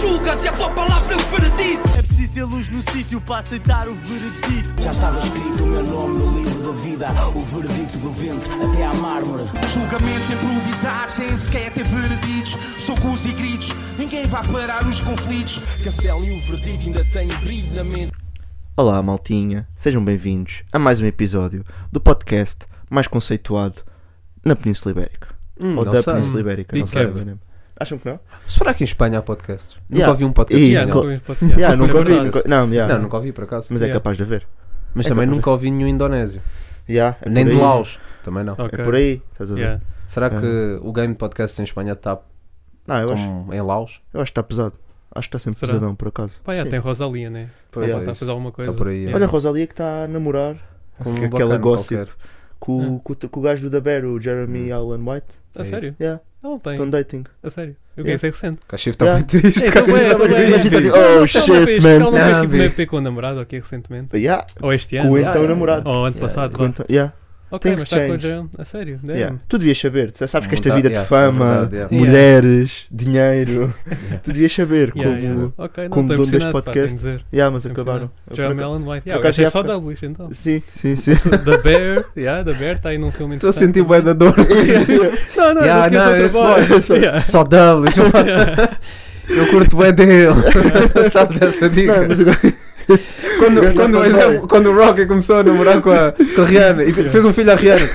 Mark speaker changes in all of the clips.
Speaker 1: julgas e a tua palavra é o veredito.
Speaker 2: É preciso ter luz no sítio para aceitar o veredito.
Speaker 3: Já estava escrito o meu nome no livro da vida, o veredito do vento até à mármore.
Speaker 4: Julgamentos improvisados, sem sequer ter vereditos. Socos e gritos, ninguém vai parar os conflitos.
Speaker 5: Castelo e o veredito ainda têm brilho na mente.
Speaker 6: Olá, maltinha, sejam bem-vindos a mais um episódio do podcast mais conceituado na Península Ibérica.
Speaker 7: Hum,
Speaker 6: Ou
Speaker 7: não
Speaker 6: da
Speaker 7: sei.
Speaker 6: Península Ibérica, não
Speaker 7: Big É,
Speaker 6: sei
Speaker 7: Cap.
Speaker 6: bem mesmo. Acham que não?
Speaker 7: Será que em Espanha há podcasts?
Speaker 6: Yeah.
Speaker 7: Nunca ouvi um podcast.
Speaker 6: E-
Speaker 7: em
Speaker 6: Yeah,
Speaker 7: Espanha.
Speaker 6: nunca ouvi. Yeah,
Speaker 7: é
Speaker 6: nunca ouvi, nunca- não, yeah,
Speaker 7: Não, nunca ouvi por acaso.
Speaker 6: mas é
Speaker 7: Yeah.
Speaker 6: capaz de haver.
Speaker 7: Mas
Speaker 6: é
Speaker 7: também
Speaker 6: capaz.
Speaker 7: nunca ouvi nenhum indonésio.
Speaker 6: Yeah, é
Speaker 7: Nem
Speaker 6: por
Speaker 7: de
Speaker 6: aí.
Speaker 7: Laos. Também não.
Speaker 6: É por aí, estás a ver?
Speaker 2: Yeah.
Speaker 7: Será
Speaker 6: Ah.
Speaker 7: que o game de podcasts em Espanha está
Speaker 6: Não, eu acho,
Speaker 7: como em Laos? Tá
Speaker 6: eu acho que está pesado. Acho que está sempre
Speaker 2: Será?
Speaker 6: pesadão, por acaso.
Speaker 2: Pá, já
Speaker 6: Sim.
Speaker 2: tem Rosalia, né?
Speaker 7: Pois
Speaker 6: Yeah.
Speaker 2: Está
Speaker 7: é
Speaker 2: a
Speaker 7: isso.
Speaker 2: fazer alguma coisa.
Speaker 7: por aí, é.
Speaker 6: Olha a Rosalia que está a namorar
Speaker 7: Com
Speaker 6: Que-
Speaker 7: um bacana
Speaker 6: aquela gossip.
Speaker 7: qualquer.
Speaker 6: com, o- com, o- com o gajo do Da Bear, o Jeremy Allen White.
Speaker 2: A
Speaker 7: É
Speaker 2: sério?
Speaker 6: Yeah,
Speaker 2: Não tem.
Speaker 6: estão dating.
Speaker 2: A sério. Eu quero
Speaker 6: Yeah.
Speaker 2: ser recente.
Speaker 7: Cachif está
Speaker 6: Yeah.
Speaker 7: Tá bem triste. tipo,
Speaker 2: É, também é, também é.
Speaker 6: Mas então,
Speaker 2: Ela
Speaker 6: oh,
Speaker 2: não
Speaker 6: shit,
Speaker 2: fez-
Speaker 6: man.
Speaker 2: Ela não fez
Speaker 7: Não,
Speaker 2: tipo
Speaker 7: vi.
Speaker 2: meio P com o namorado, ok, recentemente.
Speaker 6: Yeah,
Speaker 2: Ou este
Speaker 6: com
Speaker 2: ano.
Speaker 6: o
Speaker 7: yeah, Oh,
Speaker 6: então
Speaker 7: yeah.
Speaker 6: namorado.
Speaker 2: Ou ano passado.
Speaker 6: Com o
Speaker 2: vá.
Speaker 6: então- yeah,
Speaker 2: Ok,
Speaker 6: Things
Speaker 2: mas está com a
Speaker 6: change.
Speaker 2: Joan. A sério?
Speaker 7: É.
Speaker 2: Damn.
Speaker 6: yeah. Tu devias saber, tu sabes que esta
Speaker 7: Verdade,
Speaker 6: vida de
Speaker 7: yeah, é
Speaker 6: fama,
Speaker 7: verdade, yeah.
Speaker 6: mulheres, dinheiro, tu devias saber
Speaker 2: Yeah,
Speaker 6: como.
Speaker 2: yeah. Ok, não estou
Speaker 6: como dono
Speaker 2: impressionado,
Speaker 6: deste
Speaker 2: pá, tenho
Speaker 6: podcast.
Speaker 2: que dizer.
Speaker 6: Yeah, mas
Speaker 2: Estou
Speaker 6: acabaram.
Speaker 7: é um
Speaker 2: impressionado. Joan Allen White. Yeah, o
Speaker 6: por
Speaker 2: gajo
Speaker 6: acaso
Speaker 2: é
Speaker 6: já
Speaker 2: só
Speaker 6: fica-
Speaker 2: da Luís, então.
Speaker 6: Sim, sim, sim.
Speaker 2: The Bear, yeah, The Bear está aí num filme
Speaker 7: Estou a
Speaker 2: interessante.
Speaker 7: sentir bem da dor.
Speaker 2: Não, não,
Speaker 7: Yeah,
Speaker 2: não,
Speaker 7: não,
Speaker 2: não,
Speaker 7: esse
Speaker 2: boy.
Speaker 7: boy.
Speaker 2: Yeah.
Speaker 7: Só doubles. Eu curto bem dele. Sabes essa dica?
Speaker 6: Não, mas agora-
Speaker 7: Quando,
Speaker 6: Grande
Speaker 7: quando,
Speaker 6: António.
Speaker 7: exemplo, quando o Rock começou a namorar com a, com a Rihanna e fez um filho à Rihanna,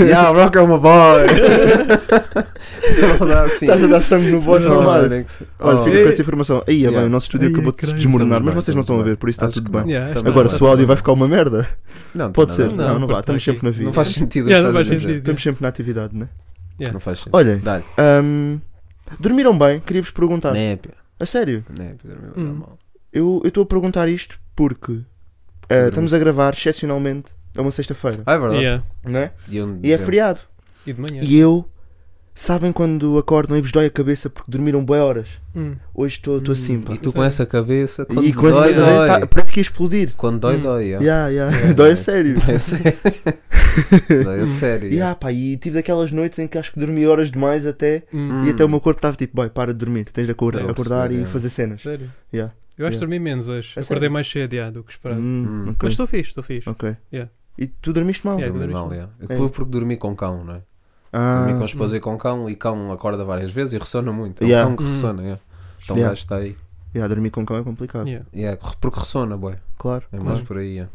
Speaker 7: yeah, o Rock é uma boy. Não dá assim.
Speaker 6: Estás a dar sangue no voz
Speaker 7: Não,
Speaker 6: normal.
Speaker 7: Alex.
Speaker 6: Olha,
Speaker 7: Oh.
Speaker 6: fica com essa informação. Aí,
Speaker 7: Yeah.
Speaker 6: bem, o nosso estúdio
Speaker 7: Ai,
Speaker 6: acabou de se
Speaker 7: Christ.
Speaker 6: desmoronar,
Speaker 7: Estamos
Speaker 6: mas vocês
Speaker 7: bem,
Speaker 6: não estão a
Speaker 7: estamos
Speaker 6: ver, por isso está
Speaker 7: Acho
Speaker 6: tudo
Speaker 7: que
Speaker 6: bem.
Speaker 2: Yeah,
Speaker 7: Também.
Speaker 6: Agora,
Speaker 7: Não,
Speaker 6: se o áudio vai ficar uma merda,
Speaker 7: Não,
Speaker 6: pode
Speaker 7: também
Speaker 6: ser.
Speaker 2: não,
Speaker 6: Não, não vá,
Speaker 2: porque
Speaker 6: estamos
Speaker 2: está
Speaker 6: sempre na
Speaker 7: Não
Speaker 6: vida.
Speaker 7: faz sentido.
Speaker 2: Yeah, não
Speaker 7: estás a
Speaker 2: faz
Speaker 7: dizer.
Speaker 2: sentido.
Speaker 6: Estamos sempre na atividade, né?
Speaker 2: Yeah.
Speaker 7: Não faz sentido.
Speaker 6: Olhem,
Speaker 7: Dá-lhe.
Speaker 6: hum, dormiram bem? Queria-vos perguntar.
Speaker 7: Népia.
Speaker 6: A sério,
Speaker 7: Népia, dormiu
Speaker 2: Hum.
Speaker 7: mal.
Speaker 6: eu eu estou a perguntar isto porque
Speaker 7: Uhum.
Speaker 6: ah, estamos a gravar excepcionalmente a uma sexta-feira,
Speaker 7: Ah, é verdade.
Speaker 2: Yeah.
Speaker 6: não é?
Speaker 7: E, um
Speaker 6: E é
Speaker 7: dezembro.
Speaker 6: feriado.
Speaker 2: E de manhã.
Speaker 6: E eu, sabem quando acordam e vos dói a cabeça porque dormiram boas horas?
Speaker 2: Hum.
Speaker 6: Hoje estou estou assim, pá.
Speaker 7: E tu com essa cabeça, quando
Speaker 6: E com esse
Speaker 7: dói,
Speaker 6: dedo a ver,
Speaker 7: dói.
Speaker 6: tá- parece que ia explodir.
Speaker 7: Quando dói,
Speaker 2: Hum.
Speaker 7: dói. yeah.
Speaker 6: Yeah, yeah.
Speaker 7: Yeah,
Speaker 6: Dói a
Speaker 7: yeah.
Speaker 6: sério.
Speaker 7: Dói a sério. Dói a sério. yeah.
Speaker 6: Yeah, pá, e tive daquelas noites em que acho que dormi horas demais até.
Speaker 2: Hum.
Speaker 6: E até o meu corpo estava tipo, boy, para de dormir, tens de acordar,
Speaker 7: Estou a
Speaker 6: acordar
Speaker 7: perceber,
Speaker 6: e
Speaker 7: é.
Speaker 6: fazer cenas.
Speaker 2: Sério.
Speaker 6: Yeah.
Speaker 2: Eu acho
Speaker 6: Yeah.
Speaker 2: que dormi menos hoje.
Speaker 6: É
Speaker 2: Acordei
Speaker 6: sério?
Speaker 2: mais cedo yeah, do que esperava.
Speaker 6: Hum,
Speaker 7: Hum.
Speaker 6: ok.
Speaker 2: Mas estou fixe, estou fixe.
Speaker 6: ok.
Speaker 2: Yeah.
Speaker 6: E tu dormiste mal?
Speaker 2: Yeah. É.
Speaker 7: Dormi mal, yeah. Eu fui porque dormi com cão, não é?
Speaker 6: Ah,
Speaker 7: Dormi com esposa e com cão e cão acorda várias vezes e ressona muito. É um
Speaker 6: Yeah.
Speaker 7: cão que
Speaker 2: Hum.
Speaker 7: ressona, yeah. Então
Speaker 6: Yeah.
Speaker 7: o gajo está aí.
Speaker 6: yeah, dormir com cão é complicado.
Speaker 2: Yeah.
Speaker 7: Yeah, re- Porque ressona, boy.
Speaker 6: Claro,
Speaker 7: É mais
Speaker 6: claro.
Speaker 7: por aí. Yeah.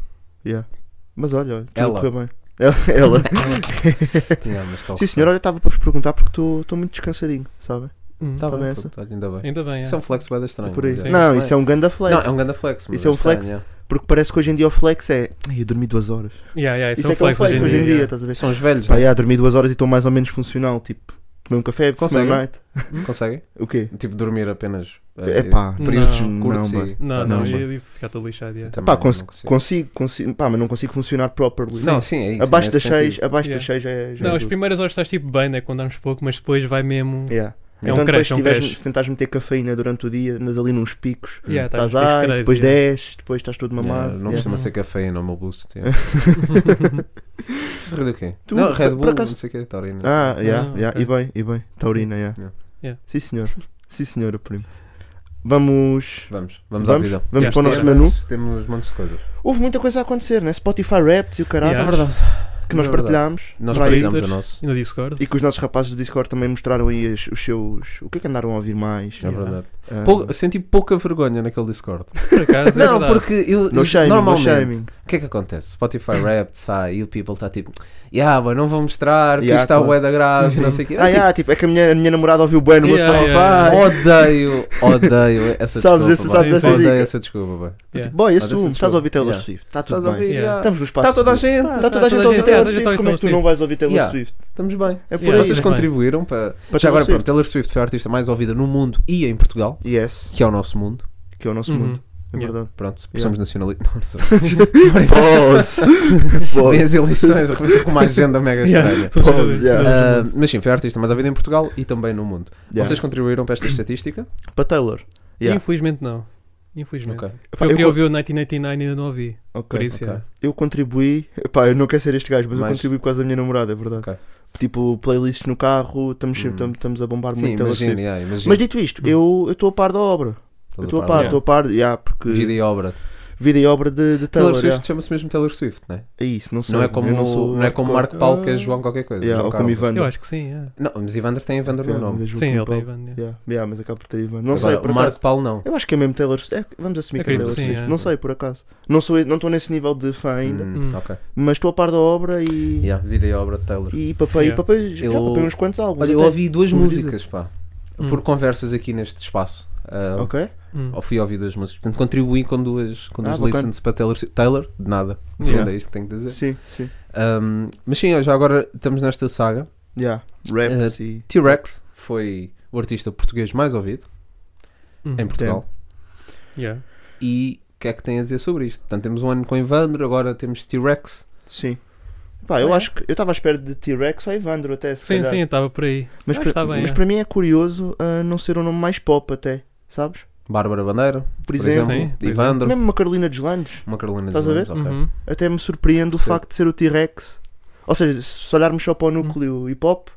Speaker 6: Yeah. Mas olha, olha, tudo
Speaker 7: Ela.
Speaker 6: correu bem. Ela. Ela.
Speaker 7: Yeah, mas tá o
Speaker 6: Sim,
Speaker 7: ressona.
Speaker 6: senhor, olha, estava para vos perguntar porque estou muito descansadinho, sabem?
Speaker 2: Hum.
Speaker 7: Tá
Speaker 6: Tá
Speaker 7: bem,
Speaker 6: bem essa?
Speaker 7: puto, olha, ainda bem.
Speaker 2: Ainda bem,
Speaker 7: Isso é
Speaker 2: é.
Speaker 7: um flex bem
Speaker 6: É
Speaker 7: estranho.
Speaker 6: por
Speaker 7: mas
Speaker 6: isso.
Speaker 7: é.
Speaker 6: Não, isso é um ganda flex.
Speaker 7: Não, é um grande flex. mas
Speaker 6: Isso é um
Speaker 7: estranho,
Speaker 6: flex.
Speaker 7: yeah.
Speaker 6: Porque parece que hoje em dia o flex é. "Ai, Eu dormi duas horas.
Speaker 2: Yeah, yeah,
Speaker 6: Isso
Speaker 2: isso
Speaker 6: é que é o
Speaker 2: um flex hoje em dia. um yeah.
Speaker 6: estás a ver?
Speaker 7: São os velhos,
Speaker 6: Pá,
Speaker 7: né?
Speaker 6: yeah, dormi duas horas e estou mais ou menos funcional. Tipo, tomei um café, tomei
Speaker 7: Consegue?
Speaker 6: um night.
Speaker 7: Conseguem?
Speaker 6: O quê?
Speaker 7: Tipo, dormir apenas. eh,
Speaker 6: É pá,
Speaker 2: Não.
Speaker 7: Períodos
Speaker 6: Não,
Speaker 7: curtos
Speaker 6: boy.
Speaker 7: e.
Speaker 2: Não,
Speaker 7: Tá
Speaker 2: não,
Speaker 6: Não,
Speaker 7: bem.
Speaker 6: mano.
Speaker 2: eu ia ficar todo lixado. Yeah.
Speaker 7: Também
Speaker 6: pá,
Speaker 7: não
Speaker 6: cons-
Speaker 7: consigo.
Speaker 6: consigo, consigo, pá, mas não consigo funcionar properly.
Speaker 7: Sim, sim, é isso.
Speaker 6: abaixo
Speaker 7: nesse
Speaker 6: das seis
Speaker 7: sentido.
Speaker 6: abaixo das
Speaker 2: Yeah.
Speaker 6: 6 é. já é
Speaker 2: Não, as
Speaker 6: duro.
Speaker 2: primeiras horas estás tipo bem, né? Quando dormes pouco, mas depois vai mesmo.
Speaker 6: Yeah.
Speaker 2: É um
Speaker 6: então
Speaker 2: crash,
Speaker 6: depois se,
Speaker 2: é um
Speaker 6: tiveres-
Speaker 2: crash.
Speaker 6: se tentares meter cafeína durante o dia, andas ali nos picos,
Speaker 2: Yeah,
Speaker 6: estás
Speaker 2: fixe
Speaker 6: ai,
Speaker 2: Tá crazy,
Speaker 6: depois
Speaker 2: yeah.
Speaker 6: desces, depois estás todo
Speaker 7: Yeah,
Speaker 6: mamado.
Speaker 7: Não
Speaker 6: yeah.
Speaker 7: costuma
Speaker 2: Uhum.
Speaker 7: ser cafeína o meu boost. yeah. Estás a rir do quê?
Speaker 6: Tu,
Speaker 7: não, Red
Speaker 6: por
Speaker 7: Bull,
Speaker 6: acaso-
Speaker 7: não sei o é, tá quê, taurina.
Speaker 6: Ah, yeah,
Speaker 2: Ah,
Speaker 6: yeah.
Speaker 2: ok.
Speaker 6: e bem, e bem. Taurina, yeah.
Speaker 7: Yeah.
Speaker 2: Yeah.
Speaker 6: Sim, senhor. Sim, senhora, primo. Vamos.
Speaker 7: Vamos, vamos, à
Speaker 6: Vamos,
Speaker 7: vida.
Speaker 6: vamos
Speaker 2: Yeah.
Speaker 6: para o nosso
Speaker 2: Sim.
Speaker 6: menu.
Speaker 7: Temos montes de coisas.
Speaker 6: Houve muita coisa a acontecer, né? Spotify Raps e o caralho
Speaker 2: Yeah.
Speaker 6: que nós
Speaker 7: É verdade.
Speaker 6: partilhámos.
Speaker 7: Nós
Speaker 6: para aí.
Speaker 7: partilhamos o
Speaker 2: Twitter.
Speaker 7: nosso.
Speaker 2: E no Discord.
Speaker 6: E que os nossos rapazes do Discord também mostraram aí as- os seus. O que é que andaram a ouvir mais?
Speaker 7: É verdade.
Speaker 6: Ah,
Speaker 7: Pou- Senti pouca vergonha naquele Discord.
Speaker 2: Por acaso, é
Speaker 7: Não,
Speaker 2: verdade.
Speaker 7: porque eu.
Speaker 6: No shaming, no
Speaker 7: normalmente,
Speaker 6: shaming.
Speaker 7: o que é que acontece? Spotify Wrapped sai e o people está tipo, yeah, boy, não vou mostrar, que
Speaker 6: Yeah,
Speaker 7: isto está
Speaker 6: claro.
Speaker 7: bué da grave, não sei o quê. Eu,
Speaker 6: Ah, yeah, tipo, é que a minha, a minha namorada ouviu bem no meu
Speaker 2: Yeah,
Speaker 6: Spotify.
Speaker 2: yeah,
Speaker 7: tipo, Odeio, odeio essa
Speaker 6: Sabes
Speaker 7: desculpa.
Speaker 6: esse-
Speaker 7: boy.
Speaker 6: sabes essa
Speaker 7: odeio
Speaker 6: dica.
Speaker 7: essa desculpa, boy.
Speaker 2: Yeah.
Speaker 6: Tipo, Boy,
Speaker 7: Mas
Speaker 6: assume,
Speaker 7: essa
Speaker 6: estás a ouvir Taylor
Speaker 7: desculpa.
Speaker 6: Swift, está
Speaker 7: Estás
Speaker 6: tudo
Speaker 7: a
Speaker 6: bem. Então Tá,
Speaker 7: ouvir?
Speaker 2: Yeah.
Speaker 7: yeah.
Speaker 6: Estamos no espaço.
Speaker 7: Está Ah, toda a
Speaker 6: seguro.
Speaker 7: gente.
Speaker 6: Está Então toda a gente a ouvir
Speaker 2: Yeah,
Speaker 6: Taylor
Speaker 2: toda a gente
Speaker 6: Swift, como é que tu
Speaker 2: ouve
Speaker 6: não vais ouvir Taylor
Speaker 7: Yeah.
Speaker 6: Swift?
Speaker 7: Estamos bem.
Speaker 6: É por
Speaker 2: Yeah,
Speaker 6: aí.
Speaker 7: Vocês
Speaker 2: bem.
Speaker 7: contribuíram para.
Speaker 6: Para
Speaker 7: Já
Speaker 6: Taylor
Speaker 7: agora, pronto,
Speaker 6: Swift.
Speaker 7: Taylor Swift foi a artista mais ouvida no mundo e em Portugal,
Speaker 6: Yes,
Speaker 7: que é o nosso mundo.
Speaker 6: que é o nosso
Speaker 2: Uhum.
Speaker 6: mundo. É
Speaker 2: Yeah.
Speaker 6: verdade.
Speaker 7: Pronto,
Speaker 6: Yeah.
Speaker 7: somos nacionalistas. Não, não somos.
Speaker 6: Pause.
Speaker 7: Vem as eleições de repente, com uma agenda mega
Speaker 2: Yeah.
Speaker 7: estranha.
Speaker 6: Pause, yeah.
Speaker 7: Ah, mas sim, foi a artista mais ouvida em Portugal e também no mundo.
Speaker 6: Yeah.
Speaker 7: Vocês contribuíram para esta estatística?
Speaker 6: Para Taylor. Yeah.
Speaker 2: Infelizmente não. Infelizmente.
Speaker 7: Ok.
Speaker 6: Epá,
Speaker 2: Eu queria
Speaker 6: con-
Speaker 2: ouvir o 1989 e ainda não ouvi.
Speaker 6: Ok.
Speaker 2: Por isso,
Speaker 7: ok.
Speaker 2: yeah.
Speaker 6: Eu contribuí. Pá, eu não quero ser este gajo, mas,
Speaker 7: Mas-
Speaker 6: eu contribuí por causa da minha namorada, é verdade.
Speaker 7: Ok.
Speaker 6: Tipo, playlists no carro, estamos sempre
Speaker 7: Hum.
Speaker 6: estamos a bombar
Speaker 7: Sim,
Speaker 6: muito Taylor
Speaker 7: imagina,
Speaker 6: Swift.
Speaker 7: yeah, imagina.
Speaker 6: Mas dito isto, eu eu estou a par da obra. Eu
Speaker 7: Estás
Speaker 6: estou a
Speaker 7: par,
Speaker 6: par,
Speaker 7: não é?
Speaker 6: estou a par, yeah, porque
Speaker 7: Vida
Speaker 6: vida e,
Speaker 7: e obra.
Speaker 6: obra de, de
Speaker 7: Taylor
Speaker 6: Taylor.
Speaker 7: Swift
Speaker 6: yeah.
Speaker 7: chama-se mesmo Taylor Swift, não é?
Speaker 6: É isso, não sei.
Speaker 7: Não é como,
Speaker 6: eu não sou
Speaker 7: não é como Marco
Speaker 6: hardcore.
Speaker 7: Paulo que é João qualquer coisa.
Speaker 6: Yeah,
Speaker 7: João
Speaker 6: ou como
Speaker 7: Carlos.
Speaker 6: Ivan.
Speaker 8: Eu acho que sim, é.
Speaker 7: Não, mas Evander tem Evander no
Speaker 6: Yeah,
Speaker 7: nome.
Speaker 6: mas é João
Speaker 8: Sim, ele tem
Speaker 6: Paulo.
Speaker 8: Ivan. é.
Speaker 6: Yeah, yeah, mas acaba por ter Ivan. Não
Speaker 7: Agora,
Speaker 6: sei, por
Speaker 7: o
Speaker 6: acaso.
Speaker 7: Marco Paulo não.
Speaker 6: Eu acho que é mesmo Taylor Swift. É, vamos assumir que é
Speaker 8: Acredito
Speaker 6: Taylor
Speaker 8: que sim,
Speaker 6: Swift.
Speaker 8: é.
Speaker 6: Não sei, por acaso. Não estou não estou nesse nível de fã ainda,
Speaker 7: Hum, ok.
Speaker 6: mas estou a par da obra e.
Speaker 7: Yeah, vida e obra de Taylor.
Speaker 6: E papei,
Speaker 8: Yeah.
Speaker 6: papei, já
Speaker 7: Eu-
Speaker 6: papei uns quantos álbuns.
Speaker 7: Olha, eu
Speaker 6: até.
Speaker 7: ouvi duas
Speaker 6: Ouvi
Speaker 7: músicas, pá.
Speaker 8: Hum.
Speaker 7: Por conversas aqui neste espaço. Ah,
Speaker 6: Ok?
Speaker 8: Hum.
Speaker 7: Ou fui ouvir duas músicas. Portanto, contribuí com duas, com
Speaker 6: Ah,
Speaker 7: duas
Speaker 6: bacana.
Speaker 7: listens para Taylor. Swift. Taylor, de nada. No fundo,
Speaker 6: Yeah.
Speaker 7: É isto que tenho que dizer.
Speaker 6: Sim, sim.
Speaker 7: Ahm, mas sim, já agora estamos nesta saga.
Speaker 6: Yeah. Raps
Speaker 7: Eh,
Speaker 6: e.
Speaker 7: T-Rex foi o artista português mais ouvido
Speaker 8: Hum.
Speaker 6: Uhum.
Speaker 7: em Portugal.
Speaker 8: Yeah.
Speaker 7: E o que é que tem a dizer sobre isto? Portanto, temos um ano com Evandro, agora temos T-Rex.
Speaker 6: Sim. Pá,
Speaker 7: é?
Speaker 6: eu acho que. Eu estava à espera de T-Rex ou Evandro até. se
Speaker 8: Sim,
Speaker 6: calhar.
Speaker 8: sim, estava por aí.
Speaker 6: Mas,
Speaker 8: Acho
Speaker 6: para,
Speaker 8: que tá bem,
Speaker 6: mas
Speaker 8: é.
Speaker 6: para mim é curioso ah, não ser um nome mais pop até, sabes?
Speaker 7: Bárbara Bandeira,
Speaker 6: Por
Speaker 7: por,
Speaker 6: exemplo,
Speaker 7: exemplo.
Speaker 8: Sim, por
Speaker 7: Evandro.
Speaker 6: mesmo uma Carolina de Langes,
Speaker 7: Uma Carolina
Speaker 6: Estás a
Speaker 7: de Landes, ok.
Speaker 8: Uhum.
Speaker 6: até me surpreende o
Speaker 7: Sim.
Speaker 6: facto de ser o T-Rex. Ou seja, se olharmos só para o núcleo hip hop,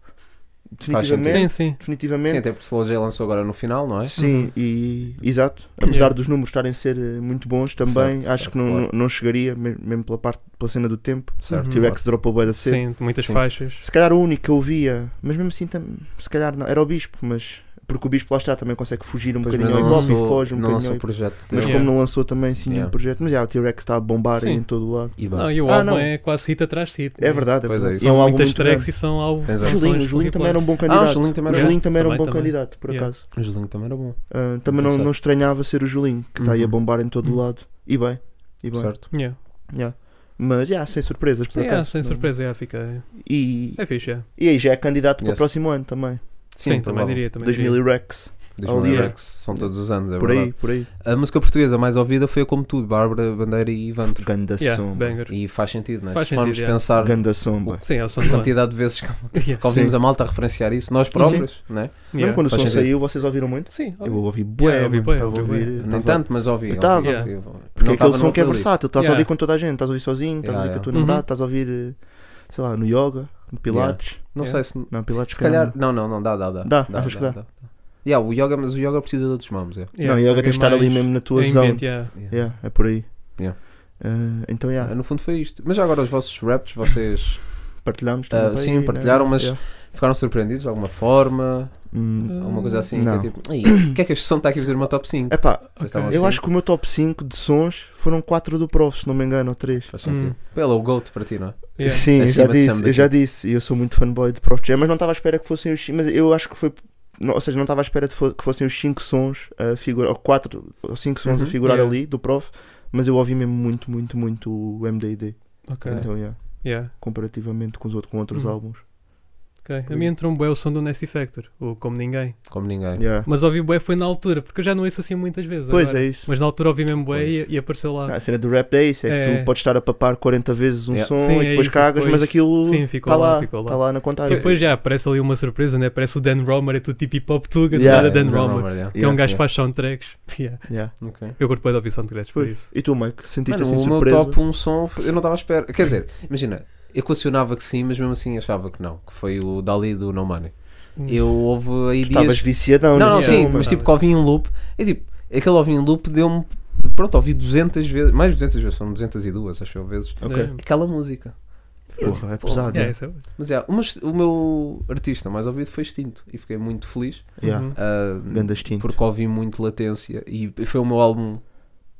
Speaker 6: definitivamente.
Speaker 8: Hum. Sim, sim.
Speaker 7: Sim,
Speaker 6: definitivamente.
Speaker 7: até porque Slow J lançou agora no final, não é?
Speaker 6: Sim, e exato.
Speaker 8: É.
Speaker 6: Apesar dos números estarem a ser eh, muito bons também,
Speaker 7: Certo,
Speaker 6: acho
Speaker 7: certo,
Speaker 6: que não,
Speaker 7: claro.
Speaker 6: não- não chegaria, me- mesmo pela parte pela cena do tempo.
Speaker 7: Certo.
Speaker 8: Uhum.
Speaker 6: T-Rex dropou bué da cedo.
Speaker 8: Sim, muitas
Speaker 7: Sim.
Speaker 8: faixas.
Speaker 6: Se calhar o único que eu via, mas mesmo assim tam- se calhar não, era o Bispo, mas porque o Bispo lá está também consegue fugir um
Speaker 7: Depois
Speaker 6: bocadinho
Speaker 7: não
Speaker 6: ao hip hop e
Speaker 7: lançou,
Speaker 6: foge um
Speaker 7: não
Speaker 6: bocadinho
Speaker 7: lançou
Speaker 6: ao
Speaker 7: o
Speaker 6: hip
Speaker 7: projeto
Speaker 6: Mas
Speaker 7: dele.
Speaker 8: Yeah.
Speaker 6: como não lançou também sim nenhum
Speaker 7: Yeah.
Speaker 6: projeto, mas já o T-Rex está a bombar aí
Speaker 8: Sim.
Speaker 6: em todo o lado.
Speaker 7: E bem,
Speaker 8: Não, e o
Speaker 6: Ah,
Speaker 8: álbum
Speaker 6: não.
Speaker 8: é quase hit atrás de hit.
Speaker 6: É verdade, é
Speaker 7: Pois é,
Speaker 6: verdade.
Speaker 7: isso.
Speaker 6: E é um álbum
Speaker 8: muitas
Speaker 6: muito
Speaker 8: tracks
Speaker 6: grande.
Speaker 8: e são álbuns.
Speaker 7: Tens
Speaker 6: O
Speaker 7: razão.
Speaker 6: Julinho, o Julinho também era um bom
Speaker 7: Ah, o
Speaker 6: candidato.
Speaker 7: Julinho também
Speaker 6: O
Speaker 7: era
Speaker 6: Julinho também era um
Speaker 8: Também,
Speaker 6: bom
Speaker 8: também.
Speaker 6: candidato, por
Speaker 8: Yeah.
Speaker 6: acaso.
Speaker 7: bom. O Julinho também era bom,
Speaker 6: Ah, também não,
Speaker 7: Interessante.
Speaker 6: não estranhava ser o Julinho, que está aí a
Speaker 7: Uhum.
Speaker 6: bombar em todo o
Speaker 8: Uhum.
Speaker 6: lado. E bem, e bem.
Speaker 7: certo?
Speaker 8: Yeah.
Speaker 6: Yeah. Mas, já, sem surpresas, por
Speaker 8: Sim, é,
Speaker 6: acaso.
Speaker 8: sem
Speaker 6: Não-
Speaker 8: surpresa, é, fica.
Speaker 6: E,
Speaker 8: É fixe, é.
Speaker 6: e aí já é candidato para o
Speaker 7: Yes.
Speaker 6: próximo ano também.
Speaker 8: Sim, também
Speaker 7: provável.
Speaker 8: diria. Também
Speaker 6: 2000
Speaker 8: diria.
Speaker 6: e Rex.
Speaker 7: 2000
Speaker 6: Ali,
Speaker 7: Rex, são todos os anos, é
Speaker 6: por
Speaker 7: verdade.
Speaker 6: aí, por aí.
Speaker 7: A música portuguesa mais ouvida foi a Como Tu, Bárbara Bandeira e Evandro.
Speaker 6: Ganda
Speaker 8: Yeah,
Speaker 6: som.
Speaker 8: banger.
Speaker 7: E faz sentido, não é?
Speaker 8: Faz
Speaker 7: Se formos
Speaker 8: sentido, é.
Speaker 7: pensar
Speaker 6: Ganda som, boy.
Speaker 8: Sim, é o som
Speaker 7: a
Speaker 8: do ano.
Speaker 7: quantidade de vezes que
Speaker 8: Yeah.
Speaker 7: que ouvimos
Speaker 6: Sim.
Speaker 7: a malta a referenciar isso, nós próprios, não é?
Speaker 6: Mesmo
Speaker 8: Yeah.
Speaker 6: quando o som
Speaker 7: Faz sentido.
Speaker 6: saiu, vocês ouviram muito?
Speaker 8: Sim,
Speaker 6: Eu
Speaker 8: óbvio.
Speaker 6: ouvi bué,
Speaker 8: Yeah, eu ouvi
Speaker 6: mano,
Speaker 8: bué,
Speaker 6: tava
Speaker 8: ouvi
Speaker 6: a
Speaker 8: bué.
Speaker 6: ouvir.
Speaker 7: Nem
Speaker 6: tava-
Speaker 7: tanto, mas ouvi.
Speaker 6: Eu tava.
Speaker 7: ouvi, ouvi, ouvi.
Speaker 6: Porque
Speaker 7: Não
Speaker 6: aquele
Speaker 7: tava
Speaker 6: som
Speaker 7: na
Speaker 6: que é
Speaker 7: playlist.
Speaker 6: versátil. Estás a
Speaker 8: Yeah.
Speaker 6: ouvir com toda a gente. Estás a ouvir sozinho, estás a
Speaker 7: Yeah,
Speaker 6: ouvir com a tua
Speaker 8: yeah.
Speaker 6: namorada,
Speaker 8: Uhum.
Speaker 6: estás a ouvir, eh, sei lá, no yoga, no pilates.
Speaker 7: Não
Speaker 8: Yeah.
Speaker 7: sei se.
Speaker 6: Não, pilates
Speaker 7: Se calhar. Não, não, não, dá, dá, dá.
Speaker 6: Dá, achas que dá?
Speaker 7: Yeah, o yoga, mas o yoga precisa de outros nomes. Yeah.
Speaker 6: Não, yoga tem de estar ali mesmo na tua
Speaker 8: em
Speaker 6: zona.
Speaker 8: ambiente, yeah.
Speaker 7: Yeah.
Speaker 6: Yeah, é por aí.
Speaker 7: Yeah.
Speaker 6: Ah, então, yeah,
Speaker 7: Ah, No fundo foi isto. Mas já agora os vossos raps, vocês
Speaker 6: partilhamos
Speaker 7: Ah,
Speaker 6: também.
Speaker 7: sim,
Speaker 6: né?
Speaker 7: partilharam, mas-
Speaker 6: Yeah.
Speaker 7: ficaram surpreendidos de alguma forma?
Speaker 6: Hum,
Speaker 7: Alguma coisa assim
Speaker 6: Não.
Speaker 7: que é tipo. "Ei, O que é que este som está aqui a fazer uma top 5?
Speaker 6: epá,
Speaker 7: Vocês estavam
Speaker 6: eu
Speaker 7: assim?
Speaker 6: acho que o meu top 5 de sons foram 4 do Prof, se não me engano, ou 3.
Speaker 7: Faz sentido.
Speaker 6: hum.
Speaker 7: Ele é o GOAT para ti, não é?
Speaker 8: Yeah.
Speaker 6: Sim, eu já
Speaker 7: Acima de
Speaker 6: disse,
Speaker 7: sempre.
Speaker 6: eu já disse, e eu sou muito fanboy de Prof Jam, mas não estava à espera que fossem os. Mas eu acho que foi. não, ou seja, não estava à espera de fo- que fossem os 5 sons a figurar, ou 4 ou 5 sons a
Speaker 7: Uhum,
Speaker 6: figurar
Speaker 8: yeah.
Speaker 6: ali do Prof, mas eu ouvi mesmo muito, muito, muito o MDD.
Speaker 8: Ok.
Speaker 6: Então, yeah,
Speaker 8: Yeah.
Speaker 6: comparativamente com, os outros, com outros
Speaker 8: Uhum.
Speaker 6: álbuns.
Speaker 8: ok. A mim entrou um bué o som do Nasty Factor, ou Como Ninguém.
Speaker 7: Como ninguém.
Speaker 6: Yeah.
Speaker 8: Mas ouvi bué foi na altura, porque eu já não ouço assim muitas vezes.
Speaker 6: Pois
Speaker 8: agora.
Speaker 6: é, isso.
Speaker 8: Mas na altura ouvi mesmo bué e, e apareceu
Speaker 6: Ah,
Speaker 8: lá.
Speaker 6: A cena do rap é isso, é, que
Speaker 8: É.
Speaker 6: tu podes estar a papar 40 vezes um
Speaker 7: Yeah.
Speaker 6: som
Speaker 8: Sim,
Speaker 6: e
Speaker 8: é
Speaker 6: depois
Speaker 8: isso,
Speaker 6: cagas,
Speaker 8: depois-
Speaker 6: mas aquilo
Speaker 8: Sim, ficou
Speaker 6: está
Speaker 8: Tá lá,
Speaker 6: lá,
Speaker 8: ficou lá.
Speaker 6: tá lá na
Speaker 8: E
Speaker 6: contagem.
Speaker 8: depois é já aparece ali uma surpresa, né? Aparece o Dan Romer, é tudo tipo hip hop tuga, do
Speaker 6: Yeah.
Speaker 8: nada Dan
Speaker 7: John
Speaker 8: Romer.
Speaker 7: Romer, yeah.
Speaker 8: Que é um
Speaker 6: Yeah,
Speaker 8: gajo que
Speaker 7: yeah.
Speaker 8: faz soundtracks. Yeah.
Speaker 6: Yeah.
Speaker 7: Ok.
Speaker 8: Eu curto bué da opção de créditos por
Speaker 6: Pois.
Speaker 8: isso.
Speaker 6: E tu, Mike,
Speaker 7: Mano,
Speaker 6: sentiste assim
Speaker 7: Tipo o meu
Speaker 6: surpresa?
Speaker 7: top 1 som, eu não estava à espera. Quer dizer, imagina, eu questionava que sim, mas mesmo assim achava que não. Que foi o Dali do No Money. Eu houve aí
Speaker 6: Tu Estavas
Speaker 7: dias.
Speaker 6: viciadão
Speaker 7: Não, não,
Speaker 6: nesse
Speaker 8: yeah.
Speaker 7: sim,
Speaker 6: som,
Speaker 7: mas
Speaker 6: mano.
Speaker 7: tipo que ouvi em loop. É tipo, aquele ouvi em loop deu-me. Pronto, ouvi 200 vezes, mais de 200 vezes, foram 202, acho eu, vezes.
Speaker 6: Ok.
Speaker 8: É.
Speaker 7: Aquela música.
Speaker 6: Porra, é
Speaker 8: Yeah,
Speaker 6: pesado. Yeah.
Speaker 8: isso é-
Speaker 7: Mas é, o meu, o meu artista mais ouvido foi Extinto e fiquei muito feliz
Speaker 6: Yeah. É
Speaker 8: Uhum.
Speaker 7: ah,
Speaker 6: Ganda extinto.
Speaker 7: porque ouvi muito latência e foi o meu álbum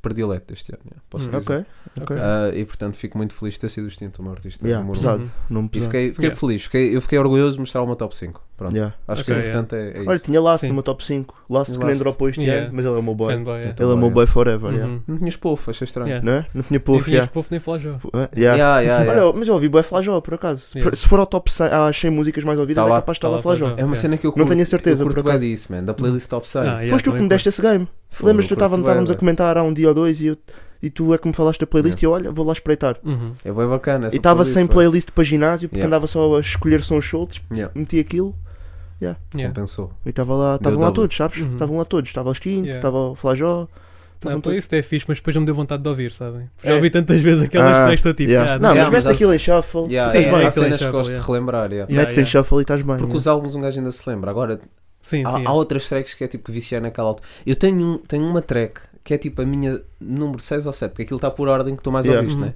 Speaker 7: predileto deste ano. yeah, posso
Speaker 8: Hum.
Speaker 7: dizer.
Speaker 6: Ok, ok.
Speaker 7: Ah, e portanto fico muito feliz de ter sido Extinto o meu artista.
Speaker 6: Yeah,
Speaker 7: número um.
Speaker 6: pesado.
Speaker 8: Uhum.
Speaker 6: Nome
Speaker 7: E
Speaker 6: pesado.
Speaker 7: fiquei, fiquei
Speaker 8: Yeah.
Speaker 7: feliz, fiquei, eu fiquei orgulhoso de mostrar uma top 5. Pronto.
Speaker 6: Yeah.
Speaker 7: Acho
Speaker 8: Ok,
Speaker 7: que o importante é, é isso.
Speaker 6: Olha, tinha Last
Speaker 8: Sim.
Speaker 6: no meu top 5. Last que nem
Speaker 7: Last.
Speaker 6: dropou este
Speaker 8: Yeah.
Speaker 6: ano, mas ele é o meu boy.
Speaker 8: Fanboy, é.
Speaker 6: Ele é o meu
Speaker 7: Yeah.
Speaker 6: boy forever, yeah.
Speaker 8: Uhum.
Speaker 7: Não tinhas povo, achei estranho.
Speaker 8: Yeah.
Speaker 6: não é? Não tinha
Speaker 8: Nem
Speaker 6: puff,
Speaker 8: tinhas
Speaker 6: yeah.
Speaker 8: puff, nem flajou.
Speaker 6: Ah, yeah.
Speaker 7: Yeah, yeah,
Speaker 6: Olha,
Speaker 7: yeah.
Speaker 6: mas eu ouvi boy Flajó, por acaso. Se
Speaker 8: Yeah.
Speaker 6: for- Se for ao top 100, há 100 músicas mais ouvidas,
Speaker 7: Tá
Speaker 6: é
Speaker 7: lá,
Speaker 6: capaz de estar
Speaker 8: tá
Speaker 6: lá
Speaker 8: lá
Speaker 6: Flajó.
Speaker 8: Flajó.
Speaker 7: É uma
Speaker 8: Yeah.
Speaker 7: cena que eu curto.
Speaker 6: Não tenho a certeza,
Speaker 7: eu
Speaker 6: por
Speaker 7: curto bué
Speaker 6: acaso.
Speaker 7: disso, man, da playlist top 100.
Speaker 8: Ah, yeah,
Speaker 6: Foste tu que
Speaker 8: também
Speaker 6: me deste esse game.
Speaker 7: Foi,
Speaker 6: Lembras-te, eu
Speaker 7: curto
Speaker 6: estava-
Speaker 7: bué,
Speaker 6: estávamos a
Speaker 7: man.
Speaker 6: comentar há um dia ou dois e, eu- e tu é que me falaste da playlist e eu, olha, vou lá espreitar.
Speaker 8: Uhum.
Speaker 7: É bem bacana. essa
Speaker 6: e estava sem
Speaker 7: man.
Speaker 6: playlist para ginásio porque
Speaker 7: Yeah.
Speaker 6: andava só a escolher sons soltos,
Speaker 7: Yeah.
Speaker 6: meti aquilo
Speaker 8: Yeah.
Speaker 6: Tá
Speaker 7: Compensou.
Speaker 6: e estava lá, estavam lá
Speaker 7: double.
Speaker 6: todos, sabes?
Speaker 8: Uhum.
Speaker 6: Estavam lá todos, estava o Extinto,
Speaker 8: Yeah.
Speaker 6: estava o Flajó,
Speaker 8: Não,
Speaker 6: estavam
Speaker 8: para
Speaker 6: todos.
Speaker 8: isso é fixe, mas depois não me deu vontade de ouvir, sabem? Já
Speaker 7: É.
Speaker 8: ouvi tantas vezes aquelas
Speaker 6: Ah,
Speaker 8: tracks do tipo.
Speaker 6: Yeah.
Speaker 8: ah,
Speaker 6: Não,
Speaker 7: Yeah,
Speaker 6: mas
Speaker 7: mas
Speaker 6: metes
Speaker 7: há-
Speaker 6: aquilo em shuffle,
Speaker 7: Yeah,
Speaker 6: estás
Speaker 8: é yeah,
Speaker 6: bem.
Speaker 7: há cenas
Speaker 8: Aquele
Speaker 7: que gosto de
Speaker 8: shuffle,
Speaker 7: relembrar. yeah.
Speaker 8: Yeah,
Speaker 6: Metes em
Speaker 8: yeah.
Speaker 6: shuffle e estás bem.
Speaker 7: Porque
Speaker 6: yeah.
Speaker 7: os álbuns um gajo ainda se lembra. Agora,
Speaker 8: Sim,
Speaker 6: Ah,
Speaker 7: Há,
Speaker 8: sim.
Speaker 7: há outras tracks que é tipo que viciar naquela altura. Eu tenho, um- tenho uma track que é tipo a minha número 6 ou 7, porque aquilo está por ordem que estou mais
Speaker 6: Yeah. Uhum.
Speaker 7: a ouvir, né?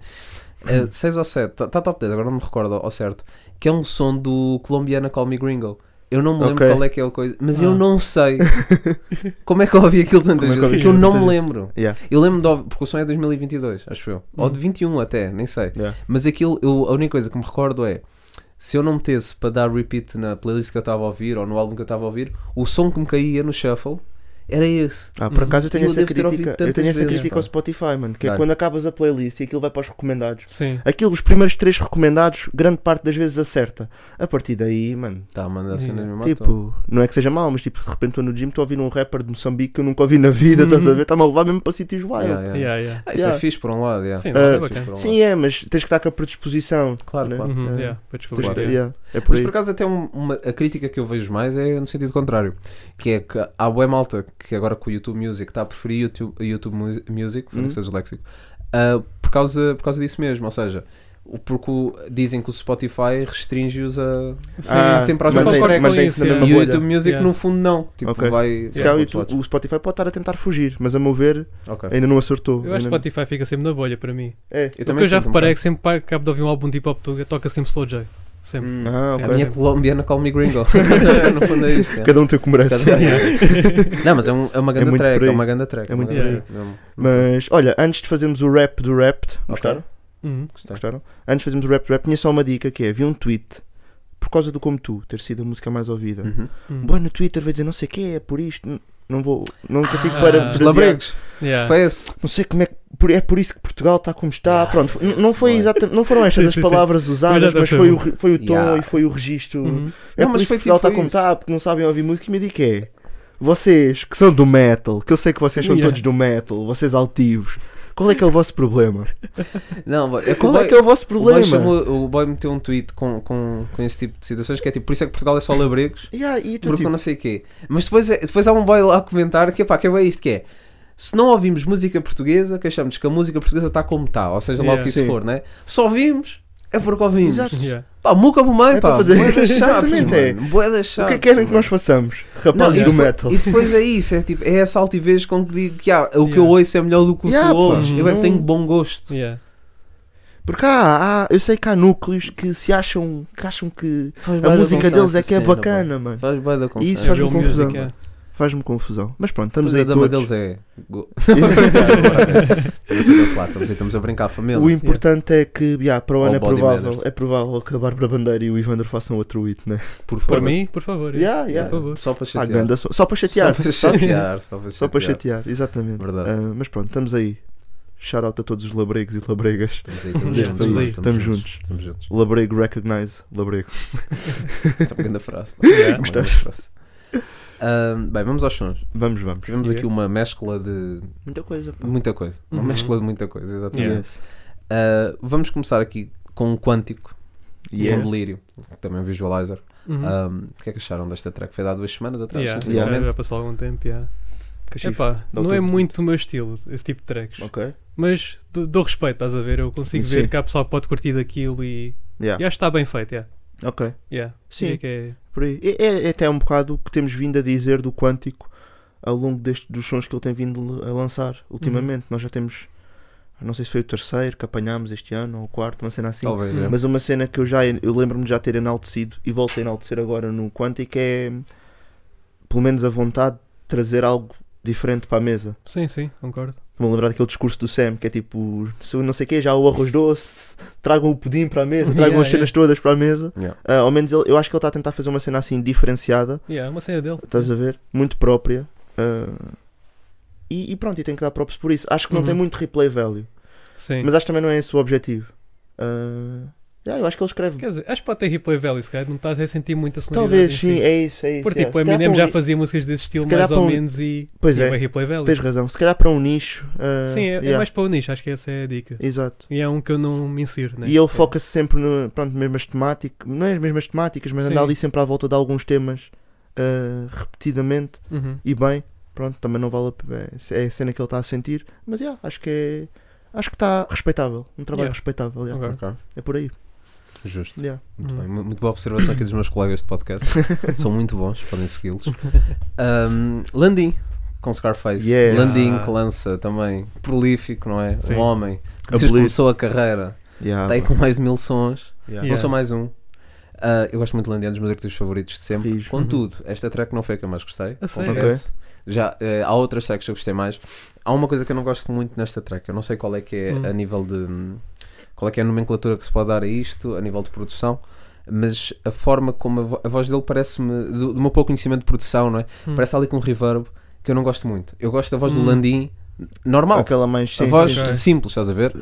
Speaker 7: 6 ou 7, está top 10, agora não me recordo ao certo. Que é um som do colombiana Call Me Gringo. Eu não me lembro
Speaker 6: Ok.
Speaker 7: qual é que é a coisa, mas eu
Speaker 8: Ah.
Speaker 7: não sei como é que eu ouvi aquilo tantas
Speaker 6: Como é que eu
Speaker 7: vezes,
Speaker 6: ouvi
Speaker 7: porque eu
Speaker 6: aquilo
Speaker 7: não me
Speaker 6: tantas
Speaker 7: lembro.
Speaker 6: Yeah. Hum.
Speaker 7: Eu lembro de ouvir, porque o som é de 2022, acho eu, ou de 21 até, nem sei.
Speaker 6: Yeah.
Speaker 7: Mas aquilo, eu- a única coisa que me recordo é se eu não metesse para dar repeat na playlist que eu estava a ouvir ou no álbum que eu estava a ouvir, o som que me caía no shuffle era esse.
Speaker 8: Uhum.
Speaker 6: Ah, por acaso eu tenho
Speaker 7: Eu
Speaker 6: essa
Speaker 7: devo ter ouvido
Speaker 6: crítica. Eu
Speaker 7: tantas
Speaker 6: tenho essa
Speaker 7: vezes,
Speaker 6: crítica ao
Speaker 7: pá.
Speaker 6: Spotify, mano. Que é
Speaker 7: Dá.
Speaker 6: quando acabas a playlist e aquilo vai para os recomendados.
Speaker 8: Sim.
Speaker 6: Aquilo, os primeiros três recomendados, grande parte das vezes acerta. A partir daí, mano,
Speaker 7: Tá, manda assim na mesma altura.
Speaker 6: tipo, não é que seja mau, mas tipo, de repente estou no gym, estou a ouvir um rapper de Moçambique que eu nunca ouvi na vida,
Speaker 7: Uhum.
Speaker 6: estás a ver? Está-me a levar mesmo para sítios wild.
Speaker 7: Yeah, yeah.
Speaker 8: Yeah, yeah.
Speaker 7: Ah, isso
Speaker 6: Yeah. Ah,
Speaker 7: é fixe por um lado. Yeah.
Speaker 8: Sim,
Speaker 7: Isso
Speaker 8: não,
Speaker 7: é
Speaker 8: isso é
Speaker 7: fixe
Speaker 8: bacana.
Speaker 7: por um lado.
Speaker 6: Sim, é, mas tens que estar com a predisposição.
Speaker 7: Claro,
Speaker 6: né?
Speaker 7: claro.
Speaker 8: Uhum,
Speaker 6: É.
Speaker 8: yeah, para
Speaker 6: Tens
Speaker 8: descobrir.
Speaker 6: que-
Speaker 8: yeah.
Speaker 6: yeah, é por
Speaker 7: Mas
Speaker 6: aí.
Speaker 7: por acaso até um- uma, a crítica que eu vejo mais é no sentido contrário, que é que há bué malta que agora com o YouTube Music está a preferir YouTube, a YouTube Mu- Music, foi
Speaker 6: Hum.
Speaker 7: que seja léxico, ah, por, causa, por causa disso mesmo, ou seja, o- porque o- dizem que o Spotify restringe-os a...
Speaker 8: Sim.
Speaker 6: Ah,
Speaker 7: sempre às
Speaker 6: mantém-
Speaker 7: mesmas tracks.
Speaker 6: mantém-te
Speaker 8: Isso,
Speaker 6: na mesma
Speaker 7: E o
Speaker 6: bolha.
Speaker 7: YouTube Music
Speaker 8: Yeah.
Speaker 7: no fundo não, tipo,
Speaker 6: Ok.
Speaker 7: vai...
Speaker 6: Se calhar o,
Speaker 7: Yeah,
Speaker 6: YouTube- o Spotify pode estar a tentar fugir, mas a meu ver
Speaker 7: Ok.
Speaker 6: ainda não
Speaker 8: Eu
Speaker 6: acertou.
Speaker 8: acho que o
Speaker 6: Ainda não-
Speaker 8: Spotify fica sempre na bolha para mim.
Speaker 6: É.
Speaker 7: É Eu
Speaker 8: Eu,
Speaker 7: também
Speaker 8: eu já
Speaker 7: sinto um
Speaker 8: reparei que
Speaker 7: bocado.
Speaker 8: sempre que acabo de ouvir um álbum de hip hop tuga, toca sempre Slow J. Sempre.
Speaker 7: Hum,
Speaker 6: Ah,
Speaker 8: Sim.
Speaker 7: A
Speaker 6: ok.
Speaker 7: minha colombiana call me gringo. no fundo é isto. é.
Speaker 6: Cada um tem o que merece.
Speaker 7: Cada- Não, mas é, um- é uma grande
Speaker 6: muito por
Speaker 7: track,
Speaker 6: aí.
Speaker 7: é uma grande track.
Speaker 6: É muito
Speaker 7: uma grande
Speaker 8: por
Speaker 7: track, mesmo.
Speaker 6: Mas, olha, antes de fazermos o rap do rap, gostaram?
Speaker 7: tá.
Speaker 8: Uhum.
Speaker 7: Gostei.
Speaker 6: Gostaram? Antes de fazermos o rap do rap, tinha só uma dica que é, vi um tweet, por causa do Como Tu, ter sido a música mais ouvida.
Speaker 7: Uhum.
Speaker 8: Hum.
Speaker 6: Boa, no Twitter vai dizer não sei o que é por isto, n- não vou, não consigo
Speaker 8: Ah,
Speaker 6: para...
Speaker 7: Os
Speaker 8: Baseado.
Speaker 7: labregos.
Speaker 8: Yeah.
Speaker 7: Foi esse.
Speaker 6: Não sei como é que... por- É por isso que Portugal está como está, pronto. n- Não, foi
Speaker 7: boy.
Speaker 6: exatamente, não foram estas
Speaker 8: Sim,
Speaker 6: as
Speaker 8: sim, sim.
Speaker 6: palavras usadas,
Speaker 8: tô
Speaker 6: mas foi o,
Speaker 8: achando.
Speaker 6: re- foi o tom
Speaker 7: Yeah.
Speaker 6: e foi o registro.
Speaker 8: Uhum.
Speaker 6: É
Speaker 7: Não,
Speaker 6: por
Speaker 7: mas
Speaker 6: isso que
Speaker 7: foi
Speaker 6: Portugal
Speaker 7: tipo
Speaker 6: está como
Speaker 7: isso.
Speaker 6: está, porque não sabem ouvir música. E me diga é: vocês que são do metal, que eu sei que vocês são
Speaker 8: Yeah.
Speaker 6: todos do metal, vocês altivos, qual é que é o vosso problema?
Speaker 7: Não, é que o
Speaker 6: Qual é
Speaker 7: boy-
Speaker 6: que é o vosso
Speaker 7: o boy,
Speaker 6: problema?
Speaker 7: chamou, o boy meteu um tweet com, com, com esse tipo de situações que é tipo, por isso é que Portugal é só labregos,
Speaker 6: Yeah, e tu,
Speaker 7: porque
Speaker 6: tipo,
Speaker 7: eu não sei o quê. Mas depois, é- depois há um boy lá a comentar que, pá, que é bem isto, que é, se não ouvimos música portuguesa, que achamos que a música portuguesa está como está, ou seja, lá o
Speaker 8: Yeah.
Speaker 7: que isso
Speaker 6: Sim.
Speaker 7: for, né? Só ouvimos, é porque ouvimos.
Speaker 6: Exato.
Speaker 8: Yeah.
Speaker 7: Pá, muca para mãe,
Speaker 6: É
Speaker 7: pá.
Speaker 6: para fazer-
Speaker 7: Boedas chatos,
Speaker 6: Exatamente, é.
Speaker 7: mano, boedas
Speaker 6: o que é
Speaker 7: chatos,
Speaker 6: que querem que
Speaker 7: mano.
Speaker 6: nós façamos, rapazes
Speaker 7: Não,
Speaker 6: do
Speaker 7: e
Speaker 6: metal?
Speaker 7: E depois é isso, é tipo, é essa altivez com que digo que ah, o que
Speaker 8: Yeah.
Speaker 7: eu ouço é melhor do que o
Speaker 6: Yeah,
Speaker 7: que
Speaker 6: pá.
Speaker 7: tu ouves. Eu é
Speaker 6: Não-
Speaker 7: que tenho bom gosto.
Speaker 8: Yeah.
Speaker 6: Porque há, há- eu sei que há núcleos que se acham que, acham que
Speaker 7: Faz
Speaker 6: a
Speaker 7: bué da
Speaker 6: música
Speaker 7: confusão
Speaker 6: deles é
Speaker 7: essa
Speaker 6: que é
Speaker 7: cena, pá.
Speaker 6: bacana, mano.
Speaker 7: Faz bué da confusão.
Speaker 6: isso faz-me
Speaker 8: Real
Speaker 6: confusão.
Speaker 8: music, yeah.
Speaker 6: Faz-me confusão. Mas pronto,
Speaker 7: Mas
Speaker 6: estamos
Speaker 7: a
Speaker 6: aí
Speaker 7: dama
Speaker 6: todos.
Speaker 7: deles é. go- Estamos a brincar agora. Estamos a cancelar, estamos, a- estamos a brincar, família.
Speaker 6: O importante é que, yeah, para o
Speaker 7: All
Speaker 6: ano é
Speaker 7: body
Speaker 6: provável,
Speaker 7: matters.
Speaker 6: é provável que a Bárbara Bandeira e o Ivandro façam outro hit, né?
Speaker 7: por
Speaker 8: Para
Speaker 7: favor.
Speaker 8: mim, por favor. yeah.
Speaker 6: Yeah, yeah.
Speaker 8: Por favor.
Speaker 7: Só para
Speaker 6: Ah,
Speaker 7: chatear.
Speaker 6: ganda som. Só para chatear.
Speaker 7: Só para chatear. Só para chatear.
Speaker 6: Só para chatear, exatamente.
Speaker 7: Verdade.
Speaker 6: Ah, mas pronto, estamos aí. Shout out a todos os labregos e labregas.
Speaker 7: Estamos aí, estamos
Speaker 8: Estamos
Speaker 7: juntos.
Speaker 8: aí,
Speaker 7: mano,
Speaker 6: estamos juntos.
Speaker 7: Estamos juntos.
Speaker 6: Labrego recognize, labrego.
Speaker 7: Essa é uma grande frase. pá. Essa é uma grande frase. Ahm, bem, vamos aos sons.
Speaker 6: Vamos, vamos.
Speaker 7: Tivemos
Speaker 8: Yeah.
Speaker 7: aqui uma mescla de
Speaker 6: Muita coisa, pá.
Speaker 7: muita coisa. Uma
Speaker 8: Uhum.
Speaker 7: mescla de muita coisa, exatamente.
Speaker 8: Yeah.
Speaker 6: Yes.
Speaker 7: Ah, vamos começar aqui com um quântico, com um
Speaker 6: Yes.
Speaker 7: delírio, também um visualizer.
Speaker 8: Uhum.
Speaker 7: Ahm, o que é que acharam desta track? Foi há duas semanas
Speaker 6: Ah, tá,
Speaker 7: atrás,
Speaker 8: Yeah.
Speaker 7: sensivelmente.
Speaker 8: Já passou algum tempo. Yeah.
Speaker 6: Cachifo.
Speaker 8: Epá,
Speaker 6: Dá o
Speaker 8: não é
Speaker 6: teu-
Speaker 8: muito o meu estilo, esse tipo de tracks.
Speaker 6: Ok.
Speaker 8: Mas do- dou respeito, estás a ver? Eu consigo
Speaker 6: Sim.
Speaker 8: ver que há pessoal que pode curtir daquilo e.
Speaker 6: Yeah.
Speaker 8: E acho que está bem feito, yeah.
Speaker 6: Ok.
Speaker 8: Yeah.
Speaker 6: Sim.
Speaker 8: Diria que é-
Speaker 6: Por aí. É, é- é até um bocado o que temos vindo a dizer do Quântico ao longo deste, dos sons que ele tem vindo a lançar ultimamente.
Speaker 8: Uhum.
Speaker 6: Nós já temos, não sei se foi o terceiro que apanhámos este ano ou o quarto, uma cena assim.
Speaker 7: Talvez,
Speaker 8: Hum.
Speaker 7: é.
Speaker 6: Mas uma cena que eu já eu lembro-me de já ter enaltecido e volto a enaltecer agora no Quantic é pelo menos a vontade de trazer algo diferente para a mesa.
Speaker 8: Sim, sim, concordo.
Speaker 6: Vou lembrar daquele discurso do Sam que é tipo, se eu não sei o quê, já o arroz doce, tragam o pudim para a mesa, tragam
Speaker 8: Yeah,
Speaker 6: as cenas todas para a mesa.
Speaker 7: Yeah.
Speaker 6: Ah, ao menos ele- eu acho que ele está a tentar fazer uma cena assim diferenciada,
Speaker 8: Yeah, é uma cena dele.
Speaker 6: estás a ver? Muito própria. Ah, e, e pronto, e tem que dar props por isso. Acho que não
Speaker 8: Uhum.
Speaker 6: tem muito replay value,
Speaker 8: Sim.
Speaker 6: mas acho que também não é esse o objetivo. Ah, yeah, eu acho que ele escreve
Speaker 8: Quer dizer, acho que pode ter replay value, se calhar não estás a sentir muita sonoridade.
Speaker 6: Talvez,
Speaker 8: em
Speaker 6: sim,
Speaker 8: si.
Speaker 6: é isso, é isso.
Speaker 8: Porque
Speaker 6: é.
Speaker 8: tipo, o
Speaker 6: Se calhar
Speaker 8: Eminem
Speaker 6: para
Speaker 8: já
Speaker 6: um ni-
Speaker 8: fazia músicas desse estilo
Speaker 6: calhar
Speaker 8: mais
Speaker 6: para
Speaker 8: ou
Speaker 6: um-
Speaker 8: menos e.
Speaker 6: Pois
Speaker 8: e
Speaker 6: é.
Speaker 8: bem replay value.
Speaker 6: Tens razão, se calhar para um nicho. ah,
Speaker 8: Sim, é, é
Speaker 6: yeah,
Speaker 8: mais para o nicho, acho que essa é a dica.
Speaker 6: Exato.
Speaker 8: E é um que eu não me insiro, né?
Speaker 6: E ele foca-se sempre no, pronto, mesmas temáticas, não é as mesmas temáticas, mas anda
Speaker 8: Sim.
Speaker 6: ali sempre à volta de alguns temas ah, repetidamente
Speaker 8: Uhum.
Speaker 6: e bem, pronto, também não vale a pena, é a cena que ele está a sentir, mas yeah, acho que é, acho que está respeitável, um trabalho
Speaker 8: Yeah.
Speaker 6: respeitável, yeah.
Speaker 8: Ok.
Speaker 7: Ok.
Speaker 6: é por aí.
Speaker 7: Justo.
Speaker 6: Yeah.
Speaker 7: Muito
Speaker 8: Hum.
Speaker 7: bem, mu- muito boa observação aqui dos meus colegas de podcast. São muito bons, podem segui-los. Um, Landim, com Scarface.
Speaker 6: Yes.
Speaker 7: Landim
Speaker 8: Ah.
Speaker 7: que lança também, prolífico, não é?
Speaker 8: Sim.
Speaker 7: Um homem que
Speaker 6: A Ah,
Speaker 7: desde que
Speaker 6: Blue-
Speaker 7: começou a carreira,
Speaker 6: Yeah,
Speaker 7: está aí com mais de mil sons.
Speaker 6: yeah.
Speaker 8: Yeah.
Speaker 7: Lançou mais um. Ah, eu gosto muito de Landim, é um dos meus artistas favoritos de sempre.
Speaker 6: Rijo.
Speaker 7: Contudo, esta track não foi a que eu mais gostei.
Speaker 8: A sério?
Speaker 7: confesso. Já, eh, há outras tracks que eu gostei mais. Há uma coisa que eu não gosto muito nesta track. Eu não sei qual é que é a nível de. hum, Qual é que é a nomenclatura que se pode dar a isto, a nível de produção. Mas a forma como a, vo- a voz dele parece-me. Do, do meu pouco conhecimento de produção, não é?
Speaker 8: Hum.
Speaker 7: Parece ali com um reverb que eu não gosto muito. Eu gosto da voz do
Speaker 8: Hum.
Speaker 7: Landim normal.
Speaker 6: Aquela mais
Speaker 7: a
Speaker 6: sim,
Speaker 7: voz é
Speaker 6: sim.
Speaker 8: Ok.
Speaker 7: simples, estás a ver?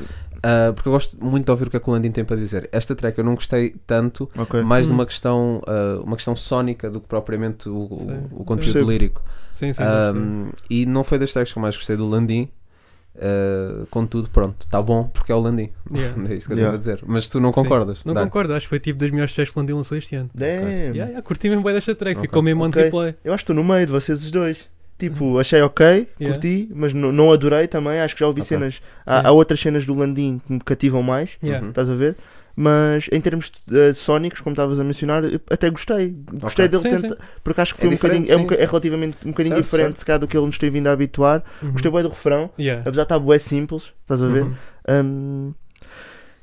Speaker 7: Ah, porque eu gosto muito de ouvir o que é que o Landim tem para dizer. Esta track eu não gostei tanto
Speaker 6: Ok.
Speaker 7: mais de
Speaker 8: Hum.
Speaker 7: uma questão ah, uma questão sónica do que propriamente o, o-
Speaker 8: Sim.
Speaker 7: o conteúdo
Speaker 6: Percebo.
Speaker 7: lírico
Speaker 8: Sim, sim.
Speaker 7: Ah,
Speaker 8: sim.
Speaker 7: e não foi das tracks que eu mais gostei do Landim Ah, contudo pronto está bom porque é o Landim
Speaker 8: Yeah.
Speaker 7: é isso que eu
Speaker 6: Yeah.
Speaker 7: tenho a dizer mas tu não
Speaker 8: Sim.
Speaker 7: concordas
Speaker 8: Não
Speaker 7: Dá.
Speaker 8: concordo, acho que foi tipo das melhores tracks que Landim lançou este ano.
Speaker 6: Damn.
Speaker 8: Yeah, yeah, curti mesmo bem desta track,
Speaker 7: Ok.
Speaker 8: ficou mesmo on
Speaker 6: Ok.
Speaker 8: replay.
Speaker 6: Eu acho que estou no meio de vocês os dois. Tipo, achei ok,
Speaker 8: Uhum. Yeah.
Speaker 6: curti, mas n- não adorei também. Acho que já ouvi
Speaker 7: Ok.
Speaker 6: cenas. Há, há outras cenas do Landim que me cativam mais,
Speaker 8: Yeah.
Speaker 7: Uhum.
Speaker 6: estás a ver? Mas em termos de, eh, sónicos, como estavas a mencionar, eu até gostei. Gostei
Speaker 7: Ok.
Speaker 6: dele,
Speaker 8: Sim,
Speaker 6: tenta- porque acho que foi
Speaker 7: É
Speaker 6: um bocadinho.
Speaker 7: diferente,
Speaker 6: É, um
Speaker 7: sim.
Speaker 6: boca- é relativamente um bocadinho
Speaker 7: Certo,
Speaker 6: diferente
Speaker 7: certo.
Speaker 6: se calhar do que ele nos tem vindo a habituar.
Speaker 8: Uhum.
Speaker 6: Gostei bem do refrão,
Speaker 8: Yeah.
Speaker 6: apesar de estar bué simples, estás a ver?
Speaker 8: Uhum.
Speaker 6: Hum,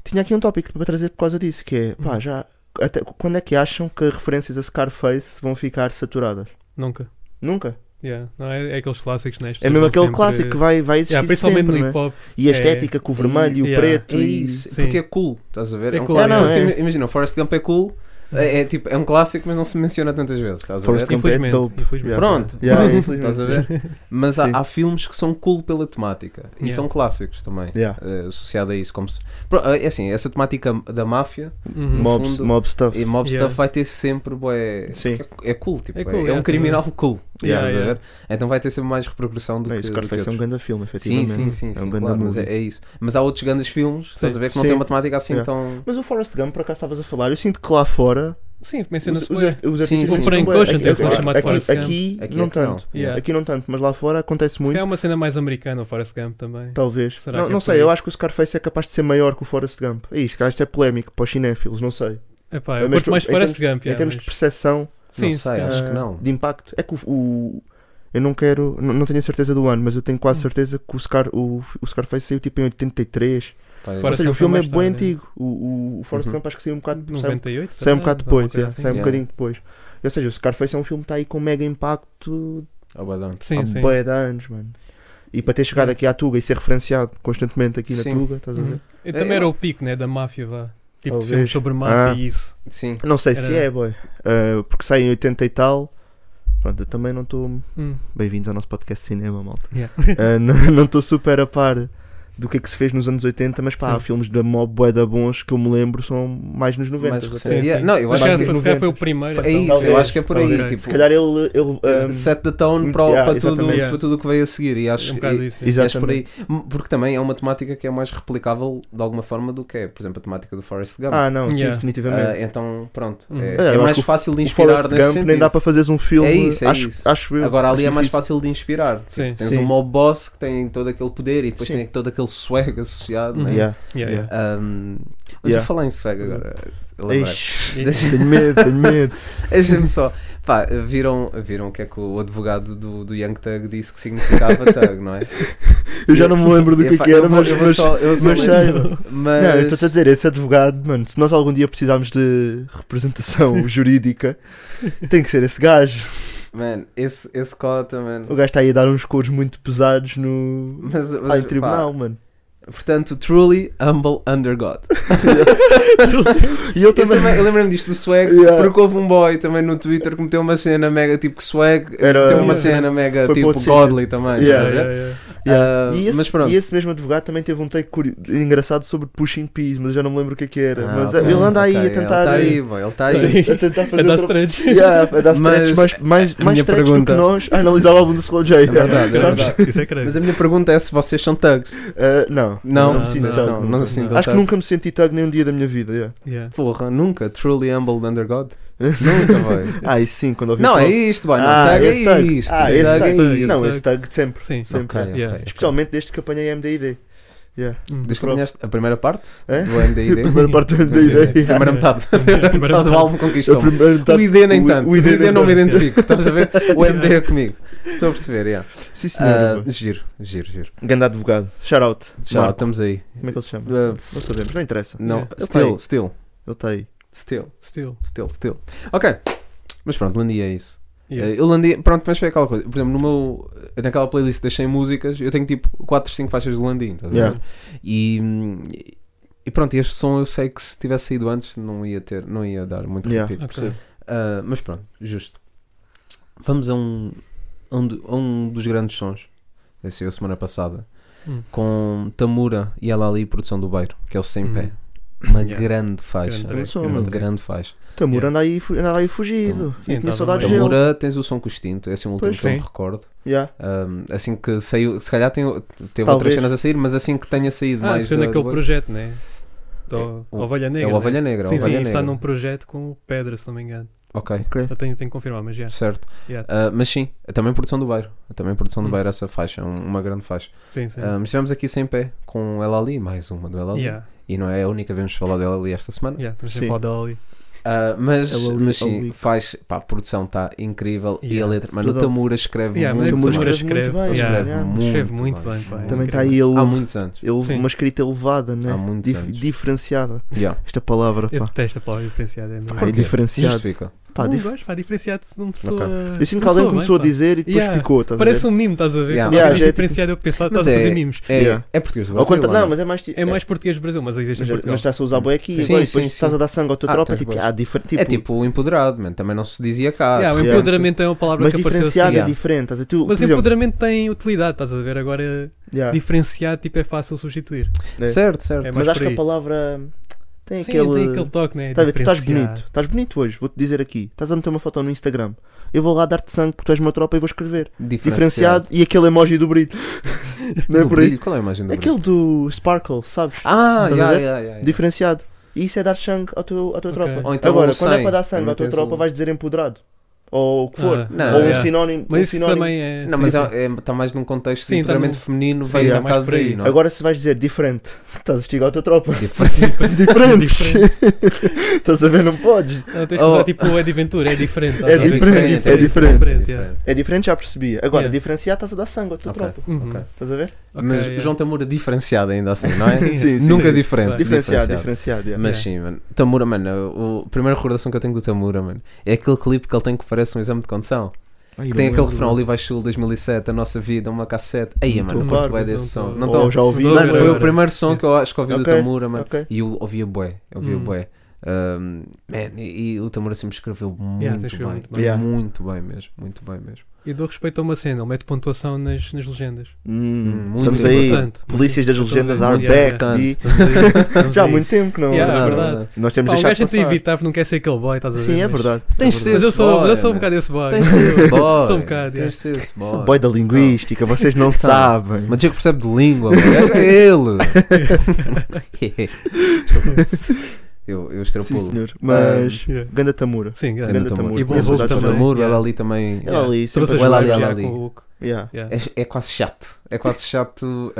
Speaker 6: tinha aqui um tópico para trazer por causa disso, que é,
Speaker 7: Uhum.
Speaker 6: pá, já, até quando é que acham que referências a Scarface vão ficar saturadas?
Speaker 8: Nunca.
Speaker 6: Nunca.
Speaker 8: Yeah. Não, é, é aqueles clássicos, né? As
Speaker 6: É
Speaker 8: pessoas
Speaker 6: mesmo
Speaker 8: vão
Speaker 6: aquele
Speaker 8: sempre-
Speaker 6: clássico que vai, vai existir
Speaker 8: Yeah, principalmente
Speaker 6: sempre,
Speaker 8: no
Speaker 6: né?
Speaker 8: hip hop.
Speaker 6: E a
Speaker 8: é-
Speaker 6: estética com o vermelho e o
Speaker 8: Yeah.
Speaker 6: preto.
Speaker 7: é
Speaker 6: e-
Speaker 7: isso
Speaker 8: Sim.
Speaker 7: porque é cool estás a ver
Speaker 8: É
Speaker 7: um
Speaker 8: cool,
Speaker 7: clássico.
Speaker 6: é, não, é.
Speaker 7: Porque imagina o Forrest Gump é cool é, é tipo é um clássico mas não se menciona tantas vezes estás a
Speaker 6: Forrest
Speaker 7: ver
Speaker 6: Gump.
Speaker 8: Infelizmente.
Speaker 6: dope.
Speaker 8: infelizmente.
Speaker 6: Yeah.
Speaker 7: pronto
Speaker 6: Yeah, é, infelizmente.
Speaker 7: Estás a ver? Mas há,
Speaker 6: Sim.
Speaker 7: há filmes que são cool pela temática e
Speaker 8: Yeah.
Speaker 7: são clássicos também,
Speaker 6: Yeah.
Speaker 7: eh, associado a isso. Como se- Pro- é assim, essa temática da máfia
Speaker 8: Uhum.
Speaker 7: Mo-
Speaker 6: Mob,
Speaker 7: fundo,
Speaker 6: mob stuff.
Speaker 7: e mob
Speaker 8: Yeah.
Speaker 7: stuff vai ter sempre. bué,
Speaker 6: Sim.
Speaker 7: porque É, é cool, tipo,
Speaker 8: É
Speaker 7: é,
Speaker 8: cool,
Speaker 7: é
Speaker 8: yeah,
Speaker 7: um criminal cool.
Speaker 8: Yeah,
Speaker 7: estás a
Speaker 8: yeah.
Speaker 7: ver? Então vai ter sempre mais repercussão do
Speaker 6: Não,
Speaker 7: que.
Speaker 6: e
Speaker 7: do que
Speaker 6: Scarface é um
Speaker 7: outros.
Speaker 6: grande filme,
Speaker 7: Sim,
Speaker 6: efetivamente.
Speaker 7: sim, sim,
Speaker 6: É
Speaker 7: sim,
Speaker 6: um grande
Speaker 7: claro, mas
Speaker 6: movie.
Speaker 7: é, é isso. Mas há outros grandes filmes, estás
Speaker 8: Sim.
Speaker 7: a ver, que não
Speaker 6: Sim.
Speaker 7: têm uma temática assim
Speaker 6: Yeah.
Speaker 7: tão.
Speaker 6: Mas o Forrest Gump, por acaso estavas a falar, eu sinto que lá fora
Speaker 8: Sim,
Speaker 6: os,
Speaker 8: menciona-se
Speaker 6: os,
Speaker 8: bué.
Speaker 6: art- os
Speaker 7: Sim,
Speaker 6: artistas
Speaker 7: sim.
Speaker 6: são
Speaker 7: O Frank
Speaker 6: bué-
Speaker 8: Ocean
Speaker 6: aqui-
Speaker 8: tem um som
Speaker 6: aqui-
Speaker 8: chamado Forrest Gump.
Speaker 6: Aqui
Speaker 7: Aqui é
Speaker 6: não
Speaker 7: que não.
Speaker 6: tanto.
Speaker 8: Yeah.
Speaker 6: Aqui não tanto, mas lá fora acontece
Speaker 8: Se
Speaker 6: muito.
Speaker 8: calhar é uma cena mais americana, o Forrest Gump também.
Speaker 6: Talvez.
Speaker 8: Será
Speaker 6: não
Speaker 8: que é
Speaker 6: não
Speaker 8: por aí?
Speaker 6: sei, eu acho que o Scarface é capaz de ser maior que o Forrest Gump. É isso, cara, isto é polémico para os cinéfilos, não sei.
Speaker 8: Epá,
Speaker 6: Mas
Speaker 8: eu gosto
Speaker 6: tu-
Speaker 8: mais de
Speaker 6: em
Speaker 8: Forrest
Speaker 6: termos-
Speaker 8: Gump.
Speaker 6: em
Speaker 8: yeah,
Speaker 6: termos de
Speaker 8: mas-
Speaker 6: percepção,
Speaker 8: Sim,
Speaker 7: não sei,
Speaker 8: se
Speaker 7: acho
Speaker 8: calhar.
Speaker 7: que
Speaker 6: ah,
Speaker 7: não.
Speaker 6: de impacto, é que o. o- eu não quero, não, não tenho a certeza do ano, mas eu tenho
Speaker 7: Hum.
Speaker 6: quase certeza que o, Scar, o, o Scarface saiu tipo em 83.
Speaker 7: Vai-
Speaker 6: Ou
Speaker 8: Forrest
Speaker 6: seja, o
Speaker 8: Gump foi
Speaker 6: filme é
Speaker 8: mais
Speaker 6: bem
Speaker 8: tarde,
Speaker 6: antigo. O, o, o Forrest
Speaker 7: Uhum.
Speaker 6: Gump acho que saiu um bocado, saiu,
Speaker 8: 98?
Speaker 6: saiu um
Speaker 8: será? Alguma
Speaker 6: bocado depois,
Speaker 8: coisa
Speaker 6: yeah,
Speaker 8: assim.
Speaker 6: saiu um
Speaker 7: Yeah.
Speaker 6: bocadinho depois. Ou seja, o Scarface é um filme que está aí com mega impacto
Speaker 7: Oh, badão.
Speaker 6: há
Speaker 8: Sim, sim.
Speaker 6: bué de anos, mano. E para ter chegado aqui à Tuga e ser referenciado constantemente aqui
Speaker 7: Sim.
Speaker 6: na Tuga, estás a ver?
Speaker 8: Uhum. E também
Speaker 7: Eu-
Speaker 8: era o pico, né, da máfia, vá. Tipo, de
Speaker 6: Talvez.
Speaker 8: filmes sobre máfia
Speaker 6: Ah.
Speaker 8: e isso.
Speaker 7: Sim.
Speaker 6: Não sei se
Speaker 8: Era-
Speaker 6: é, boy. Ah, porque sai em 80 e tal. Pronto, eu também não estou.
Speaker 8: Hum.
Speaker 6: Bem-vindos ao nosso podcast de cinema, malta.
Speaker 8: Yeah.
Speaker 6: Ah, n- não estou super a par do que é que se fez nos anos 80, mas pá,
Speaker 8: Sim.
Speaker 6: há filmes da Mob Boy da Bons que eu me lembro são mais nos 90.
Speaker 7: Mais
Speaker 6: até.
Speaker 7: recente. Yeah, não, eu
Speaker 8: Mas
Speaker 7: acho
Speaker 8: se
Speaker 7: que-
Speaker 8: calhar- se calhar foi o primeiro.
Speaker 7: É
Speaker 8: então.
Speaker 7: isso, eu
Speaker 6: Talvez,
Speaker 7: acho que é por aí.
Speaker 8: talvez.
Speaker 7: Tipo, eh,
Speaker 6: Se calhar ele. ele ah,
Speaker 7: set the tone
Speaker 6: muito-
Speaker 7: para, o-
Speaker 6: yeah,
Speaker 7: para tudo,
Speaker 6: exatamente.
Speaker 7: para tudo o que veio a seguir. E acho
Speaker 8: É um
Speaker 7: que
Speaker 8: bocado isso.
Speaker 6: Exato.
Speaker 8: yeah.
Speaker 7: Acho por aí.
Speaker 6: Exatamente.
Speaker 7: M- Porque também é uma temática que é mais replicável de alguma forma do que é, por exemplo, a temática do Forrest Gump.
Speaker 6: ah, não, sim,
Speaker 8: Yeah.
Speaker 6: definitivamente.
Speaker 7: Ah, então, pronto.
Speaker 8: Uhum.
Speaker 7: É,
Speaker 6: É, eu
Speaker 7: é
Speaker 6: acho
Speaker 7: mais
Speaker 6: que o-
Speaker 7: fácil de
Speaker 6: o
Speaker 7: inspirar
Speaker 6: Forrest
Speaker 7: nesse
Speaker 6: Gump
Speaker 7: sentido.
Speaker 6: nem dá para fazeres um filme.
Speaker 7: É isso, é
Speaker 6: acho,
Speaker 7: isso.
Speaker 6: acho eu.
Speaker 7: Agora ali
Speaker 6: acho
Speaker 7: é mais
Speaker 6: difícil.
Speaker 7: fácil de inspirar.
Speaker 8: Sim.
Speaker 7: Tens
Speaker 6: Sim.
Speaker 7: um mob boss que tem todo aquele poder e depois
Speaker 6: Sim.
Speaker 7: tem todo aquele swag associado.
Speaker 8: Uhum.
Speaker 7: Né?
Speaker 6: Yeah,
Speaker 8: Yeah, yeah.
Speaker 6: yeah.
Speaker 7: Um, mas
Speaker 6: Yeah.
Speaker 7: eu falar em swag agora. lembrei.
Speaker 6: Ixi,
Speaker 7: Deixa-
Speaker 6: Tenho medo, tenho medo.
Speaker 7: Deixa-me só. Pá, viram, viram o que é que o advogado do, do Young Thug disse que significava Thug, não é?
Speaker 6: Eu já não me lembro do que, é
Speaker 7: Epá,
Speaker 6: que
Speaker 7: eu
Speaker 6: era,
Speaker 7: vou-
Speaker 6: mas,
Speaker 7: eu vou
Speaker 6: mas,
Speaker 7: só- eu só
Speaker 6: mas
Speaker 7: lembro.
Speaker 6: sei, mano.
Speaker 7: Mas-
Speaker 6: Não, eu estou a dizer, esse advogado, mano, se nós algum dia precisarmos de representação jurídica, tem que ser esse gajo.
Speaker 7: Man, esse, esse cota, mano.
Speaker 6: O gajo está aí a dar uns couros muito pesados no.
Speaker 7: Mas, mas,
Speaker 6: Ah, em
Speaker 7: pá,
Speaker 6: tribunal, mano.
Speaker 7: portanto, truly humble under God.
Speaker 6: E ele
Speaker 7: Eu, também,
Speaker 6: também.
Speaker 7: eu lembro-me disto do swag,
Speaker 6: Yeah.
Speaker 7: porque houve um boy também no Twitter que meteu uma cena mega tipo swag,
Speaker 6: Era-
Speaker 7: meteu uma
Speaker 6: Yeah.
Speaker 7: cena mega
Speaker 6: Foi para
Speaker 7: tipo
Speaker 6: outro sítio.
Speaker 7: godly também. estás a
Speaker 6: Yeah,
Speaker 7: ver?
Speaker 8: Yeah, yeah.
Speaker 6: Yeah.
Speaker 7: Ah,
Speaker 6: e, esse,
Speaker 7: mas pronto.
Speaker 6: e esse mesmo advogado também teve um take curio- engraçado sobre pushing peas, mas eu já não me lembro o que é que era.
Speaker 7: Ah,
Speaker 6: mas
Speaker 7: ok,
Speaker 6: ele anda aí
Speaker 7: ok,
Speaker 6: a tentar. eh,
Speaker 7: Ele está aí, boy, ele está aí.
Speaker 6: A tentar
Speaker 8: É
Speaker 6: fazer.
Speaker 8: da
Speaker 6: tra-
Speaker 8: Strange.
Speaker 6: Yeah, a dar
Speaker 7: Mas
Speaker 6: stretch, mais, mais,
Speaker 7: a
Speaker 6: mais
Speaker 7: minha
Speaker 6: stretch do
Speaker 7: pergunta-
Speaker 6: que nós a analisar o álbum do Slow J.
Speaker 7: É verdade, é
Speaker 6: Sabes?
Speaker 7: verdade.
Speaker 8: Isso é credo.
Speaker 7: Mas a minha pergunta é se vocês são thugs.
Speaker 6: Ah, não,
Speaker 7: Não,
Speaker 6: não me
Speaker 8: não,
Speaker 6: sinto
Speaker 8: não,
Speaker 6: thug,
Speaker 7: não,
Speaker 6: nunca.
Speaker 7: não se sintam
Speaker 6: Acho que
Speaker 7: thug.
Speaker 6: nunca me senti tag nem um dia da minha vida. yeah.
Speaker 8: Yeah.
Speaker 7: Porra, nunca. Truly humble under God. Nunca, boy.
Speaker 6: Ah, isso sim, quando ouvi
Speaker 7: Não,
Speaker 6: o
Speaker 7: é
Speaker 6: Trump.
Speaker 7: isto, boy. Não,
Speaker 6: Ah,
Speaker 7: thug
Speaker 6: esse
Speaker 7: é
Speaker 6: tag.
Speaker 7: isto.
Speaker 6: Ah, esse
Speaker 7: Thug
Speaker 6: tag.
Speaker 7: é isto.
Speaker 6: Não,
Speaker 8: tag.
Speaker 6: esse tag de sempre.
Speaker 8: Sim.
Speaker 6: Sempre.
Speaker 7: Ok, ok.
Speaker 8: Yeah.
Speaker 6: Especialmente desde que apanhei a MDID. Yeah.
Speaker 7: Diz que apanhaste a primeira parte
Speaker 6: É?
Speaker 7: do MDID.
Speaker 6: A primeira parte da
Speaker 7: A
Speaker 6: ideia.
Speaker 7: primeira metade. A primeira metade do álbum
Speaker 6: A
Speaker 7: conquistou.
Speaker 6: primeira
Speaker 7: O
Speaker 6: metade.
Speaker 7: ID nem
Speaker 6: o-
Speaker 7: tanto.
Speaker 6: o
Speaker 7: O
Speaker 6: ID
Speaker 7: ID,
Speaker 6: nem
Speaker 7: não me
Speaker 6: tanto.
Speaker 7: identifico. Estás a ver? O MD é comigo. Estou a perceber, yeah.
Speaker 6: Sim, é
Speaker 7: Ah,
Speaker 6: senhora. pá.
Speaker 7: giro, giro, giro.
Speaker 6: Ganda advogado. Shout out.
Speaker 7: Já,
Speaker 6: Marco.
Speaker 7: estamos aí.
Speaker 6: Como é que ele se chama?
Speaker 7: Ah,
Speaker 6: Não sabemos, não interessa.
Speaker 7: não,
Speaker 8: É.
Speaker 7: still,
Speaker 6: Ele
Speaker 7: still,
Speaker 6: Ele está aí.
Speaker 7: still,
Speaker 8: Still.
Speaker 7: still, still. Ok. Mas pronto, Landia é isso.
Speaker 8: Yeah.
Speaker 7: Eh, Eu Landia, pronto, mas foi aquela coisa. Por exemplo, no meu, eu naquela playlist das 100 músicas, eu tenho tipo 4, 5 faixas do Landim. Estás a
Speaker 6: Yeah.
Speaker 7: ver? E, hum, e pronto, este som eu sei que se tivesse saído antes não ia ter, não ia dar muito
Speaker 6: Yeah.
Speaker 7: repito.
Speaker 8: Ok.
Speaker 7: Ah, mas pronto, justo. Vamos a um, a um, do- a um dos grandes sons. Esse eu semana passada.
Speaker 8: Hum.
Speaker 7: Com Tamura e ela ali, produção do Beiro, que é o Sem
Speaker 8: Hum.
Speaker 7: Pé. Uma
Speaker 8: Yeah.
Speaker 7: grande faixa.
Speaker 8: track,
Speaker 6: Começou,
Speaker 7: uma
Speaker 6: mano.
Speaker 7: grande faixa.
Speaker 6: Tamura anda aí, fu- anda aí fugido.
Speaker 8: Sim,
Speaker 6: Tinha
Speaker 8: andava
Speaker 6: saudades
Speaker 8: bem.
Speaker 6: dele.
Speaker 7: Tamura, tens o som com o Extinto, esse é um último
Speaker 6: Pois
Speaker 7: que eu me
Speaker 8: sim.
Speaker 7: recordo.
Speaker 6: Yeah.
Speaker 7: Ahm, assim que saiu, se calhar tem, teve outras
Speaker 6: Talvez.
Speaker 7: cenas a sair, mas assim que tenha saído
Speaker 8: Ah,
Speaker 7: mais.
Speaker 8: saiu
Speaker 7: da-
Speaker 8: naquele
Speaker 7: do-
Speaker 8: projeto, né? Do...
Speaker 7: o-
Speaker 8: Ovelha Negra.
Speaker 7: é o Ovelha
Speaker 8: né?
Speaker 7: Negra.
Speaker 8: Sim,
Speaker 7: Ovelha
Speaker 8: sim, está
Speaker 7: Negra.
Speaker 8: num projeto com o Pedra, se não me engano.
Speaker 7: Ok,
Speaker 8: Eu tenho, tenho que confirmar, mas já.
Speaker 7: certo.
Speaker 8: Yeah.
Speaker 7: Ah, mas sim, também produção do Beiro. É Também produção do
Speaker 8: Hum.
Speaker 7: Beiro, essa faixa, um- uma grande faixa.
Speaker 8: Sim, sim.
Speaker 7: Ah, mas estivemos aqui sem pé com ela ali, mais uma do ela ali.
Speaker 8: yeah,
Speaker 7: E não é a única que vamos falar dela ali esta semana.
Speaker 8: yeah, estamos
Speaker 6: Sim.
Speaker 8: sempre ao Dolly.
Speaker 7: Ah, mas,
Speaker 6: Ela Ali,
Speaker 7: mas sim,
Speaker 6: Ali.
Speaker 7: faz. Pá, a produção está incrível. E a
Speaker 8: Yeah.
Speaker 7: letra. Mano, o
Speaker 6: Tudo.
Speaker 7: Tamura escreve
Speaker 8: Yeah, mas
Speaker 7: muito.
Speaker 8: o
Speaker 6: Tamura
Speaker 7: bem.
Speaker 8: Tamura
Speaker 6: escreve
Speaker 8: escreve.
Speaker 6: muito bem,
Speaker 8: yeah,
Speaker 7: escreve
Speaker 6: yeah.
Speaker 7: muito,
Speaker 8: Escreve muito
Speaker 7: bem.
Speaker 8: bem, pá. é incrível.
Speaker 6: Também está aí ele,
Speaker 7: Há muitos anos.
Speaker 6: ele
Speaker 8: Sim.
Speaker 6: uma escrita elevada, né?
Speaker 7: Há muitos
Speaker 6: Dif-
Speaker 7: anos.
Speaker 6: diferenciada.
Speaker 7: Yeah.
Speaker 6: Esta palavra,
Speaker 8: Eu
Speaker 6: pá.
Speaker 8: detesto a palavra diferenciada. É mesmo.
Speaker 6: Pá, é diferenciado.
Speaker 7: Justifica.
Speaker 6: Pá,
Speaker 8: não
Speaker 6: dif-
Speaker 8: gosto, pá, diferenciado-se de uma pessoa.
Speaker 6: Eu sinto que
Speaker 8: Não sou
Speaker 6: alguém
Speaker 8: bem,
Speaker 6: começou a
Speaker 8: pá.
Speaker 6: dizer e depois
Speaker 8: Yeah.
Speaker 6: ficou, estás a
Speaker 8: Parece
Speaker 6: ver?
Speaker 8: um mimo, estás a ver?
Speaker 7: Yeah.
Speaker 8: Quando
Speaker 6: Yeah,
Speaker 8: dizes
Speaker 6: já é-
Speaker 8: diferenciado, eu penso, "Ah,
Speaker 7: Mas
Speaker 8: estás a fazer mimos.
Speaker 7: É,
Speaker 6: Yeah.
Speaker 7: é português do
Speaker 6: Ao
Speaker 7: Brasil.
Speaker 6: contra-
Speaker 7: ou
Speaker 6: Não, mas é mais. ti-
Speaker 8: É mais português do Brasil, mas existe em
Speaker 6: Mas, mas tá-
Speaker 8: Portugal.
Speaker 6: está-se a usar boi aqui
Speaker 7: Sim,
Speaker 6: e agora
Speaker 7: sim,
Speaker 6: depois
Speaker 7: sim.
Speaker 6: estás a dar sangue à tua
Speaker 7: Ah,
Speaker 6: tropa.
Speaker 7: tens
Speaker 6: Tipo,
Speaker 7: boi.
Speaker 6: há diferente. Tipo,
Speaker 7: É tipo o empoderado, man. também não se dizia cá.
Speaker 8: Yeah, o
Speaker 6: Yeah.
Speaker 8: empoderamento é uma palavra
Speaker 6: mas
Speaker 8: que apareceu assim.
Speaker 6: diferenciado é
Speaker 7: yeah.
Speaker 6: diferente. estás a ver? Tu-
Speaker 8: Mas
Speaker 6: por exemplo,
Speaker 8: empoderamento tem utilidade, estás a ver? Agora,
Speaker 6: yeah.
Speaker 8: diferenciado tipo, é fácil substituir.
Speaker 6: É.
Speaker 7: Certo, certo.
Speaker 8: É mais
Speaker 6: Mas acho
Speaker 8: por
Speaker 6: que a
Speaker 8: aí.
Speaker 6: palavra tem
Speaker 8: Sim,
Speaker 6: aquele.
Speaker 8: tem aquele toque, né?
Speaker 6: Tá a ver, tu estás
Speaker 8: Diferenciar.
Speaker 6: bonito, estás bonito hoje, vou-te dizer aqui. Estás a meter uma foto no Instagram. Eu vou lá dar-te sangue porque tu és uma tropa e vou escrever. Diferenciado, e aquele emoji do brilho. Não é
Speaker 7: Do
Speaker 6: por aí?
Speaker 7: brilho? Qual é a imagem do brilho?
Speaker 6: Aquele do Sparkle, sabes?
Speaker 7: Ah,
Speaker 6: Estás
Speaker 7: yeah,
Speaker 6: a ver?
Speaker 7: yeah, yeah, yeah.
Speaker 6: Diferenciado. E isso é dar sangue à tua, à tua
Speaker 8: É. Ok.
Speaker 6: tropa.
Speaker 7: Ou então
Speaker 6: Agora,
Speaker 7: o
Speaker 6: quando é
Speaker 7: 100,
Speaker 6: para dar sangue
Speaker 7: também
Speaker 6: à tua
Speaker 7: tens um-
Speaker 6: tropa,
Speaker 7: o-
Speaker 6: vais dizer empoderado. Ou o que for.
Speaker 8: Ah,
Speaker 7: Não,
Speaker 6: Ou um
Speaker 7: yeah.
Speaker 6: sinónimo. um
Speaker 8: Mas isso
Speaker 6: sinónimo.
Speaker 8: também é.
Speaker 7: Não,
Speaker 8: sim,
Speaker 7: mas
Speaker 8: sim.
Speaker 7: está é, tá mais num contexto
Speaker 8: Sim, tá
Speaker 7: inteiramente
Speaker 8: num-
Speaker 7: feminino,
Speaker 8: Sim, tá
Speaker 7: vem um
Speaker 8: mais
Speaker 7: bocado
Speaker 8: por aí.
Speaker 7: daí, não é?
Speaker 6: Agora, se vais dizer diferente, estás a estigar a tua tropa.
Speaker 7: Diferente.
Speaker 6: Diferentes. Estás a ver? Não podes.
Speaker 8: Não, tens que
Speaker 7: Oh.
Speaker 8: usar tipo é de Ventura, é diferente. estás
Speaker 6: É
Speaker 8: a ver?
Speaker 6: diferente, é
Speaker 8: diferente, yeah.
Speaker 6: É diferente, já percebi. Agora,
Speaker 8: Yeah.
Speaker 6: diferenciar, estás a dar sangue à tua
Speaker 7: Ok.
Speaker 6: tropa.
Speaker 8: Uhum.
Speaker 7: Ok.
Speaker 6: Estás a ver?
Speaker 8: Ok,
Speaker 7: Mas
Speaker 8: yeah.
Speaker 7: João Tamura diferenciado ainda assim, não é?
Speaker 6: Sim, sim,
Speaker 7: Nunca
Speaker 6: sim.
Speaker 7: diferente.
Speaker 6: Diferenciado, diferenciado. yeah.
Speaker 7: Mas
Speaker 8: Yeah.
Speaker 7: sim, mano. Tamura, mano, o- a primeira recordação que eu tenho do Tamura, mano, é aquele clipe que ele tem que parece um exame de condição.
Speaker 6: Ai,
Speaker 7: Que tem
Speaker 6: não
Speaker 7: aquele
Speaker 6: lembro.
Speaker 7: refrão Oliva Chul 2007, A Nossa Vida, Uma Cassete. Aí,
Speaker 6: Não
Speaker 7: mano, eu
Speaker 6: tô
Speaker 7: curto
Speaker 6: par,
Speaker 7: bem
Speaker 8: não
Speaker 7: desse
Speaker 8: tô-
Speaker 7: som. Não
Speaker 8: Oh,
Speaker 7: tô-
Speaker 6: Ou já ouvi.
Speaker 8: Não,
Speaker 7: Mano,
Speaker 8: lembro.
Speaker 7: foi o primeiro som que eu acho que ouvi do
Speaker 6: Ok,
Speaker 7: Tamura, mano.
Speaker 6: ok.
Speaker 7: E eu ouvia bué, eu ouvia
Speaker 8: Hum.
Speaker 7: bué. Um, man, e, e o Tamura sempre escreveu muito
Speaker 8: Yeah,
Speaker 7: bem.
Speaker 8: escreveu
Speaker 7: Muito
Speaker 8: muito
Speaker 7: bem.
Speaker 8: bem.
Speaker 6: Yeah.
Speaker 7: mesmo, muito bem mesmo.
Speaker 8: E dou respeito a uma cena, ele mete pontuação nas, nas legendas.
Speaker 6: Hum,
Speaker 7: Muito
Speaker 6: estamos aí.
Speaker 8: importante.
Speaker 6: Polícias das
Speaker 8: Muito
Speaker 6: legendas
Speaker 8: bem,
Speaker 6: are
Speaker 8: muito
Speaker 6: back.
Speaker 7: importante.
Speaker 6: B.
Speaker 8: Estamos aí, estamos
Speaker 6: Já há
Speaker 8: aí.
Speaker 6: muito tempo que não.
Speaker 8: Yeah, é
Speaker 6: não,
Speaker 8: verdade.
Speaker 6: não. Nós temos
Speaker 8: Pá, o
Speaker 6: deixado
Speaker 8: gajo tenta
Speaker 6: passar.
Speaker 8: evitar porque não quer ser aquele boy, estás a ver?
Speaker 6: Sim, é
Speaker 8: mas-
Speaker 6: verdade.
Speaker 7: Tens de ser
Speaker 8: Mas eu
Speaker 7: esse
Speaker 8: sou,
Speaker 7: boy,
Speaker 8: eu sou um
Speaker 7: mano.
Speaker 8: bocado esse boy.
Speaker 7: Tens de ser esse boy.
Speaker 8: Sou um bocado,
Speaker 7: Tens de ser esse
Speaker 6: Esse
Speaker 7: boy.
Speaker 6: boy da linguística, vocês não sabem.
Speaker 7: Mas tinha que percebe de língua, mano. Era ele. Desculpa. eu, eu
Speaker 6: Sim,
Speaker 7: extrapulo.
Speaker 6: senhor. Mas.
Speaker 8: Yeah.
Speaker 6: Ganda Tamura.
Speaker 8: Sim,
Speaker 7: Grande
Speaker 8: grande.
Speaker 6: Grande
Speaker 7: Tamura.
Speaker 6: Tamura.
Speaker 8: E bom
Speaker 7: Esse
Speaker 8: Hulk
Speaker 7: gajo
Speaker 8: também.
Speaker 7: Tamura,
Speaker 8: Yeah.
Speaker 7: ela ali também.
Speaker 6: Ela
Speaker 8: Trouxe
Speaker 6: ali, sempre
Speaker 8: as
Speaker 7: Vai lá,
Speaker 8: mulheres
Speaker 7: vai lá,
Speaker 8: já
Speaker 7: ali.
Speaker 8: com o Hulk.
Speaker 6: Yeah.
Speaker 8: Yeah.
Speaker 7: É, é quase chato. É quase chato. Uh,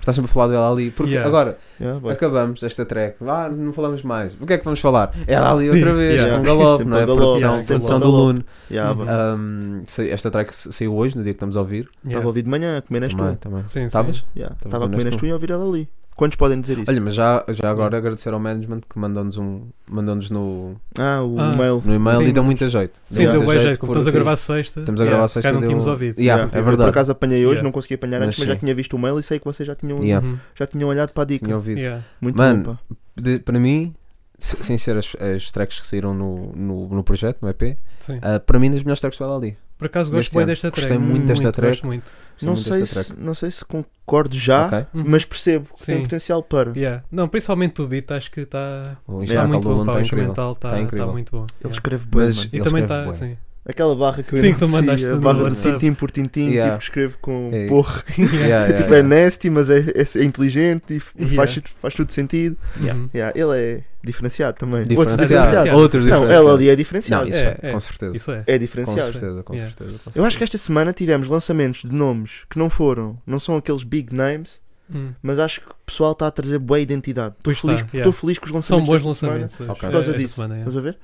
Speaker 7: Está sempre a falar dela ali. Porque
Speaker 8: Yeah.
Speaker 7: agora
Speaker 6: Yeah, boy.
Speaker 7: acabamos esta track. Ah, não falamos mais. O que é que vamos falar? Ela ali outra vez.
Speaker 6: Yeah.
Speaker 7: Com galope,
Speaker 6: Sempre
Speaker 7: não é?
Speaker 6: com galope,
Speaker 7: Produção,
Speaker 8: yeah, sempre
Speaker 7: produção
Speaker 6: com
Speaker 7: do
Speaker 6: galope.
Speaker 7: Luno.
Speaker 6: Yeah, boy.
Speaker 7: Um, sa- esta track sa- saiu hoje, no dia que estamos a ouvir.
Speaker 6: Estava a ouvir de manhã, a comer nas
Speaker 7: Também,
Speaker 6: tu.
Speaker 7: também.
Speaker 8: Sim, sim.
Speaker 7: Estavas?
Speaker 6: Yeah,
Speaker 7: Tava
Speaker 6: Estava a
Speaker 7: com
Speaker 6: comer
Speaker 7: nas
Speaker 6: nas
Speaker 7: tu.
Speaker 6: tu e a ouvir ela ali. Quantos podem dizer isso?
Speaker 7: Olha, mas já, já agora agradecer ao management que mandou-nos um, mandou no,
Speaker 6: Ah, o
Speaker 8: Ah.
Speaker 6: mail.
Speaker 7: no e-mail
Speaker 8: Sim.
Speaker 7: e deu muito a jeito.
Speaker 8: Sim,
Speaker 6: Yeah.
Speaker 8: deu
Speaker 7: muito
Speaker 8: bem jeito.
Speaker 7: jeito
Speaker 8: Como estamos a
Speaker 7: porque
Speaker 8: gravar sexta.
Speaker 7: Estamos a gravar
Speaker 8: yeah, se calhar
Speaker 7: sexta.
Speaker 8: não tínhamos
Speaker 7: deu-
Speaker 8: ouvido.
Speaker 7: Yeah,
Speaker 6: Yeah,
Speaker 7: é
Speaker 6: eu por
Speaker 7: verdade.
Speaker 6: acaso apanhei hoje,
Speaker 8: Yeah.
Speaker 6: não consegui apanhar antes,
Speaker 7: Mas
Speaker 6: mas já
Speaker 7: sim.
Speaker 6: tinha visto o mail e sei que vocês já tinham,
Speaker 7: Yeah.
Speaker 8: Uhum.
Speaker 6: já tinham olhado para a dica.
Speaker 7: Tinha ouvido.
Speaker 8: Yeah.
Speaker 6: Muito
Speaker 7: Mano,
Speaker 6: bom, pá.
Speaker 7: De- para mim, s- sem ser as, as tracks que saíram no, no, no projeto, no EP,
Speaker 8: Sim.
Speaker 7: ah, para mim, das melhores tracks do ali.
Speaker 8: Por acaso gosto
Speaker 7: Este
Speaker 8: bem
Speaker 7: ano.
Speaker 8: desta track.
Speaker 7: Gostei
Speaker 6: muito desta
Speaker 8: Muito,
Speaker 7: track.
Speaker 8: Gosto muito.
Speaker 6: Não sei, se, não sei se concordo já, mas percebo que tem
Speaker 8: Uhum. Sim.
Speaker 6: potencial para.
Speaker 8: Yeah. Não, principalmente o beat, acho que está
Speaker 7: O
Speaker 8: está
Speaker 7: instrumental
Speaker 6: Yeah,
Speaker 8: muito
Speaker 7: do
Speaker 8: bom.
Speaker 7: aluno
Speaker 8: Pá,
Speaker 7: está
Speaker 8: o
Speaker 7: incrível.
Speaker 8: instrumental está
Speaker 7: Tá incrível.
Speaker 8: muito bom.
Speaker 6: Ele
Speaker 8: Yeah.
Speaker 6: escreve bem,
Speaker 7: Mas-
Speaker 6: mano.
Speaker 8: E
Speaker 7: Ele
Speaker 8: também
Speaker 7: escreve
Speaker 8: está,
Speaker 7: bué.
Speaker 8: sim.
Speaker 6: Aquela barra que eu
Speaker 8: Sim, que tu
Speaker 6: enalteci,
Speaker 8: mandaste
Speaker 6: a
Speaker 8: no
Speaker 6: barra de
Speaker 8: WhatsApp.
Speaker 6: tintim por tintim,
Speaker 7: Yeah.
Speaker 6: tipo, escrevo com
Speaker 7: É.
Speaker 6: porra.
Speaker 7: Yeah, yeah,
Speaker 6: tipo, é
Speaker 7: yeah.
Speaker 6: nasty, mas é, é- é inteligente e f-
Speaker 8: Yeah.
Speaker 6: faz, tudo- faz tudo sentido.
Speaker 7: Yeah.
Speaker 8: Uhum.
Speaker 6: Yeah, ele é diferenciado também. Outro
Speaker 7: Diferenciado.
Speaker 8: diferenciado.
Speaker 7: Outros
Speaker 6: Não,
Speaker 7: diferenciados.
Speaker 6: ela ali é diferenciado.
Speaker 7: Não, isso é,
Speaker 8: É, é.
Speaker 7: com certeza.
Speaker 8: Isso é.
Speaker 6: É
Speaker 7: Com
Speaker 6: diferenciado.
Speaker 7: certeza, com
Speaker 8: Yeah.
Speaker 7: certeza. com
Speaker 6: Eu acho que
Speaker 7: certeza.
Speaker 6: esta semana tivemos lançamentos de nomes que não foram, não são aqueles big names,
Speaker 8: Hum.
Speaker 6: Mas acho que o pessoal está a trazer boa identidade. Estou
Speaker 8: Pois
Speaker 6: feliz,
Speaker 8: está,
Speaker 6: estou
Speaker 8: yeah.
Speaker 6: feliz com os
Speaker 8: São
Speaker 6: lançamentos.
Speaker 8: bons
Speaker 6: desta semana
Speaker 8: lançamentos.
Speaker 7: Ok.
Speaker 6: Por
Speaker 8: hoje,
Speaker 6: causa
Speaker 8: esta
Speaker 6: disso.
Speaker 8: semana, é.
Speaker 6: Estás a ver?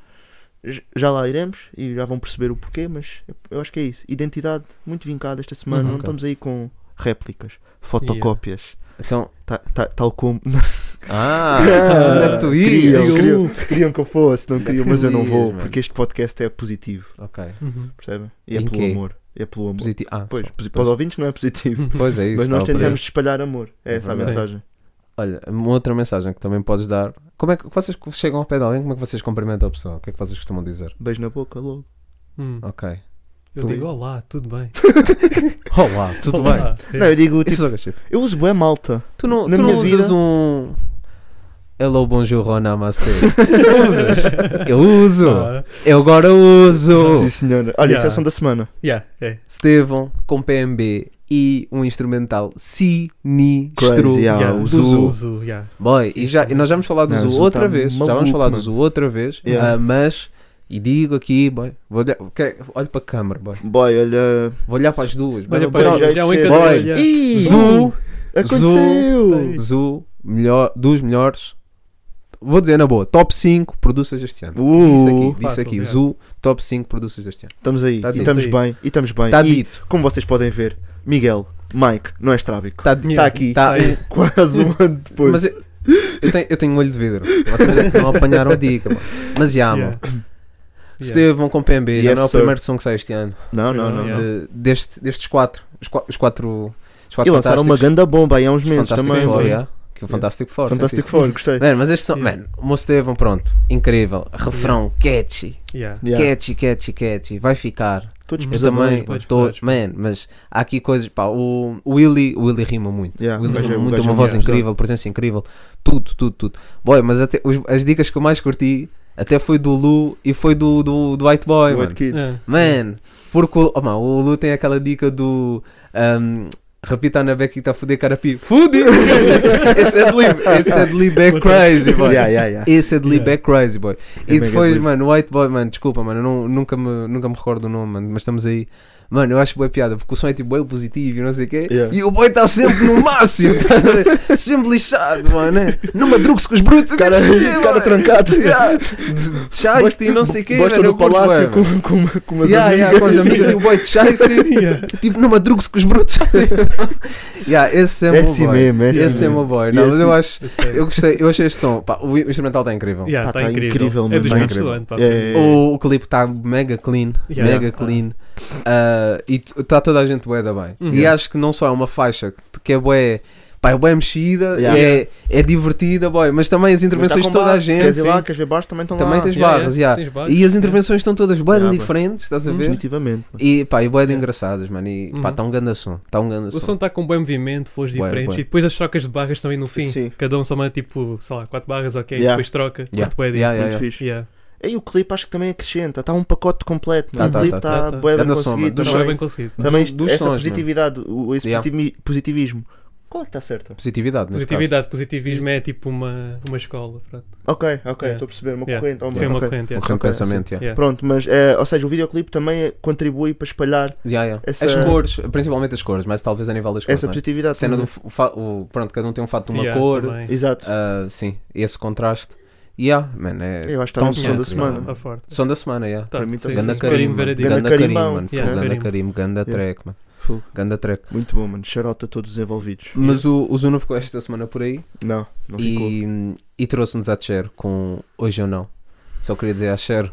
Speaker 6: J- Já lá iremos e já vão perceber o porquê, mas eu- eu acho que é isso. Identidade muito vincada esta semana.
Speaker 8: Uhum,
Speaker 6: não
Speaker 7: ok.
Speaker 6: estamos aí com réplicas, fotocópias,
Speaker 7: Então.
Speaker 6: ta- ta- tal como.
Speaker 7: Ah! onde é que tu
Speaker 6: queriam,
Speaker 7: ias?
Speaker 6: queriam, queriam que eu fosse, não queriam, mas eu não vou,
Speaker 7: Mano.
Speaker 6: porque este podcast é positivo,
Speaker 7: Ok.
Speaker 8: Uhum.
Speaker 6: percebem? E é
Speaker 7: Em
Speaker 6: pelo
Speaker 7: quê?
Speaker 6: amor. É pelo amor.
Speaker 7: Positivo. Ah,
Speaker 6: Pois,
Speaker 7: só-
Speaker 6: posi- para os ouvintes não é positivo,
Speaker 7: Pois é isso.
Speaker 6: mas nós
Speaker 7: estava a
Speaker 6: tentamos espalhar amor. É essa a
Speaker 7: Sim.
Speaker 6: mensagem.
Speaker 7: Olha, uma outra mensagem que também podes dar. Como é que vocês chegam ao pé de alguém? Como é que vocês cumprimentam a pessoa? O que é que vocês costumam dizer?
Speaker 6: Beijo na boca logo.
Speaker 8: Hum.
Speaker 7: Ok.
Speaker 8: Eu digo olá, tudo bem.
Speaker 7: Olá, tudo bem?
Speaker 8: Olá.
Speaker 6: Não, eu digo, tipo,
Speaker 7: Isso é o que eu achei.
Speaker 6: eu uso bué malta.
Speaker 7: Tu não,
Speaker 6: Na
Speaker 7: tu não
Speaker 6: minha
Speaker 7: usas
Speaker 6: vida-
Speaker 7: um. Hello, bonjour, oh, namaste. Não usas? Eu uso.
Speaker 8: Ah,
Speaker 7: Eu agora uso.
Speaker 6: Sim, senhora. Olha, essa é a
Speaker 8: Yeah.
Speaker 6: ação da semana.
Speaker 8: yeah, é.
Speaker 7: Estevão com PMB e um instrumental sinistro.
Speaker 6: Crazy, yeah,
Speaker 8: Yeah, do
Speaker 6: o Zoo.
Speaker 8: Zoo, yeah.
Speaker 7: Boy, e, já, e nós já vamos falar do
Speaker 6: Não, o
Speaker 7: Zoo
Speaker 6: Zoo
Speaker 7: outra
Speaker 6: tá
Speaker 7: vez. já vamos
Speaker 6: maluco,
Speaker 7: falar do
Speaker 6: mano.
Speaker 7: Zoo outra vez.
Speaker 6: Yeah.
Speaker 7: ah, mas, e digo aqui, boy, vou olhar, que- é- olho para a câmara, boy.
Speaker 6: Boy, olha.
Speaker 7: Vou olhar para as duas. boy.
Speaker 8: Olha
Speaker 6: um
Speaker 8: para
Speaker 6: bom
Speaker 8: ele,
Speaker 6: jeito
Speaker 8: já é um
Speaker 6: de ser.
Speaker 8: encantador,
Speaker 7: Boy.
Speaker 8: yeah.
Speaker 6: Ih,
Speaker 7: Zoo,
Speaker 6: Aconteceu!
Speaker 7: Zoo, melhor, dos melhores. Vou dizer na boa, top 5 produções deste ano.
Speaker 6: Uh,
Speaker 7: Disse aqui, disse
Speaker 8: Fácil,
Speaker 7: aqui
Speaker 8: é.
Speaker 7: Zoo, top 5 produções deste ano.
Speaker 6: estamos aí,
Speaker 7: Tá
Speaker 6: e
Speaker 7: dito.
Speaker 6: estamos bem, e estamos bem.
Speaker 7: Está
Speaker 6: e,
Speaker 7: Tá dito.
Speaker 6: como vocês podem ver, Miguel, Mike, não é estrábico.
Speaker 7: Está dito.
Speaker 6: Tá aqui.
Speaker 7: Tá
Speaker 8: aí.
Speaker 6: Quase um ano depois.
Speaker 7: Mas eu, eu tenho, eu tenho um olho de vidro. Vocês é que não apanharam a dica, mano. Mas já,
Speaker 8: Yeah.
Speaker 7: mano.
Speaker 8: Yeah.
Speaker 7: Estevão com PMB, já
Speaker 6: Yes,
Speaker 7: não é o
Speaker 6: sir.
Speaker 7: primeiro som que sai este ano.
Speaker 6: Não, não, não.
Speaker 8: Yeah.
Speaker 6: não.
Speaker 7: De- deste, destes quatro. Os, qua- os quatro. Os quatro
Speaker 6: E lançaram uma
Speaker 7: fantásticos.
Speaker 6: ganda bomba aí há uns meses
Speaker 7: Fantastic
Speaker 6: também.
Speaker 7: Four,
Speaker 6: mano.
Speaker 7: yeah. Que o Fantástico Four.
Speaker 6: Fantastic
Speaker 7: sentiste?
Speaker 6: Four, gostei.
Speaker 7: Mano, mas este som,
Speaker 8: Yeah.
Speaker 7: mano, o meu Estevão, pronto, incrível, refrão, catchy,
Speaker 8: Yeah.
Speaker 6: Yeah.
Speaker 7: catchy, catchy, catchy, vai ficar.
Speaker 6: Todos um
Speaker 8: Eu
Speaker 7: é Eu
Speaker 6: pesadões.
Speaker 7: também,
Speaker 6: mano.
Speaker 8: pois,
Speaker 7: tô,
Speaker 8: pois.
Speaker 7: man, mas há aqui coisas, pá, o o Willy, o Willy rima muito,
Speaker 6: Yeah,
Speaker 7: o Willy
Speaker 6: o gajo é-
Speaker 7: rima
Speaker 6: o
Speaker 7: muito,
Speaker 6: gajo
Speaker 7: uma
Speaker 6: é
Speaker 7: voz
Speaker 6: muito
Speaker 7: incrível, presença incrível, tudo, tudo, tudo. Boy, mas até, os- as dicas que eu mais curti até foi do Lu e foi do, do, do White Boy,
Speaker 6: White
Speaker 7: mano.
Speaker 6: Kid.
Speaker 8: Ah,
Speaker 7: Man, porque o- oh, mano, o Lu tem aquela dica do. Um, Repita na beca que está a foder carapi. Fude! esse adlib, esse adlib é crazy, boy.
Speaker 6: Yeah, yeah, yeah.
Speaker 7: Esse adlib é crazy, boy. e
Speaker 6: mega
Speaker 7: depois,
Speaker 6: adlib.
Speaker 7: mano, White Boy, mano, desculpa, mano, eu não- nunca, me, nunca me recordo o nome, mano, mas estamos aí. Mano, eu acho boa piada, porque o som é tipo bem positivo e não sei o quê.
Speaker 6: Yeah.
Speaker 7: E o boy está sempre no máximo, tá a ver? sempre lixado, mano. né? Não madrugue-se com os brutos,
Speaker 6: Cara-
Speaker 7: até mexer,
Speaker 6: cara
Speaker 7: mano.
Speaker 6: trancado.
Speaker 7: Yeah. De- de Chaste e Ah, não sei o quê.
Speaker 6: Bosta
Speaker 7: mano, eu
Speaker 6: no
Speaker 7: curto
Speaker 6: palácio
Speaker 7: bué, mano.
Speaker 6: com, com, com umas
Speaker 7: Yeah, yeah, com as
Speaker 6: amigas.
Speaker 7: amigas e o boy de chaste. Tipo, numa drugs com os brutos. yeah, esse é,
Speaker 6: É
Speaker 7: meu
Speaker 6: assim
Speaker 7: boy.
Speaker 6: mesmo, é assim
Speaker 7: esse é
Speaker 6: mesmo.
Speaker 7: meu boy. Não,
Speaker 6: E
Speaker 7: mas eu acho.
Speaker 8: esse cara.
Speaker 7: Eu gostei, eu achei este som. Pá, o o instrumental está incrível.
Speaker 8: Yeah,
Speaker 6: Pá,
Speaker 8: tá
Speaker 6: tá
Speaker 8: incrível.
Speaker 6: incrível
Speaker 8: É
Speaker 6: mesmo,
Speaker 8: dos
Speaker 6: tá
Speaker 8: melhores do
Speaker 6: incrível.
Speaker 8: ano, pá.
Speaker 6: É, é, é.
Speaker 7: O, o clipe está mega clean,
Speaker 8: Yeah.
Speaker 7: mega
Speaker 8: Yeah.
Speaker 7: clean. Ah, e está toda a gente bué da bem.
Speaker 8: Uhum.
Speaker 7: E acho que não só é uma faixa que- que é bué. Pá, é bué mexida,
Speaker 6: Yeah.
Speaker 7: é, é divertida, boy, mas também as intervenções de toda a gente.
Speaker 6: tá Queres ir lá,
Speaker 7: sim.
Speaker 6: queres ver baixo, também estão lá.
Speaker 7: Também tens
Speaker 8: Yeah,
Speaker 7: barras,
Speaker 8: tá yeah, Uhum.
Speaker 7: yeah.
Speaker 8: tens barras.
Speaker 7: E as intervenções estão todas bué
Speaker 6: Yeah, bué.
Speaker 7: diferentes, estás a ver?
Speaker 6: Definitivamente. mano.
Speaker 7: E pá, e bué de engraçadas, mano. E pá,
Speaker 8: É. Uhum.
Speaker 7: está um ganda som. Está um ganda
Speaker 8: O som
Speaker 7: som.
Speaker 8: está com um bom movimento, flores
Speaker 7: Bué,
Speaker 8: diferentes
Speaker 7: bué.
Speaker 8: e depois as trocas de barras também no fim.
Speaker 6: Sim.
Speaker 8: Cada um só manda tipo, sei lá, 4 barras, ok,
Speaker 6: Yeah.
Speaker 8: depois troca.
Speaker 7: Yeah.
Speaker 8: Quarto bué disso.
Speaker 7: Yeah, yeah,
Speaker 6: Muito
Speaker 7: yeah.
Speaker 6: fixe.
Speaker 8: Yeah.
Speaker 6: E o clipe acho que também acrescenta. Está um pacote completo.
Speaker 7: Tá,
Speaker 6: mano.
Speaker 7: tá,
Speaker 6: o
Speaker 7: tá,
Speaker 6: clipe está
Speaker 8: tá, tá.
Speaker 6: bem
Speaker 7: Ganda som,
Speaker 6: conseguido.
Speaker 7: mano.
Speaker 8: Não,
Speaker 6: também.
Speaker 8: é bem conseguido.
Speaker 6: Também
Speaker 7: Do- dos
Speaker 6: essa
Speaker 7: sons,
Speaker 6: positividade, o, esse
Speaker 7: Yeah.
Speaker 6: positivi- positivismo. Qual é que está certa?
Speaker 7: Positividade, nesse caso.
Speaker 8: Positividade, positivismo é tipo uma, uma escola. Pronto.
Speaker 6: Ok, ok,
Speaker 8: Yeah.
Speaker 6: estou a perceber. Uma
Speaker 8: Yeah.
Speaker 6: corrente. oh,
Speaker 8: Sim,
Speaker 6: mano,
Speaker 8: uma
Speaker 6: ok.
Speaker 8: corrente.
Speaker 7: O
Speaker 8: yeah.
Speaker 7: campo Um de
Speaker 6: Ok,
Speaker 7: pensamento, yeah.
Speaker 8: Yeah.
Speaker 6: Pronto, mas, eh, ou seja, o videoclipe também contribui para espalhar
Speaker 7: Yeah, yeah.
Speaker 6: Essa-
Speaker 7: As cores, principalmente as cores, mas talvez a nível das cores.
Speaker 6: essa
Speaker 7: não é? A
Speaker 6: positividade.
Speaker 7: cena do
Speaker 6: também.
Speaker 7: f- o fa- o- pronto, cada um tem um fato de uma
Speaker 8: Yeah,
Speaker 7: cor.
Speaker 8: também.
Speaker 6: Exato.
Speaker 7: ah, sim, esse contraste. Yeah, man, é
Speaker 6: Eu acho que
Speaker 7: tão
Speaker 6: está
Speaker 7: incrível,
Speaker 6: som da
Speaker 7: mano.
Speaker 6: semana.
Speaker 8: Tá forte.
Speaker 7: Som da semana, yeah.
Speaker 8: Tá,
Speaker 6: Para mim tá
Speaker 8: sim,
Speaker 6: sendo
Speaker 7: Ganda
Speaker 8: sim,
Speaker 7: Karim,
Speaker 8: Karim
Speaker 7: mano.
Speaker 8: Veredito.
Speaker 6: Ganda
Speaker 7: Ganda Karim,
Speaker 6: Carimbão.
Speaker 7: mano.
Speaker 8: Yeah,
Speaker 7: Ganda
Speaker 8: Karim.
Speaker 7: Karim, Ganda
Speaker 6: Yeah.
Speaker 7: track, mano.
Speaker 6: Full.
Speaker 7: Ganda track.
Speaker 6: Muito bom, mano. Xarota a todos os envolvidos.
Speaker 7: Mas o, o Zuno ficou esta semana por aí
Speaker 6: Não, não ficou.
Speaker 7: e, e trouxe-nos a Cher com Hoje ou Não. Só queria dizer a Cher,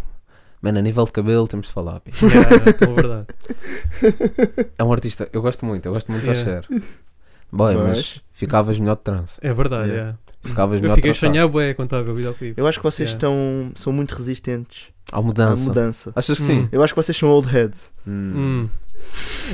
Speaker 7: mano, a nível de cabelo temos de falar. pi.
Speaker 8: Yeah, é verdade.
Speaker 7: É um artista, eu gosto muito, eu gosto muito
Speaker 8: Yeah.
Speaker 7: da Cher. Boy, mas
Speaker 6: Mas-
Speaker 7: ficavas melhor de trança.
Speaker 8: É verdade,
Speaker 6: Yeah.
Speaker 8: yeah.
Speaker 7: Ficavas
Speaker 8: Eu
Speaker 7: melhor
Speaker 8: fiquei
Speaker 7: de
Speaker 8: a
Speaker 7: trança.
Speaker 8: estranhar, bué, quando estava a ver o videoclipe.
Speaker 6: Eu acho que vocês
Speaker 8: Yeah.
Speaker 6: estão, são muito resistentes
Speaker 7: À mudança.
Speaker 6: à mudança.
Speaker 7: Achas que sim?
Speaker 6: Eu acho que vocês são old heads.
Speaker 7: Hum.
Speaker 8: Hum.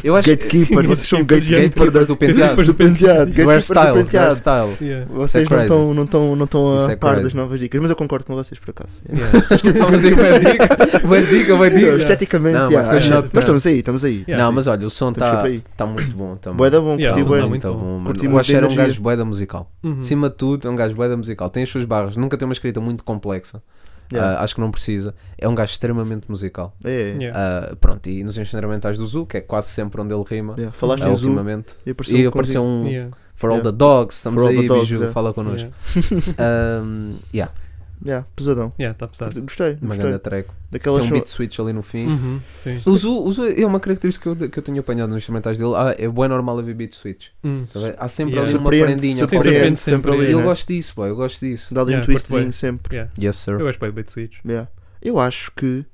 Speaker 7: Eu acho que.
Speaker 6: Gatekeepers, vocês são gatekeepers
Speaker 7: Gatekeepers do penteado.
Speaker 6: do penteado.
Speaker 7: Do
Speaker 6: Gatekeepers do
Speaker 7: hairstyle. do
Speaker 6: penteado.
Speaker 7: hairstyle.
Speaker 8: Yeah.
Speaker 6: Vocês
Speaker 7: Isso é
Speaker 6: não estão não estão não estão
Speaker 7: Isso
Speaker 6: a
Speaker 7: é
Speaker 6: par
Speaker 7: crazy.
Speaker 6: das novas dicas, mas eu concordo com vocês por acaso. Yeah.
Speaker 8: Yeah.
Speaker 7: Estamos aí, boa dica. Boa dica, boa
Speaker 6: Eu,
Speaker 7: dica.
Speaker 6: Esteticamente,
Speaker 7: Não,
Speaker 6: yeah,
Speaker 7: mas
Speaker 6: acho-
Speaker 7: não-
Speaker 6: nós estamos aí, estamos aí.
Speaker 8: Yeah,
Speaker 7: não,
Speaker 8: sim.
Speaker 7: mas olha, o som
Speaker 6: Estamos
Speaker 7: está
Speaker 6: sempre
Speaker 7: tá muito bom também.
Speaker 6: Boeda bom,
Speaker 8: Yeah,
Speaker 6: curti
Speaker 8: o som
Speaker 6: Então, bué.
Speaker 8: tá muito bom.
Speaker 7: muito bom, mano.
Speaker 6: Curti
Speaker 7: O
Speaker 6: muito a
Speaker 7: Asher é um
Speaker 6: energia.
Speaker 7: gajo boeda musical.
Speaker 6: Hum.
Speaker 8: Uhum.
Speaker 7: Acima de tudo, é um gajo boeda musical. Tem as suas barras, nunca tem uma escrita muito complexa.
Speaker 6: Yeah.
Speaker 7: Ah, acho que não precisa. É um gajo extremamente musical.
Speaker 6: É, é.
Speaker 8: Yeah.
Speaker 7: Ah, pronto, e nos instrumentais do Zoo, que é quase sempre onde ele rima,
Speaker 6: Yeah. Falaste
Speaker 7: ah,
Speaker 6: em Zoo
Speaker 7: ultimamente.
Speaker 6: e apareceu,
Speaker 7: E
Speaker 6: um
Speaker 7: apareceu
Speaker 6: convite.
Speaker 7: um
Speaker 8: Yeah,
Speaker 7: For All
Speaker 6: Yeah.
Speaker 7: the Dogs, estamos
Speaker 6: For all
Speaker 7: aí,
Speaker 6: the dogs,
Speaker 7: Biju,
Speaker 6: yeah.
Speaker 7: fala connosco.
Speaker 8: yeah.
Speaker 7: Ahm, yeah,
Speaker 6: Yeah, pesadão.
Speaker 8: Yeah, tá pesado.
Speaker 6: Gostei,
Speaker 7: uma
Speaker 6: gostei. Hum.
Speaker 7: grande treco.
Speaker 6: Daquelas
Speaker 7: Tem um
Speaker 6: são-
Speaker 7: beat switch ali no fim.
Speaker 8: Uhum, sim.
Speaker 7: O Zoo, o Zoo é uma característica que eu, que eu tenho apanhado nos instrumentais dele. Ah, é bom, é normal haver beat switch.
Speaker 8: Hum.
Speaker 7: Tá bem? Há sempre
Speaker 8: Yeah.
Speaker 7: ali uma
Speaker 6: surpreende,
Speaker 7: prendinha.
Speaker 8: Sim,
Speaker 7: qualquer.
Speaker 8: surpreende
Speaker 6: surpreende
Speaker 8: sempre
Speaker 6: sempre
Speaker 7: E
Speaker 6: ali.
Speaker 7: eu
Speaker 6: né?
Speaker 7: gosto disso, pô, eu gosto disso.
Speaker 6: Dá ali um
Speaker 8: Yeah, curto
Speaker 6: twistzinho
Speaker 8: bem.
Speaker 6: sempre.
Speaker 8: Yeah.
Speaker 7: Yes, sir.
Speaker 8: Eu gosto bem do Bait Switch.
Speaker 6: Yeah. Eu acho que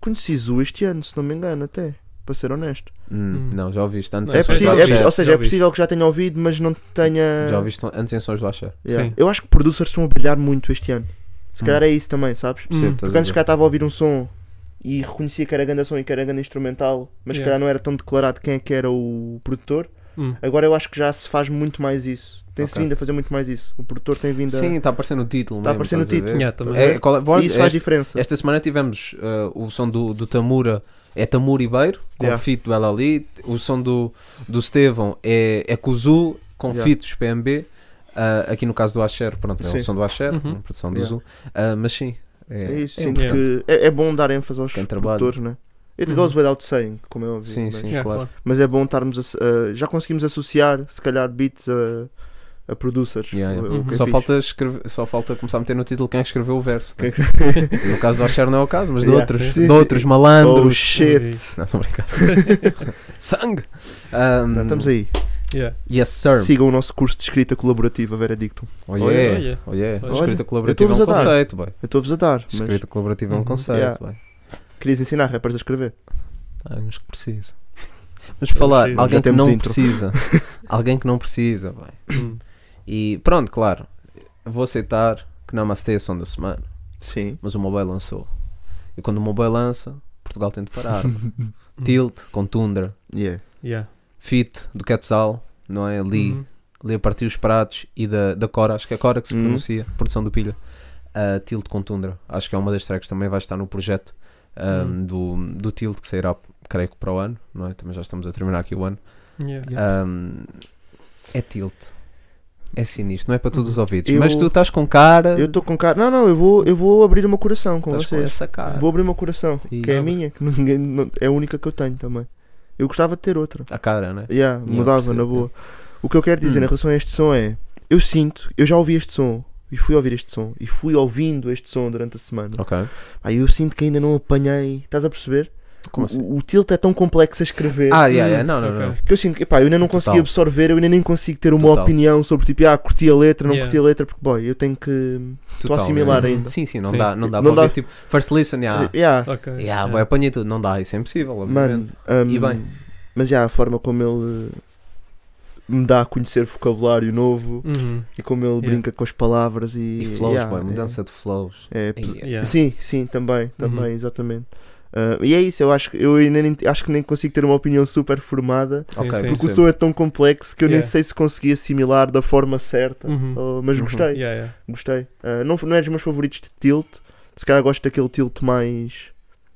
Speaker 6: conheci Zu este ano, se não me engano, até. Para ser honesto.
Speaker 7: Hum,
Speaker 8: Hum.
Speaker 7: Não, já ouviste antes
Speaker 8: Não,
Speaker 7: em
Speaker 6: é
Speaker 8: só-
Speaker 7: Sons do
Speaker 6: possível,
Speaker 8: já
Speaker 6: é
Speaker 7: Axé.
Speaker 8: ouvi,
Speaker 6: possi- ou seja,
Speaker 8: já
Speaker 6: é
Speaker 8: ouvi.
Speaker 6: possível que já tenha ouvido, mas não tenha.
Speaker 7: Já ouviste antes em Sons do Axé.
Speaker 6: Yeah.
Speaker 8: Sim.
Speaker 6: Eu acho que producers estão a brilhar muito este ano. Se
Speaker 7: Hum.
Speaker 6: calhar é isso também, sabes?
Speaker 8: Hum.
Speaker 7: Percebo, estás
Speaker 6: Porque
Speaker 7: a
Speaker 6: antes
Speaker 7: dizer.
Speaker 6: cá estava a ouvir um som e reconhecia que era grande som e que era grande instrumental, mas se
Speaker 8: Yeah.
Speaker 6: calhar não era tão declarado quem é que era o produtor.
Speaker 8: Hum.
Speaker 6: Agora eu acho que já se faz muito mais isso. Tem-se
Speaker 7: Ok.
Speaker 6: vindo a fazer muito mais isso. O produtor tem vindo a.
Speaker 7: Sim, está aparecendo o título.
Speaker 6: Está
Speaker 7: mesmo,
Speaker 6: né? Tá aparecendo o
Speaker 7: estás a ver?
Speaker 6: título.
Speaker 8: Yeah, também.
Speaker 7: É, qual é-
Speaker 6: e isso
Speaker 7: esta,
Speaker 6: faz diferença.
Speaker 7: esta semana tivemos eh, o som do, do Tamura, é Tamura Ibeiro, com
Speaker 6: Yeah.
Speaker 7: feat do Ela Ali. O som do, do Estevão é, é Kuzu, com
Speaker 6: Yeah.
Speaker 7: feat dos PMB. Ah, aqui no caso do Asher, pronto, é
Speaker 6: Sim.
Speaker 7: o som do Asher,
Speaker 8: Uhum.
Speaker 7: uma produção do
Speaker 6: Yeah.
Speaker 7: Zu. Ah, mas sim, é,
Speaker 6: É isso,
Speaker 7: é
Speaker 6: sim,
Speaker 7: importante.
Speaker 6: porque é, é bom dar ênfase aos
Speaker 7: Quem trabalha.
Speaker 6: produtores, né? It
Speaker 8: Uhum.
Speaker 6: goes without saying, como é óbvio.
Speaker 7: Sim,
Speaker 6: mas,
Speaker 7: sim,
Speaker 8: Yeah,
Speaker 7: claro.
Speaker 8: claro.
Speaker 6: mas é bom estarmos. a se- a- já conseguimos associar, se calhar, beats a, a producers.
Speaker 7: Yeah, yeah.
Speaker 6: o- o que é
Speaker 7: Uhum. Só,
Speaker 6: fixe.
Speaker 7: falta escrever, só falta começar a meter no título quem é que escreveu o verso. né? No caso do Asher não é o caso, mas de
Speaker 6: Yeah.
Speaker 7: outros,
Speaker 6: Sim,
Speaker 7: de
Speaker 6: sim.
Speaker 7: outros
Speaker 6: Oh
Speaker 8: é
Speaker 7: malandros.
Speaker 6: shit!
Speaker 7: Não, estou a brincar. Sangue! Ah,
Speaker 6: Não, estamos aí.
Speaker 8: Yeah.
Speaker 7: Yes, sir.
Speaker 6: Sigam o nosso curso de escrita colaborativa, Veredicto.
Speaker 7: Oh
Speaker 8: Olha,
Speaker 7: yeah,
Speaker 8: olha.
Speaker 7: oh yeah.
Speaker 8: Olha.
Speaker 7: Escrita
Speaker 6: Eu
Speaker 7: colaborativa é
Speaker 6: estou-vos
Speaker 7: um
Speaker 6: a dar.
Speaker 7: conceito, boy.
Speaker 6: Eu estou-vos a dar, mas
Speaker 7: Escrita colaborativa é um
Speaker 8: Uhum.
Speaker 7: conceito,
Speaker 6: Yeah.
Speaker 7: boy.
Speaker 6: querias ensinar rappers a escrever?
Speaker 7: Há uns que precisam. Mas falar,
Speaker 8: preciso.
Speaker 7: alguém
Speaker 6: Já
Speaker 7: que
Speaker 6: temos
Speaker 7: não
Speaker 6: intro.
Speaker 7: precisa. alguém que não precisa, boy.
Speaker 8: Hum.
Speaker 7: E pronto, claro. Vou aceitar que Namastê é som da semana,
Speaker 6: Sim.
Speaker 7: mas o Mobile lançou. E quando o Mobile lança, Portugal tem de parar. boy. Tilt com Tundra,
Speaker 6: Yeah.
Speaker 8: Yeah.
Speaker 7: Fit do Quetzal, não é? Lee.
Speaker 8: Uhum.
Speaker 7: ali a partir dos pratos e da, da Cora, acho que é a Cora que se
Speaker 6: Uhum.
Speaker 7: pronuncia, produção do Pilha, a Tilt com Tundra, acho que é uma das tracks que também vai estar no projeto ah,
Speaker 8: Uhum.
Speaker 7: do, do Tilt, que sairá, creio que para o ano, não é? Também já estamos a terminar aqui o ano.
Speaker 8: Yeah.
Speaker 7: Ah, é Tilt, é sinistro, não é para todos os ouvidos,
Speaker 6: Eu-
Speaker 7: mas tu estás com cara,
Speaker 6: Eu estou com cara. Não, não, eu vou, eu vou abrir o meu coração com
Speaker 7: estás com
Speaker 6: vocês.
Speaker 7: essa cara.
Speaker 6: Vou abrir o meu coração,
Speaker 7: E
Speaker 6: que é a
Speaker 7: abre.
Speaker 6: minha, que ninguém, não- é a única que eu tenho também. Eu gostava de ter outra.
Speaker 7: A cara, né?
Speaker 6: Yeah,
Speaker 7: Yeah,
Speaker 6: mudava
Speaker 7: percebo,
Speaker 6: na boa. O que eu quero dizer
Speaker 7: Hum.
Speaker 6: em relação a este som é: eu sinto, eu já ouvi este som e fui ouvir este som e fui ouvindo este som durante a semana.
Speaker 7: Ok,
Speaker 6: Aí eu sinto que ainda não apanhei. Estás a perceber?
Speaker 7: como assim?
Speaker 6: O, o tilt é tão complexo a escrever
Speaker 7: Ah, yeah, yeah. não, não,
Speaker 8: Ok.
Speaker 7: não.
Speaker 6: que eu sinto que epá, eu ainda não
Speaker 7: Total.
Speaker 6: consegui absorver, eu ainda nem consigo ter uma
Speaker 7: Total.
Speaker 6: opinião sobre tipo, ah, curti a letra, não
Speaker 8: Yeah.
Speaker 6: curti a letra, porque boy, eu tenho que.
Speaker 7: Total, né?
Speaker 6: assimilar ainda.
Speaker 7: Sim, sim, não
Speaker 8: Sim.
Speaker 7: dá, não dá
Speaker 6: Não
Speaker 7: para
Speaker 6: dá.
Speaker 7: ouvir, tipo, first listen, yeah,
Speaker 6: eh, Yeah.
Speaker 8: Ok.
Speaker 7: yeah, boy, apanhei tudo, não dá, isso é impossível, obviamente.
Speaker 6: Mano, um,
Speaker 7: E bem.
Speaker 6: mas já a forma como ele me dá a conhecer vocabulário novo
Speaker 8: Uhum.
Speaker 6: e como ele
Speaker 8: Yeah.
Speaker 6: brinca com as palavras e.
Speaker 7: E flows,
Speaker 6: yeah,
Speaker 7: boy,
Speaker 6: é-
Speaker 7: mudança de flows.
Speaker 6: é pes-
Speaker 7: Ei,
Speaker 8: Yeah.
Speaker 6: Sim, sim,
Speaker 8: Uhum.
Speaker 6: também, também, exatamente. Ah, e é isso, eu acho que eu ainda nem, acho que nem consigo ter uma opinião super formada
Speaker 7: Ok,
Speaker 8: sim.
Speaker 6: porque o
Speaker 7: percebo.
Speaker 6: som é tão complexo que eu nem
Speaker 8: Yeah.
Speaker 6: sei se consegui assimilar da forma certa.
Speaker 8: Uhum.
Speaker 6: Oh, mas
Speaker 7: Uhum.
Speaker 6: gostei.
Speaker 8: Yeah, yeah.
Speaker 6: Gostei. Ah, não, não é dos meus favoritos de tilt. Se calhar gosto daquele tilt mais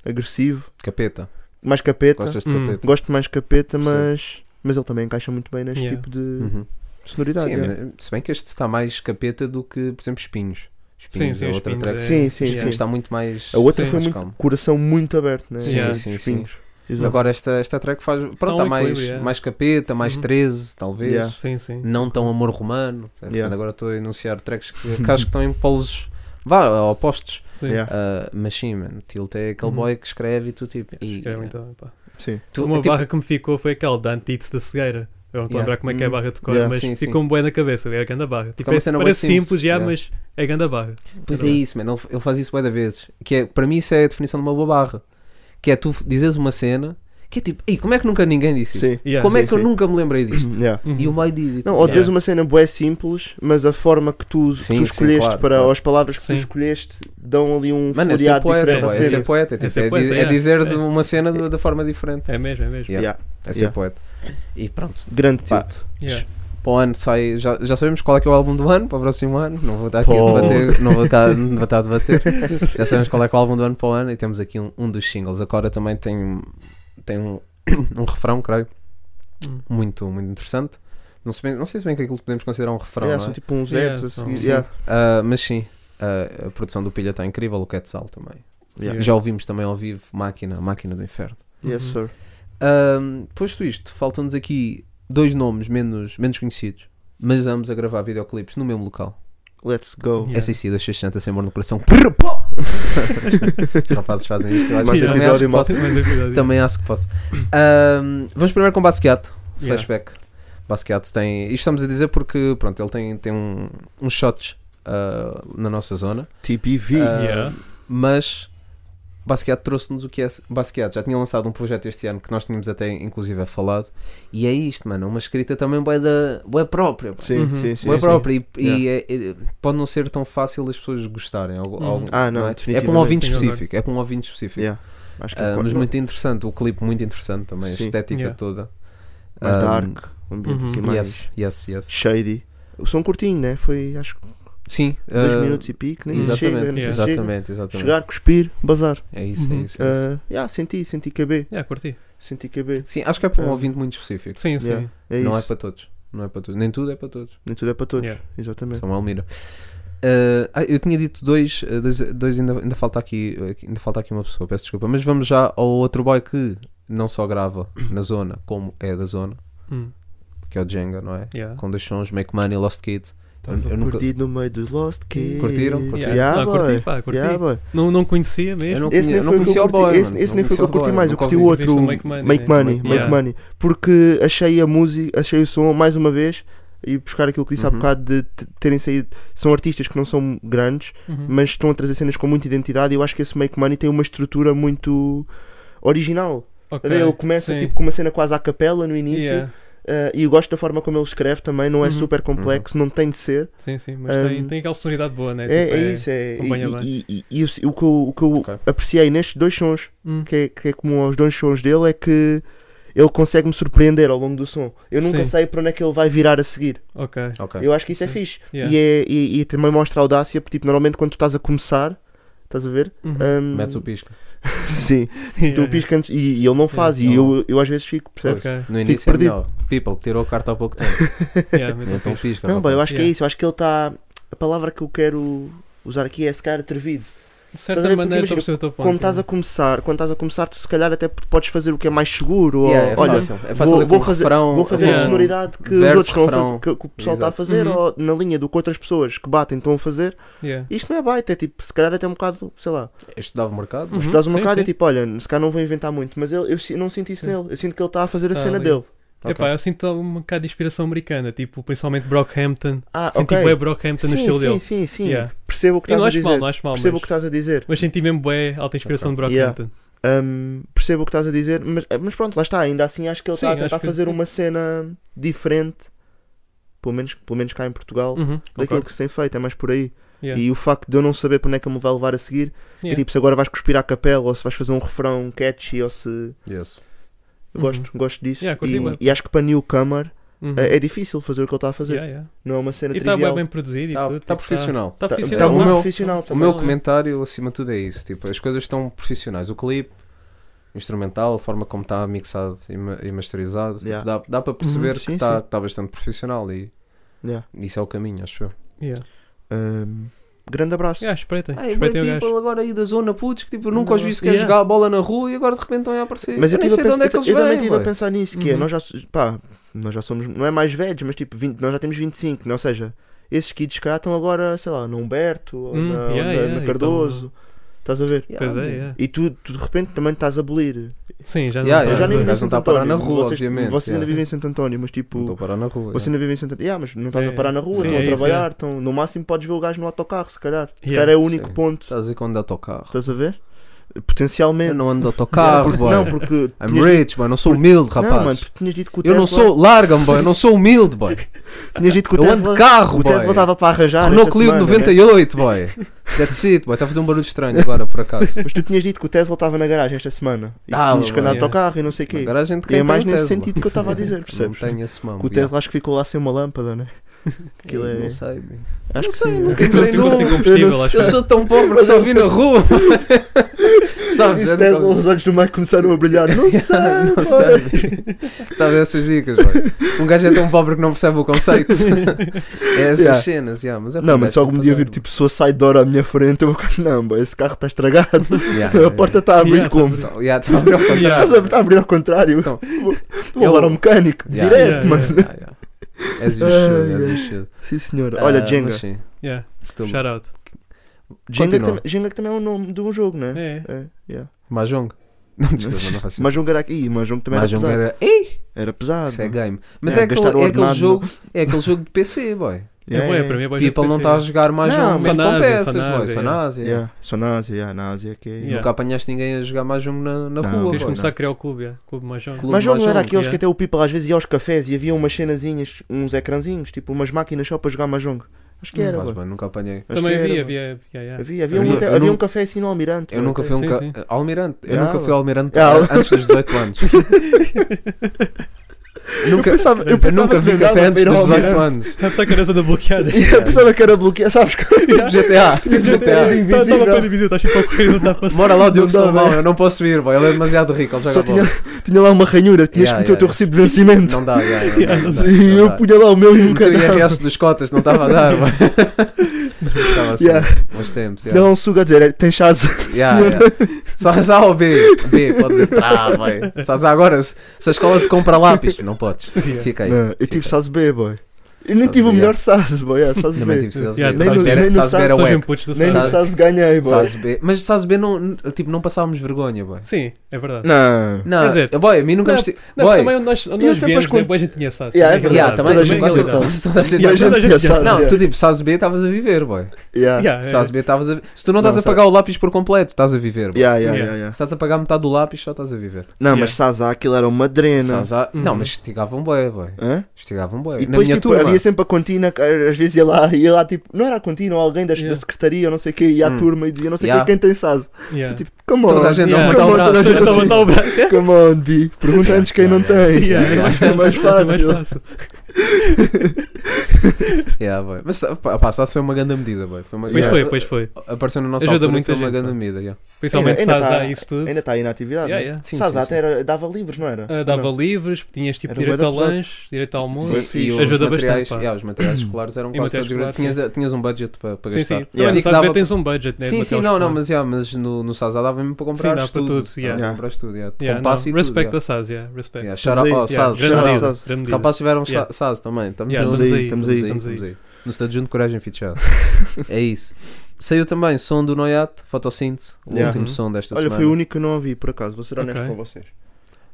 Speaker 6: agressivo,
Speaker 7: Capeta.
Speaker 6: mais capeta.
Speaker 7: Gostas de
Speaker 8: Hum.
Speaker 7: capeta?
Speaker 6: Então, Gosto mais capeta,
Speaker 7: Sim.
Speaker 6: mas, mas ele também encaixa muito bem neste
Speaker 8: Yeah.
Speaker 6: tipo de
Speaker 7: Uhum.
Speaker 6: sonoridade.
Speaker 7: Sim,
Speaker 6: é.
Speaker 7: mas- se bem que este está mais capeta do que, por exemplo, espinhos. Espinhos
Speaker 8: sim,
Speaker 7: é outra
Speaker 8: Espinhos
Speaker 7: track.
Speaker 8: é-
Speaker 6: sim, sim,
Speaker 8: Yeah.
Speaker 7: Espinhos
Speaker 6: sim.
Speaker 7: está muito mais.
Speaker 6: A outra
Speaker 8: Sim.
Speaker 6: foi
Speaker 7: mais
Speaker 6: muito
Speaker 7: calmo.
Speaker 6: coração muito aberto, né?
Speaker 7: Sim,
Speaker 8: Yeah.
Speaker 7: sim, sim.
Speaker 6: Espinhos. Exato.
Speaker 7: Agora esta, esta track faz. Pronto, está
Speaker 8: um
Speaker 7: mais,
Speaker 8: equilíbrio, é.
Speaker 7: mais capeta, mais
Speaker 8: Uhum.
Speaker 7: 13, talvez.
Speaker 6: Yeah.
Speaker 8: Sim, sim.
Speaker 7: Não tão amor romano. Portanto,
Speaker 6: Yeah.
Speaker 7: Agora estou a enunciar tracks que, que acho que estão em polos. Vá, opostos.
Speaker 8: Sim.
Speaker 6: Yeah.
Speaker 7: Ah, mas sim, mano. Tilt é aquele
Speaker 8: Uhum.
Speaker 7: boy que escreve e tu tipo. "Ih,
Speaker 8: É muito bem, pá.
Speaker 6: Sim.
Speaker 7: tu-
Speaker 8: Uma
Speaker 7: tipo,
Speaker 8: barra que me ficou foi aquela da Antítese da Cegueira. Eu não estou a
Speaker 7: Yeah.
Speaker 8: lembrar como é que é a
Speaker 6: Hum.
Speaker 8: barra de cor,
Speaker 6: Yeah.
Speaker 8: mas
Speaker 7: Sim, sim.
Speaker 8: ficou-me bem na cabeça. É a ganda barra. Tipo,
Speaker 7: uma
Speaker 8: é,
Speaker 7: cena bué
Speaker 8: parece
Speaker 7: simples,
Speaker 8: simples, já,
Speaker 7: yeah.
Speaker 8: mas é a ganda barra.
Speaker 7: Pois
Speaker 8: Era
Speaker 7: é
Speaker 8: bem.
Speaker 7: isso, mano. Ele, ele faz isso bué da vezes. Que é, para mim isso é a definição de uma boa barra. Que é tu f- dizes uma cena que é tipo, ei, como é que nunca ninguém disse isto?
Speaker 6: Sim.
Speaker 8: Yeah,
Speaker 7: como é
Speaker 6: sim,
Speaker 7: que eu
Speaker 6: sim.
Speaker 7: nunca me lembrei disto?
Speaker 6: Yeah.
Speaker 8: Uhum.
Speaker 7: E o boy diz e tipo, "É,
Speaker 6: Não,
Speaker 7: tu-
Speaker 6: ou dizes
Speaker 8: Yeah.
Speaker 6: uma cena bué simples, mas a forma que tu, que
Speaker 7: Sim,
Speaker 6: tu
Speaker 7: sim,
Speaker 6: escolheste
Speaker 7: claro,
Speaker 6: para
Speaker 7: claro.
Speaker 6: ou as palavras que
Speaker 8: Sim.
Speaker 6: tu escolheste dão ali um
Speaker 7: Mano, é ser
Speaker 6: floreado
Speaker 7: poeta,
Speaker 6: diferente
Speaker 7: boy,
Speaker 6: à
Speaker 7: é
Speaker 8: sim.
Speaker 7: ser
Speaker 6: cena.
Speaker 7: poeta.
Speaker 8: É
Speaker 7: tipo, É,
Speaker 8: ser poeta,
Speaker 7: di- é
Speaker 8: yeah.
Speaker 7: dizeres
Speaker 8: É.
Speaker 7: uma cena de- da forma diferente.
Speaker 8: É mesmo, é mesmo.
Speaker 7: Yeah. É ser
Speaker 6: Yeah.
Speaker 7: poeta. E pronto,
Speaker 6: Grande
Speaker 7: Pá,
Speaker 6: tilt.
Speaker 8: Yeah.
Speaker 7: para o ano sai. Já, já sabemos qual é que é o álbum do ano, para o próximo ano. Não vou estar aqui a
Speaker 6: Pô.
Speaker 7: debater. Não vou estar, não vou estar a debater. já sabemos qual é que é o álbum do ano para o ano e temos aqui um, um dos singles. A Cora também tem, um- tem um, um refrão, creio,
Speaker 8: Hum.
Speaker 7: muito, muito interessante. Não, se bem- não sei se bem que aquilo podemos considerar um refrão,
Speaker 6: Yeah,
Speaker 7: não é?
Speaker 6: são tipo uns
Speaker 8: Yeah,
Speaker 6: ads a
Speaker 8: são-
Speaker 6: seguir.
Speaker 8: sim.
Speaker 6: yeah.
Speaker 7: Ah, mas sim, A, a produção do Pilha está incrível, o Quetzal também.
Speaker 6: Yeah.
Speaker 7: Já ouvimos também ao vivo Máquina, Máquina do Inferno.
Speaker 6: Yes,
Speaker 7: Uhum.
Speaker 6: sir.
Speaker 7: Ahm, posto isto, faltam-nos aqui dois nomes menos, menos conhecidos, mas ambos a gravar videoclipes no mesmo local.
Speaker 6: Let's go.
Speaker 8: Yeah.
Speaker 7: SIC das 600 sem amor no coração. Prr, pó! Os rapazes fazem isto. eu acho-
Speaker 6: Mais
Speaker 7: também
Speaker 6: episódio,
Speaker 7: acho que
Speaker 6: malta.
Speaker 7: posso. Também acho que posso. Ahm, vamos primeiro com o Basquiat.
Speaker 8: Yeah.
Speaker 7: Flashback. Basquiat tem. Isto estamos a dizer porque pronto, ele tem, tem um, uns shots ah, na nossa zona.
Speaker 6: TPV.
Speaker 7: Ah,
Speaker 8: Yeah.
Speaker 7: mas Basquiat trouxe-nos o que é Basquiat. Já tinha lançado um projeto este ano que nós tínhamos até inclusive falado. E é isto, mano. Uma escrita também bué, da, bué própria. pá.
Speaker 6: sim,
Speaker 8: Uhum.
Speaker 6: sim, sim.
Speaker 7: bué
Speaker 8: sim.
Speaker 7: própria. E, e é- é- pode não ser tão fácil as pessoas gostarem. Algo,
Speaker 8: Uhum.
Speaker 7: algo-
Speaker 6: Ah, não,
Speaker 7: é? é para um
Speaker 6: definitivamente.
Speaker 7: ouvinte
Speaker 8: Tenho razão.
Speaker 7: específico. É para um ouvinte específico.
Speaker 6: Yeah. Acho que
Speaker 7: Ah,
Speaker 6: é
Speaker 7: mas
Speaker 6: quase-
Speaker 7: muito interessante. O clipe muito interessante também.
Speaker 6: Sim.
Speaker 7: A estética
Speaker 8: Yeah.
Speaker 7: toda.
Speaker 6: mais
Speaker 7: Ah,
Speaker 6: dark, um ambiente
Speaker 8: Uhum.
Speaker 6: assim mais
Speaker 7: Yes, yes, yes.
Speaker 6: shady. O som curtinho, né? Foi acho que
Speaker 7: Sim.
Speaker 6: 2
Speaker 7: ah,
Speaker 6: minutos e pico, nem
Speaker 7: Exatamente,
Speaker 6: chega,
Speaker 8: yeah.
Speaker 6: nem sei se chega.
Speaker 7: exatamente, exatamente.
Speaker 6: Chegar, cuspir, bazar.
Speaker 7: É isso, é
Speaker 8: Uhum.
Speaker 7: isso. é isso.
Speaker 6: Ah, yeah, senti, senti KB,
Speaker 8: Yeah, curti.
Speaker 6: senti KB.
Speaker 7: Sim, acho que é para um
Speaker 6: ah,
Speaker 7: ouvinte muito específico.
Speaker 8: Sim, sim.
Speaker 6: Yeah. É
Speaker 7: não é
Speaker 6: isso.
Speaker 7: para todos. Não é para todos. Nem tudo é para todos.
Speaker 6: Nem tudo é para todos.
Speaker 8: Yeah.
Speaker 6: Exatamente.
Speaker 7: São Almira. Uh, ah, eu tinha dito dois, uh, dois, dois ainda, ainda falta aqui, uh, aqui- ainda falta aqui uma pessoa, peço desculpa. Mas vamos já ao outro boy que não só grava na zona, como é da zona,
Speaker 8: Hum,
Speaker 7: que é o Jenga, não é?
Speaker 8: yeah.
Speaker 7: Com dois sons, Make Money, Lost Kids. Eu,
Speaker 6: Eu
Speaker 7: eu nunca,
Speaker 6: Perdido no meio dos Lost Kids.
Speaker 7: Curtiram? Curtiram?
Speaker 8: Yeah.
Speaker 6: Yeah,
Speaker 8: Ah, curti,
Speaker 6: boy.
Speaker 8: pá, curti.
Speaker 6: Yeah, boy.
Speaker 8: Não, não conhecia
Speaker 7: eu
Speaker 8: mesmo.
Speaker 7: não,
Speaker 6: Esse
Speaker 7: conhe,
Speaker 6: nem
Speaker 7: eu não
Speaker 6: foi o que
Speaker 7: conhecia
Speaker 6: eu
Speaker 7: o boy.
Speaker 6: curti, esse,
Speaker 7: mano.
Speaker 6: esse
Speaker 7: Não
Speaker 6: nem foi o que
Speaker 7: conhecia
Speaker 6: eu curti
Speaker 7: boy,
Speaker 6: mais, eu
Speaker 7: nunca
Speaker 6: curti o
Speaker 7: ouvi.
Speaker 6: outro,
Speaker 8: Viste o Make Money,
Speaker 6: Make
Speaker 8: né?
Speaker 6: Money,
Speaker 8: Make
Speaker 6: Make
Speaker 8: Money.
Speaker 6: Money, porque achei a música, achei o som mais uma vez e buscar aquilo que disse há
Speaker 7: Uhum.
Speaker 6: bocado de t- terem saído, são artistas que não são grandes,
Speaker 8: Uhum.
Speaker 6: mas estão a trazer cenas com muita identidade e eu acho que esse Make Money tem uma estrutura muito original.
Speaker 8: Ok,
Speaker 6: Ele começa
Speaker 8: sim.
Speaker 6: tipo com uma cena quase à capela no início
Speaker 8: Yeah.
Speaker 6: eh, e eu gosto da forma como ele escreve também, não é
Speaker 8: Uhum.
Speaker 6: super complexo, não tem de ser.
Speaker 8: Sim, sim, mas
Speaker 6: Um,
Speaker 8: tem, tem aquela sonoridade boa, né?
Speaker 6: É,
Speaker 8: Tipo,
Speaker 6: é isso, é. E,
Speaker 8: acompanha bem.
Speaker 6: e- e- e o, o que eu, o que eu
Speaker 7: Ok.
Speaker 6: apreciei nestes dois sons,
Speaker 8: Hum.
Speaker 6: que é, que é comum aos dois sons dele, é que ele consegue me surpreender ao longo do som. Eu nunca
Speaker 8: Sim.
Speaker 6: sei para onde é que ele vai virar a seguir.
Speaker 8: Ok.
Speaker 7: Ok.
Speaker 6: Eu acho que isso é
Speaker 8: Sim.
Speaker 6: fixe.
Speaker 8: Yeah.
Speaker 6: E, é- e- e também mostra audácia, porque tipo, normalmente quando tu estás a começar, estás a ver?
Speaker 8: Uhum.
Speaker 6: Ahm,
Speaker 7: Metes o pisco.
Speaker 6: Sim,
Speaker 8: Yeah,
Speaker 6: tu
Speaker 8: yeah.
Speaker 6: pisca antes e, e ele não faz.
Speaker 7: Yeah.
Speaker 6: e eu, eu às vezes fico, percebes?
Speaker 8: Ok.
Speaker 7: No início é
Speaker 6: perdido.
Speaker 7: melhor. People, que tirou a carta há pouco tempo.
Speaker 8: Yeah, mas
Speaker 7: Então pisca.
Speaker 6: Não,
Speaker 7: rapaz.
Speaker 6: bem, eu acho que é
Speaker 8: Yeah.
Speaker 6: isso. Eu acho que ele está. A palavra que eu quero usar aqui é esse cara atrevido.
Speaker 8: De
Speaker 6: Estás a
Speaker 8: certa
Speaker 6: ver?
Speaker 8: maneira,
Speaker 6: Porque
Speaker 8: estou a perceber o teu ponto.
Speaker 6: quando estás a começar, quando estás a começar, tu se calhar até podes fazer o que é mais seguro.
Speaker 7: Yeah, é
Speaker 6: ou, olha,
Speaker 7: fácil. É fácil
Speaker 6: vou-
Speaker 7: ali
Speaker 6: vou
Speaker 7: com um
Speaker 6: fazer-
Speaker 7: refrão,
Speaker 6: vou fazer
Speaker 7: ali
Speaker 8: Yeah.
Speaker 6: a
Speaker 7: com-
Speaker 6: sonoridade que
Speaker 7: verso,
Speaker 6: os outros estão a
Speaker 7: refrão.
Speaker 6: fazer, que, que o pessoal está a
Speaker 7: Exato.
Speaker 6: fazer,
Speaker 8: Uhum.
Speaker 6: ou na linha do que outras pessoas que batem estão a fazer.
Speaker 8: Yeah.
Speaker 6: Isto não é baita, é tipo, se calhar até um bocado, sei lá,
Speaker 7: Eu estudava o mercado.
Speaker 8: Uhum,
Speaker 6: tu dás um
Speaker 8: sim,
Speaker 6: bocado e
Speaker 8: sim.
Speaker 6: tipo, olha, se calhar não vou inventar muito, mas eu, eu si- não sinto isso
Speaker 8: Sim.
Speaker 6: nele. Eu sinto que ele está a fazer a
Speaker 8: Tá
Speaker 6: cena
Speaker 8: ali.
Speaker 6: dele.
Speaker 8: Epá, eu sinto um bocado de inspiração americana, tipo, principalmente Brockhampton.
Speaker 6: Ah,
Speaker 8: Senti
Speaker 6: ok.
Speaker 8: bué Brockhampton no
Speaker 6: Sim,
Speaker 8: estilo
Speaker 6: sim,
Speaker 8: dele.
Speaker 6: sim, sim.
Speaker 8: Yeah.
Speaker 6: Percebo o que
Speaker 8: E não
Speaker 6: estás a
Speaker 8: acho mal,
Speaker 6: dizer.
Speaker 8: não acho mal,
Speaker 6: Percebo o que
Speaker 8: mas,
Speaker 6: estás a dizer.
Speaker 8: mas senti mesmo bué alta inspiração de
Speaker 6: Yeah.
Speaker 8: Brockhampton.
Speaker 6: Hum, percebo o que estás a dizer, mas, mas pronto, lá está. Ainda assim, acho que ele
Speaker 8: Sim,
Speaker 6: está a
Speaker 8: acho
Speaker 6: tentar
Speaker 8: que-
Speaker 6: fazer uma cena diferente, pelo menos, pelo menos cá em Portugal,
Speaker 8: Uhum,
Speaker 6: daquilo
Speaker 8: concordo.
Speaker 6: que se tem feito. É mais por aí.
Speaker 8: Yeah.
Speaker 6: E o facto de eu não saber para onde é que ele me vai levar a seguir, é
Speaker 8: Yeah.
Speaker 6: tipo se agora vais cuspir à capela, ou se vais fazer um refrão catchy, ou se.
Speaker 7: Yes.
Speaker 6: Eu
Speaker 8: Uhum.
Speaker 6: gosto, gosto disso.
Speaker 8: Yeah, curti bué.
Speaker 6: e, e acho que para Newcomer
Speaker 8: Uhum.
Speaker 6: eh, é difícil fazer o que ele está a fazer.
Speaker 8: Yeah, yeah.
Speaker 6: Não é uma cena
Speaker 8: E está
Speaker 6: trivial.
Speaker 8: bem, bem produzido e
Speaker 7: Tá-
Speaker 8: tudo.
Speaker 7: tá
Speaker 8: tipo,
Speaker 7: profissional.
Speaker 8: Tá,
Speaker 6: Tá-
Speaker 8: profissional.
Speaker 6: tá muito
Speaker 8: não.
Speaker 6: profissional,
Speaker 7: O meu
Speaker 8: Sim.
Speaker 7: comentário acima de tudo é isso. Tipo, as coisas estão profissionais. O clipe, o instrumental, a forma como está mixado e ma- e masterizado, tipo,
Speaker 6: Yeah.
Speaker 7: dá, dá para perceber
Speaker 6: Uhum,
Speaker 7: que
Speaker 6: sim,
Speaker 7: está
Speaker 6: sim.
Speaker 7: que tá bastante profissional e
Speaker 6: Yeah.
Speaker 7: isso é o caminho, acho eu.
Speaker 8: Yeah.
Speaker 6: Hum, grande abraço.
Speaker 8: Yeah, espreitem. espreitem o gajo.
Speaker 7: agora aí da zona, putz, que tipo,
Speaker 8: eu nunca os vi sequer Yeah. jogar
Speaker 7: a bola na rua e agora de repente estão a aparecer.
Speaker 6: Mas eu, tive a pensar-
Speaker 7: é
Speaker 8: é
Speaker 6: eu ta- eu também estive a pensar nisso, que é,
Speaker 8: Uhum.
Speaker 6: nós já, so- pá, nós já somos, não é mais velhos, mas tipo, 20 nós já temos 25, não, né? ou seja, esses kids cá estão agora, sei lá, no Humberto, ou
Speaker 8: Hum,
Speaker 6: na, ou
Speaker 8: yeah,
Speaker 6: na-
Speaker 8: yeah,
Speaker 6: na
Speaker 8: e
Speaker 6: Cardoso, estás a ver?
Speaker 8: Pois é, yeah.
Speaker 6: E tu, tu, de repente também estás a abolir.
Speaker 8: Sim, já não
Speaker 7: Yeah,
Speaker 6: Eu
Speaker 7: yeah,
Speaker 6: já nem
Speaker 7: Mas
Speaker 6: vivo
Speaker 7: não
Speaker 6: em Santo
Speaker 7: tá a parar
Speaker 6: António,
Speaker 7: na rua,
Speaker 6: vocês,
Speaker 7: obviamente,
Speaker 6: vocês ainda
Speaker 7: yeah.
Speaker 6: vivem em Santo António, mas tipo,
Speaker 7: Estou a parar na rua.
Speaker 6: vocês ainda vivem em Santo António, yeah, mas não estás
Speaker 8: É,
Speaker 6: a parar na
Speaker 8: sim,
Speaker 6: rua, estão
Speaker 8: é
Speaker 6: a
Speaker 8: isso,
Speaker 6: trabalhar,
Speaker 8: é.
Speaker 6: estão, no máximo podes ver o gajo no autocarro, se calhar, se
Speaker 8: Yeah.
Speaker 6: calhar é o único
Speaker 7: Sim.
Speaker 6: ponto,
Speaker 7: Estás a dizer que eu ando de autocarro.
Speaker 6: estás a ver?
Speaker 7: Eu
Speaker 6: Potencialmente.
Speaker 7: não ando de autocarro,
Speaker 6: Porque-
Speaker 7: boy.
Speaker 6: não, porque
Speaker 7: I'm
Speaker 6: tinhas-
Speaker 7: rich, boy. Não sou humilde,
Speaker 6: Não, mano,
Speaker 7: rapaz.
Speaker 6: tu tinhas dito que o
Speaker 7: Eu não
Speaker 6: Tesla-
Speaker 7: sou. Larga-me, boy. Eu não sou humilde, boy.
Speaker 6: Tinhas dito que o
Speaker 7: Eu ando
Speaker 6: Tesla,
Speaker 7: de carro,
Speaker 6: o
Speaker 7: boy.
Speaker 6: Tesla estava para arranjar.
Speaker 7: Renault
Speaker 6: esta
Speaker 7: Clio de
Speaker 6: semana, né?
Speaker 7: 98, boy. That's it, boy. Está a fazer um barulho estranho agora, por acaso.
Speaker 6: né? Mas tu tinhas dito que o Tesla estava na garagem esta semana. E
Speaker 7: Tava, é.
Speaker 6: tinhas que andar
Speaker 8: boy.
Speaker 6: de autocarro e não sei o quê.
Speaker 7: Agora a gente
Speaker 6: E
Speaker 7: quer
Speaker 6: é mais nesse sentido que eu estava a dizer,
Speaker 7: Não
Speaker 6: percebes? Que
Speaker 7: tenho esse mambo.
Speaker 6: o Tesla acho que ficou lá sem uma lâmpada, né?
Speaker 7: yeah.
Speaker 6: aquilo é-
Speaker 7: Não sei, bem.
Speaker 6: Acho que
Speaker 7: sei,
Speaker 6: sim.
Speaker 7: nunca
Speaker 6: né?
Speaker 7: entrei
Speaker 8: Não sei se fosse
Speaker 7: num.
Speaker 8: combustível,
Speaker 6: Eu não
Speaker 8: acho
Speaker 7: Eu
Speaker 8: eu.
Speaker 7: sou tão pobre que só vi na rua. Sabes?
Speaker 6: Disse
Speaker 7: É
Speaker 6: 10,
Speaker 7: daquela-
Speaker 6: os olhos do Mike começaram a brilhar. Não sei,
Speaker 7: não
Speaker 6: pá.
Speaker 7: sabe. sabe essas dicas, boy. Um gajo é tão pobre que não percebe o conceito. é essas
Speaker 6: Yeah.
Speaker 7: cenas, yeah, mas é
Speaker 6: Não, mas se algum dia vir
Speaker 7: vir
Speaker 6: tipo pessoa sai de hora à minha frente, eu vou ficar, não, boy, esse carro está estragado.
Speaker 7: Yeah,
Speaker 6: tipo, a porta está a abrir
Speaker 8: Yeah, tá
Speaker 6: como?
Speaker 7: Então, yeah, tá a abrir ao contrário.
Speaker 8: Yeah.
Speaker 6: Estás a- Está a abrir ao contrário.
Speaker 7: Então,
Speaker 6: vou vou levar ao mecânico,
Speaker 7: Yeah,
Speaker 6: direto,
Speaker 8: yeah,
Speaker 6: mano.
Speaker 7: Yeah, yeah. um As you should, as you should.
Speaker 6: Sim, senhor. Olha,
Speaker 7: Ah,
Speaker 6: Jenga.
Speaker 7: mas sim,
Speaker 8: Yeah,
Speaker 7: still-
Speaker 8: shout out.
Speaker 6: Jenga que,
Speaker 7: Continua.
Speaker 6: também, Jenga que também é o nome de um jogo, não é?
Speaker 8: É.
Speaker 6: É, yeah.
Speaker 7: Mahjong. Não, desculpa, não faço
Speaker 6: Mas Jonga era aqui, mas Jonga também
Speaker 7: Mahjong
Speaker 6: era pesado.
Speaker 7: era. Ei,
Speaker 6: Era, pesado.
Speaker 7: isso é game. Mas
Speaker 6: É,
Speaker 7: é, aquele,
Speaker 6: gastar o
Speaker 7: é aquele
Speaker 6: ordenado
Speaker 7: jogo, é aquele jogo de PC, boy.
Speaker 8: É bué, para mim é bué
Speaker 7: People
Speaker 8: jogo
Speaker 7: não
Speaker 8: de
Speaker 7: está a
Speaker 8: PC.
Speaker 7: jogar
Speaker 6: Não,
Speaker 7: Mahjong
Speaker 6: mas-
Speaker 7: mesmo
Speaker 8: Só na
Speaker 7: com
Speaker 8: Ásia, só
Speaker 7: peças,
Speaker 8: na
Speaker 7: boy.
Speaker 8: Ásia,
Speaker 7: Só na Ásia.
Speaker 6: Yeah. Só na Ásia, yeah, na Ásia que é.
Speaker 8: Yeah.
Speaker 7: Nunca apanhaste ninguém a jogar Mahjong na, na
Speaker 6: Não.
Speaker 7: rua,
Speaker 8: Tens de
Speaker 7: boy.
Speaker 8: começar a criar o clube, yeah. Clube Majão.
Speaker 7: Clube.
Speaker 6: Mas Mahjong
Speaker 7: Mahjong,
Speaker 6: era aqueles que
Speaker 8: yeah.
Speaker 6: até o people às vezes ia aos cafés e havia umas cenazinhas, uns ecrãzinhos, tipo umas máquinas só para jogar Mahjong. Acho que
Speaker 7: Não
Speaker 6: era.
Speaker 7: Hum, faz,
Speaker 6: bué.
Speaker 7: boy, Nunca apanhei.
Speaker 6: Acho
Speaker 8: Também
Speaker 6: que era,
Speaker 8: havia,
Speaker 6: bué.
Speaker 8: havia, havia, yeah.
Speaker 6: Havia, havia, um,
Speaker 7: Havia.
Speaker 6: até-
Speaker 7: Eu
Speaker 6: havia
Speaker 7: não-
Speaker 6: um café assim no Almirante.
Speaker 7: Eu
Speaker 6: bué,
Speaker 7: nunca
Speaker 6: até.
Speaker 7: fui um
Speaker 8: Sim,
Speaker 7: ca-
Speaker 8: sim.
Speaker 7: almirante. Eu
Speaker 6: Yeah,
Speaker 7: nunca fui
Speaker 6: boy.
Speaker 7: almirante
Speaker 6: Yeah.
Speaker 7: antes dos 18 anos. nunca, eu,
Speaker 6: pensava- eu pensava
Speaker 7: nunca
Speaker 6: que
Speaker 7: vi
Speaker 6: não dava
Speaker 7: café antes
Speaker 6: para ir
Speaker 7: dos
Speaker 6: ao
Speaker 7: 18
Speaker 6: Almirante.
Speaker 7: anos.
Speaker 8: Sabe só que era zona bloqueada?
Speaker 6: Eu pensava que era bloqueado, sabes?
Speaker 7: Tipo GTA. tipo GTA.
Speaker 8: Estava para divisão, estás sempre a correr e não está a passar.
Speaker 7: Bora lá o Diogo
Speaker 6: Não dá
Speaker 7: Salmão,
Speaker 6: bem.
Speaker 7: eu não posso ir, boy. ele é demasiado rico, ele joga
Speaker 6: Só
Speaker 7: bola.
Speaker 6: tinha, tinha lá uma ranhura, tinhas
Speaker 7: Yeah,
Speaker 6: que meter o
Speaker 7: yeah,
Speaker 6: teu
Speaker 7: yeah.
Speaker 6: recibo de vencimento.
Speaker 7: Não dá, yeah, yeah, não dá,
Speaker 6: e
Speaker 7: não
Speaker 6: eu
Speaker 7: dá.
Speaker 6: punha lá o meu e nunca
Speaker 7: Meteu o
Speaker 6: dava.
Speaker 7: IRS dos cotas, não estava a dar, boy. Estava assim,
Speaker 6: Yeah.
Speaker 7: bons tempos, yeah.
Speaker 6: Não, suga a dizer, é, tens chás.
Speaker 7: Yeah, yeah. Sás A ou B? B, Ah, podes entrar, boy. Sás A agora, se, se a escola te compra lápis, não podes. Fica aí.
Speaker 6: Não, eu tive SAS B, boy. Eu nem
Speaker 7: Sás
Speaker 6: tive o
Speaker 7: B,
Speaker 6: melhor SAS, boy. É, SAS
Speaker 7: Também
Speaker 6: B.
Speaker 7: tive Sás
Speaker 8: Yeah,
Speaker 7: B.
Speaker 8: nem
Speaker 7: Sás
Speaker 8: no-
Speaker 7: B
Speaker 6: nem
Speaker 7: era-
Speaker 6: no
Speaker 7: Sás B era
Speaker 8: Só os
Speaker 7: wack.
Speaker 8: inputs do
Speaker 6: Nem
Speaker 8: Sá.
Speaker 6: no
Speaker 7: Sás-
Speaker 6: SAS ganhei, boy.
Speaker 7: Sás B. Mas Sás B não, tipo, não passávamos vergonha, boy.
Speaker 8: Sim, é verdade.
Speaker 6: Não.
Speaker 7: Não,
Speaker 8: Quer dizer,
Speaker 7: boy, a mim nunca
Speaker 8: não,
Speaker 7: me esti-
Speaker 8: Não,
Speaker 7: boy,
Speaker 8: mas também é onde nós, onde
Speaker 6: Eu
Speaker 8: nós
Speaker 6: sempre
Speaker 8: viemos,
Speaker 6: escolho-
Speaker 8: né, boa gente tinha Sassi.
Speaker 6: Yeah, é
Speaker 7: yeah,
Speaker 6: verdade,
Speaker 7: também
Speaker 6: toda a gente
Speaker 7: gosta de
Speaker 6: gosta de
Speaker 7: Sás. Toda a gente
Speaker 6: Toda a
Speaker 8: Yeah,
Speaker 7: gosta de
Speaker 8: toda
Speaker 6: gente
Speaker 8: a
Speaker 6: tinha
Speaker 8: gente tinha
Speaker 6: Sás,
Speaker 7: Sás. Não,
Speaker 6: yeah.
Speaker 7: tu tipo, Sás B estavas a viver, boy.
Speaker 6: Yeah.
Speaker 8: Yeah, é.
Speaker 7: Sás B estavas a vi- Se tu não estás
Speaker 6: Não, é-
Speaker 7: a pagar o lápis por completo, estás a viver, boy.
Speaker 6: Yeah, yeah,
Speaker 8: Yeah.
Speaker 6: yeah, yeah.
Speaker 7: Se estás a pagar metade do lápis, só estás a viver.
Speaker 6: Não,
Speaker 8: Yeah.
Speaker 6: mas SAS A, aquilo era uma drena.
Speaker 7: Sás A- Não,
Speaker 8: Uhum.
Speaker 7: mas estigavam bué, boy.
Speaker 6: Hã?
Speaker 7: Estigavam bué.
Speaker 6: E
Speaker 7: Na
Speaker 6: depois
Speaker 7: minha
Speaker 6: tipo,
Speaker 7: turma.
Speaker 6: havia sempre a contina, que eh, às vezes ia lá, ia lá tipo, não era a contina, ou alguém das-
Speaker 8: Yeah.
Speaker 6: da secretaria, ou não sei o quê, ia à
Speaker 7: Hum.
Speaker 6: turma e dizia, não sei o
Speaker 7: Yeah.
Speaker 6: quê, quem tem SAS.
Speaker 8: Yeah.
Speaker 6: Tipo, come on.
Speaker 7: Toda a gente
Speaker 8: Yeah.
Speaker 7: a
Speaker 6: Come on,
Speaker 7: levantar o
Speaker 6: toda a
Speaker 7: braço.
Speaker 6: gente
Speaker 8: Então,
Speaker 6: assim.
Speaker 8: levantar o braço, é?
Speaker 6: Come on, B. Pergunta antes quem não tem.
Speaker 8: Yeah, é mais
Speaker 6: É mais
Speaker 8: fácil, é mais
Speaker 6: fácil.
Speaker 8: fácil.
Speaker 7: Yeah, boy. Mas pá, pá, Sás foi uma grande medida, boy. Foi uma...
Speaker 8: Pois foi, pois foi.
Speaker 7: Apareceu na nossa
Speaker 8: Ajuda
Speaker 7: altura e
Speaker 8: muita
Speaker 7: foi uma
Speaker 8: gente,
Speaker 7: grande
Speaker 8: pá.
Speaker 7: medida, yeah.
Speaker 8: Principalmente
Speaker 6: Ainda- ainda
Speaker 8: Sazá,
Speaker 6: tá-
Speaker 8: isso tudo.
Speaker 6: Ainda está aí na atividade.
Speaker 8: Yeah,
Speaker 6: né?
Speaker 8: yeah.
Speaker 7: Sim,
Speaker 6: SAS
Speaker 7: sim,
Speaker 6: até
Speaker 7: sim.
Speaker 6: era- dava livros, não era?
Speaker 8: Ah, dava
Speaker 6: Não.
Speaker 8: livros, tinhas tipo
Speaker 6: Era
Speaker 8: direito
Speaker 6: bué
Speaker 8: a
Speaker 6: de pesado.
Speaker 8: lanche, direito a almoço.
Speaker 7: Sim,
Speaker 6: Sim,
Speaker 7: e
Speaker 6: sim.
Speaker 7: os
Speaker 8: Ajuda
Speaker 7: materiais,
Speaker 8: bastante, pá.
Speaker 7: yeah, os materiais escolares eram
Speaker 8: E
Speaker 7: quase
Speaker 8: materiais
Speaker 7: todos gratuitos.
Speaker 8: escolares,
Speaker 7: Tinhas, tinhas um budget para, para
Speaker 8: Sim,
Speaker 7: gastar.
Speaker 8: sim.
Speaker 7: Também
Speaker 8: Também no
Speaker 7: que dava-
Speaker 8: Sazá tens um budget, né? de
Speaker 7: Sim, sim,
Speaker 8: material
Speaker 7: não,
Speaker 8: escolar.
Speaker 7: não, mas, yeah, mas no, no Sazá dava mesmo para comprar
Speaker 8: dá para
Speaker 7: tudo.
Speaker 8: tudo, yeah.
Speaker 6: Yeah.
Speaker 7: Compras tudo, yeah.
Speaker 8: Yeah,
Speaker 7: com
Speaker 8: não,
Speaker 7: passe e
Speaker 8: Respect
Speaker 7: tudo.
Speaker 8: a Saz, yeah, respect.
Speaker 7: Yeah. Yeah, shout out ao
Speaker 8: Yeah,
Speaker 7: Saz,
Speaker 8: grande
Speaker 7: shout out ao
Speaker 8: medida,
Speaker 7: Saz.
Speaker 6: Saz.
Speaker 8: grande medida.
Speaker 7: Rapazes tiveram
Speaker 8: Yeah.
Speaker 7: Saz também. Estamos
Speaker 8: Yeah,
Speaker 7: juntos.
Speaker 8: estamos aí,
Speaker 6: estamos aí,
Speaker 8: estamos aí.
Speaker 7: No estádio de coragem fichado. é isso. Saiu também som do Noyat, Fotossíntese, o
Speaker 6: Yeah.
Speaker 7: último
Speaker 8: Uhum.
Speaker 7: som desta
Speaker 6: Olha,
Speaker 7: semana.
Speaker 6: foi o único que eu não ouvi, por acaso, vou ser honesto
Speaker 8: Ok.
Speaker 6: com vocês.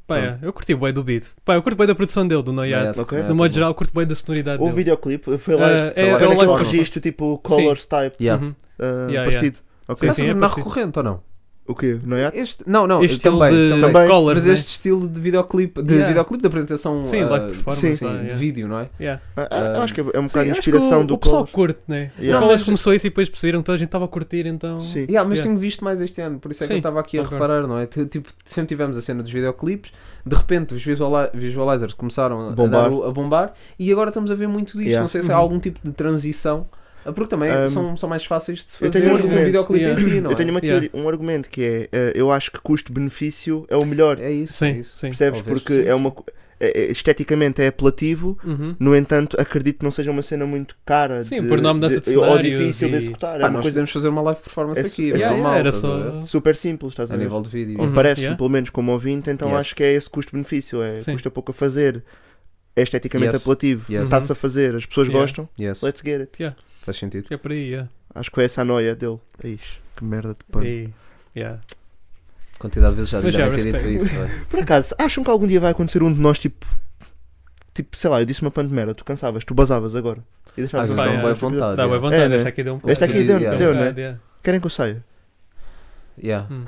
Speaker 8: Pá, yeah, eu curti o bem do beat. Pá, eu curto bem da produção dele, do Noyat.
Speaker 7: Noyat,
Speaker 6: ok.
Speaker 7: Noyat,
Speaker 8: Do modo
Speaker 7: bom.
Speaker 8: geral, curto bem da sonoridade
Speaker 6: O
Speaker 8: dele.
Speaker 6: videoclipe foi
Speaker 8: Ah,
Speaker 6: live,
Speaker 8: é-
Speaker 6: foi
Speaker 7: é um
Speaker 6: naquele
Speaker 7: live performance.
Speaker 6: registro tipo Colors Type,
Speaker 7: Yeah.
Speaker 8: Uhum.
Speaker 6: ah,
Speaker 8: yeah.
Speaker 6: parecido. Ok.
Speaker 8: Sim,
Speaker 7: Está
Speaker 8: sim, é
Speaker 7: sempre na
Speaker 8: parecido.
Speaker 7: tipo recorrente ou não?
Speaker 6: O quê? Não é?
Speaker 7: Este, não, não,
Speaker 8: Este estilo
Speaker 7: também,
Speaker 8: de
Speaker 7: também.
Speaker 6: também.
Speaker 8: Colors,
Speaker 7: Mas
Speaker 8: né?
Speaker 7: este estilo de videoclipe, de
Speaker 8: Yeah.
Speaker 7: videoclipe de apresentação
Speaker 8: Sim,
Speaker 7: ah,
Speaker 8: live performance,
Speaker 7: sim,
Speaker 8: ah, yeah.
Speaker 7: de vídeo, não é?
Speaker 8: Yeah.
Speaker 6: Ah, ah, eu acho que é um bocado
Speaker 8: Sim,
Speaker 6: a
Speaker 8: acho
Speaker 6: inspiração
Speaker 8: que o,
Speaker 6: do
Speaker 8: o pessoal
Speaker 6: Colors.
Speaker 8: curte, né?
Speaker 6: Yeah.
Speaker 8: O
Speaker 7: Não,
Speaker 8: Colors
Speaker 7: mas-
Speaker 8: começou isso e depois perceberam que toda a gente estava a curtir, então.
Speaker 6: Sim.
Speaker 7: Yeah, mas
Speaker 8: Yeah.
Speaker 7: tenho visto mais este ano, por isso é que
Speaker 8: Sim,
Speaker 7: eu estava aqui a
Speaker 8: concordo.
Speaker 7: reparar, não é? T- Tipo, sempre tivemos a cena dos videoclipes, de repente os visuali- visualizers começaram a- a,
Speaker 6: Bombar.
Speaker 7: dar o- a bombar e agora estamos a ver muito disto.
Speaker 6: Yeah.
Speaker 7: Não sei se há
Speaker 8: Uhum.
Speaker 7: algum tipo de transição, ah, porque também
Speaker 6: Um,
Speaker 7: são, são mais fáceis de se
Speaker 6: eu tenho
Speaker 7: fazer
Speaker 6: um
Speaker 7: do que o
Speaker 6: argumento.
Speaker 7: videoclipe
Speaker 8: Yeah.
Speaker 7: em si, não
Speaker 6: Eu
Speaker 7: é?
Speaker 6: tenho uma
Speaker 8: Yeah.
Speaker 6: teoria, um argumento que é, ah, eu acho que custo-benefício é o melhor,
Speaker 7: É isso, é
Speaker 8: Sim,
Speaker 7: isso.
Speaker 8: sim.
Speaker 6: percebes?
Speaker 7: talvez,
Speaker 6: Porque
Speaker 7: sim.
Speaker 6: é uma co- é- é- esteticamente é apelativo,
Speaker 8: Uhum.
Speaker 6: no entanto, acredito que não seja uma cena muito cara
Speaker 8: Sim,
Speaker 6: de,
Speaker 8: por não mudança de
Speaker 6: ou
Speaker 8: cenários
Speaker 6: difícil de
Speaker 8: e-
Speaker 6: executar.
Speaker 7: Pá,
Speaker 6: é uma
Speaker 7: nós
Speaker 6: coisa
Speaker 7: podemos fazer uma live performance
Speaker 6: é su-
Speaker 7: aqui,
Speaker 6: é
Speaker 7: yeah,
Speaker 8: Yeah,
Speaker 6: só
Speaker 7: yeah,
Speaker 8: yeah, era
Speaker 7: estás a ver?
Speaker 8: só.
Speaker 6: super simples, estás
Speaker 7: a
Speaker 6: a ver?
Speaker 7: nível de vídeo.
Speaker 8: Uhum.
Speaker 6: Parece-me,
Speaker 8: yeah.
Speaker 6: pelo menos como ouvinte, então
Speaker 7: Yes.
Speaker 6: acho que é esse custo-benefício. É,
Speaker 8: Sim.
Speaker 6: custa pouco a fazer, é esteticamente
Speaker 7: Yes.
Speaker 6: apelativo,
Speaker 7: Yes.
Speaker 6: está-se a fazer, as pessoas
Speaker 8: Yeah.
Speaker 6: gostam,
Speaker 7: Yes,
Speaker 6: let's get it.
Speaker 7: faz sentido.
Speaker 8: É por aí, yeah.
Speaker 6: Acho que foi essa a noia dele. É Ixi, que merda de pano.
Speaker 8: E- yeah.
Speaker 7: Quantidade de vezes já
Speaker 8: Mas
Speaker 7: devia
Speaker 8: já,
Speaker 7: ter dito
Speaker 8: respeito.
Speaker 7: isso. é? vai.
Speaker 6: Por acaso, acham que algum dia vai acontecer um de nós tipo. Tipo, sei lá, eu disse uma pano de merda, tu cansavas, tu basavas agora. E
Speaker 7: Às
Speaker 6: deixavas
Speaker 7: vezes
Speaker 8: Vai,
Speaker 7: dá
Speaker 8: é,
Speaker 7: uma boa
Speaker 8: é,
Speaker 7: vontade.
Speaker 8: Dá
Speaker 7: yeah.
Speaker 8: boa
Speaker 6: É,
Speaker 8: vontade,
Speaker 6: né?
Speaker 8: esta aqui deu um pouco.
Speaker 6: Esta aqui
Speaker 7: deu-
Speaker 8: um
Speaker 6: deu, né?
Speaker 8: bocado, yeah.
Speaker 6: Querem que eu saia?
Speaker 7: Yeah.
Speaker 8: Hum.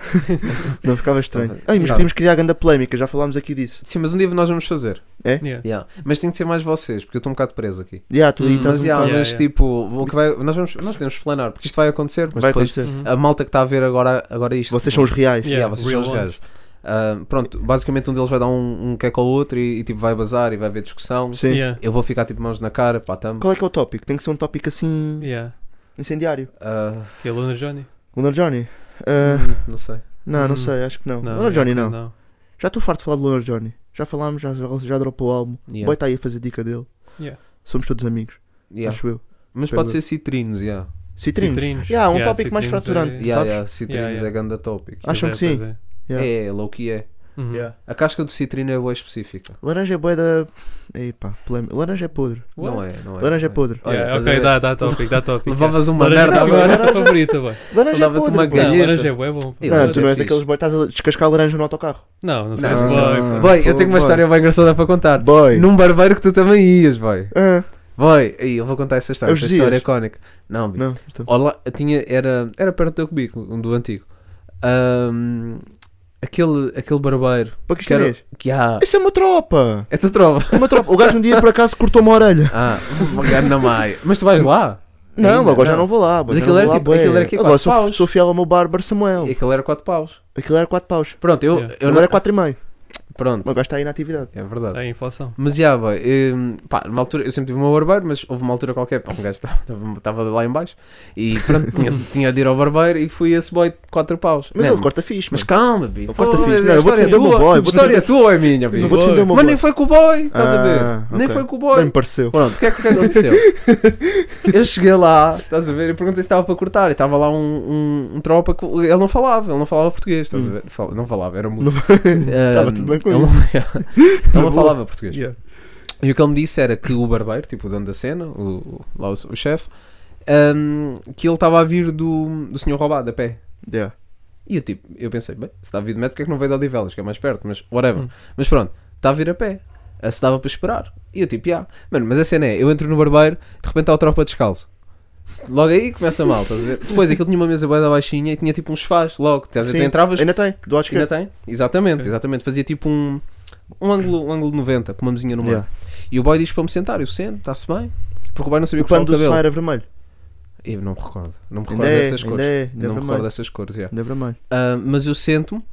Speaker 6: Não ficava estranho.
Speaker 7: Não,
Speaker 6: Ai, mas
Speaker 7: não.
Speaker 6: podíamos criar grande polémica, já falámos aqui disso.
Speaker 7: Sim, mas um dia nós vamos fazer.
Speaker 8: Yeah.
Speaker 7: Yeah. Mas tem que ser mais vocês, porque eu estou um bocado preso aqui.
Speaker 6: Yeah, tu aí
Speaker 8: Hum,
Speaker 6: estás
Speaker 7: mas,
Speaker 6: um
Speaker 7: yeah,
Speaker 6: bocado-
Speaker 7: mas
Speaker 8: Yeah, yeah.
Speaker 7: tipo, o que vai, nós, vamos, nós podemos planear, porque isto vai acontecer, mas
Speaker 6: Vai
Speaker 7: depois
Speaker 6: acontecer.
Speaker 8: Uhum.
Speaker 7: a malta que está a ver agora, agora isto.
Speaker 6: Vocês são os reais.
Speaker 8: Yeah,
Speaker 7: Yeah, vocês são
Speaker 8: real
Speaker 7: os
Speaker 8: ones.
Speaker 7: gajos. Ah, pronto, basicamente um deles vai dar um, um queco ao outro e, e, tipo vai bazar e vai haver discussão.
Speaker 6: Sim.
Speaker 8: Yeah.
Speaker 7: Eu vou ficar tipo mãos na cara, pá, tamo.
Speaker 6: Qual é que é o tópico? Tem que ser um tópico assim.
Speaker 8: Yeah.
Speaker 6: incendiário.
Speaker 7: Ah,
Speaker 8: Que é Luna Johnny.
Speaker 6: Lunar Johnny. Ah,
Speaker 7: hum, não sei.
Speaker 6: Não, não
Speaker 8: Hum.
Speaker 6: sei, acho que não. Loner Johnny não.
Speaker 8: não.
Speaker 6: Já estou farto de falar de Loner Johnny. Já falámos, já, já dropou o álbum. O
Speaker 7: Yeah.
Speaker 6: boy está aí a fazer dica dele.
Speaker 8: Yeah.
Speaker 6: Somos todos amigos,
Speaker 7: Yeah.
Speaker 6: acho eu.
Speaker 7: Mas
Speaker 6: Pelo-
Speaker 7: pode ser citrinos, yeah.
Speaker 6: Citrinos.
Speaker 8: Citrinos.
Speaker 6: Yeah, um tópico mais
Speaker 8: citrinos
Speaker 6: fraturante.
Speaker 8: é-
Speaker 6: Yeah,
Speaker 7: Yeah,
Speaker 6: Sabes?
Speaker 7: yeah, citrinos
Speaker 8: Yeah, yeah.
Speaker 7: é ganda tópico.
Speaker 6: Acham
Speaker 8: pois
Speaker 6: que
Speaker 8: é,
Speaker 6: sim?
Speaker 8: pois é.
Speaker 6: Yeah.
Speaker 7: É, é, low que é.
Speaker 8: Uhum.
Speaker 6: Yeah.
Speaker 7: A casca do citrino é boa específica.
Speaker 6: Laranja é boa da. Epá, polêmica. Laranja é podre.
Speaker 7: Não é,
Speaker 8: What?
Speaker 7: não é.
Speaker 6: Laranja é
Speaker 7: não
Speaker 6: podre.
Speaker 7: Olha,
Speaker 8: Yeah,
Speaker 7: estás a
Speaker 8: ok,
Speaker 7: ver?
Speaker 8: dá, dá tópico, dá tópico.
Speaker 7: Levavas uma
Speaker 8: Laranja
Speaker 7: merda
Speaker 8: é a minha
Speaker 7: agora.
Speaker 8: batata favorita, boy.
Speaker 6: Laranja é
Speaker 7: Dava-te uma
Speaker 6: podre. pá.
Speaker 7: ganha.
Speaker 8: Não,
Speaker 7: Galheta.
Speaker 8: laranja é bué bom. pô.
Speaker 7: Yeah.
Speaker 6: Não, tu
Speaker 7: Laranja
Speaker 6: não
Speaker 7: é
Speaker 6: és daqueles
Speaker 7: fixe.
Speaker 6: boy. Estás a descascar laranja no autocarro.
Speaker 8: Não, não sou
Speaker 7: Não,
Speaker 8: esse
Speaker 7: não.
Speaker 8: boy.
Speaker 6: Ah,
Speaker 7: Boy, eu tenho
Speaker 6: fogo,
Speaker 7: uma história bem engraçada para contar.
Speaker 6: Boy.
Speaker 7: Num barbeiro que tu também ias, boy.
Speaker 6: Ah,
Speaker 7: Boy, aí eu vou contar essa história.
Speaker 6: É os
Speaker 7: Essa história é
Speaker 6: dias.
Speaker 7: icónica. Não, bicho.
Speaker 6: não. então.
Speaker 7: Olá, tinha, era, era perto do cubico, um do antigo. Ahm, aquele, aquele barbeiro que era.
Speaker 6: Paquistanês.
Speaker 7: Que há.
Speaker 6: Isso é uma tropa!
Speaker 7: Essa trova.
Speaker 6: É Uma tropa. O gajo um dia por acaso cortou uma orelha.
Speaker 7: Ah, uma grande maia. Mas tu vais lá?
Speaker 6: Não,
Speaker 7: Ainda
Speaker 6: agora já
Speaker 7: não.
Speaker 6: não vou lá.
Speaker 7: Mas
Speaker 6: agora já
Speaker 7: aquilo
Speaker 6: não
Speaker 7: era
Speaker 6: vou lá,
Speaker 7: tipo-
Speaker 6: bué.
Speaker 7: aquilo era aqui
Speaker 6: Agora
Speaker 7: quatro
Speaker 6: sou,
Speaker 7: paus.
Speaker 6: sou fiel ao meu barber
Speaker 7: E
Speaker 6: Samuel.
Speaker 7: aquilo era 4 paus.
Speaker 6: Aquilo era 4 paus.
Speaker 7: Pronto, eu,
Speaker 8: Yeah.
Speaker 7: eu
Speaker 6: agora é
Speaker 7: não.
Speaker 6: 4,5.
Speaker 7: Pronto,
Speaker 6: O meu gajo está aí na atividade.
Speaker 7: é verdade.
Speaker 8: Tá aí a inflação.
Speaker 7: Mas já, boy, hum, pá, numa altura, eu sempre tive o meu barbeiro, mas houve uma altura qualquer, pá, um gajo estava lá em baixo e pronto, tinha, tinha de ir ao barbeiro e fui esse boy de 4 paus.
Speaker 6: Mas
Speaker 7: Não,
Speaker 6: ele corta fixe,
Speaker 7: mas
Speaker 6: mas
Speaker 7: calma, bi.
Speaker 6: Ele corta
Speaker 7: Pô,
Speaker 6: fixe.
Speaker 7: mas
Speaker 6: Não,
Speaker 7: a
Speaker 6: eu vou
Speaker 7: história é
Speaker 6: defender o meu
Speaker 7: tua,
Speaker 6: boy,
Speaker 7: a
Speaker 6: vou
Speaker 7: história é tua ou é minha, bi?
Speaker 6: não vou defender o meu
Speaker 7: Mas
Speaker 6: boy.
Speaker 7: nem foi com o boy, estás a ver?
Speaker 6: Ah,
Speaker 7: Nem
Speaker 6: ok.
Speaker 7: foi com o
Speaker 6: Bem me
Speaker 7: boy.
Speaker 6: pareceu.
Speaker 7: Pronto, o que é que o que é que aconteceu? eu cheguei lá, estás a ver? Eu perguntei se estava para cortar e estava lá um, um, um tropa que ele não falava, ele não falava português, estás a ver? Fal- Não falava, era muito.
Speaker 6: Estava Hum. tudo bem com
Speaker 7: ele.
Speaker 6: isso. Tá
Speaker 7: Ele não
Speaker 6: boa.
Speaker 7: falava português.
Speaker 6: Yeah.
Speaker 7: E o que ele me disse era que o barbeiro, tipo o dono da cena, o, o- lá o, o chefe, ahm, que ele estava a vir do, do senhor roubado a pé.
Speaker 6: Yeah.
Speaker 7: E eu tipo, eu pensei, bem, se está a vir de metro, porque é que não veio de Odivelas, que é mais perto, mas
Speaker 6: Hum.
Speaker 7: whatever. Mas pronto, está a vir a pé. Ah, Se dava para esperar. E eu tipo, já. Mano, mas a cena é, eu entro no barbeiro, de repente está o tropa descalço. Logo aí começa mal, estás a ver? Depois aquilo tinha uma mesa bem da baixinha e tinha tipo uns faz logo. Estás a ver?
Speaker 6: Sim,
Speaker 7: Tu entravas,
Speaker 6: Ainda tem, do lado
Speaker 7: ainda
Speaker 6: esquerdo.
Speaker 7: tem? Exatamente, exatamente. Fazia tipo um, um, ângulo, um ângulo 90, com uma mesinha no meio.
Speaker 6: Yeah.
Speaker 7: E o boy diz para me sentar, eu sento, está-se bem. Porque o boy não sabia
Speaker 6: O
Speaker 7: cortar o
Speaker 6: pano do
Speaker 7: cabelo.
Speaker 6: Sá era vermelho.
Speaker 7: Eu não me recordo. Não me
Speaker 6: Ainda
Speaker 7: recordo
Speaker 6: é,
Speaker 7: dessas
Speaker 6: ainda
Speaker 7: cores.
Speaker 6: é, ainda é
Speaker 7: Não me recordo
Speaker 6: vermelho.
Speaker 7: dessas cores, yeah.
Speaker 6: Ainda é vermelho.
Speaker 7: Ah, mas eu sento-me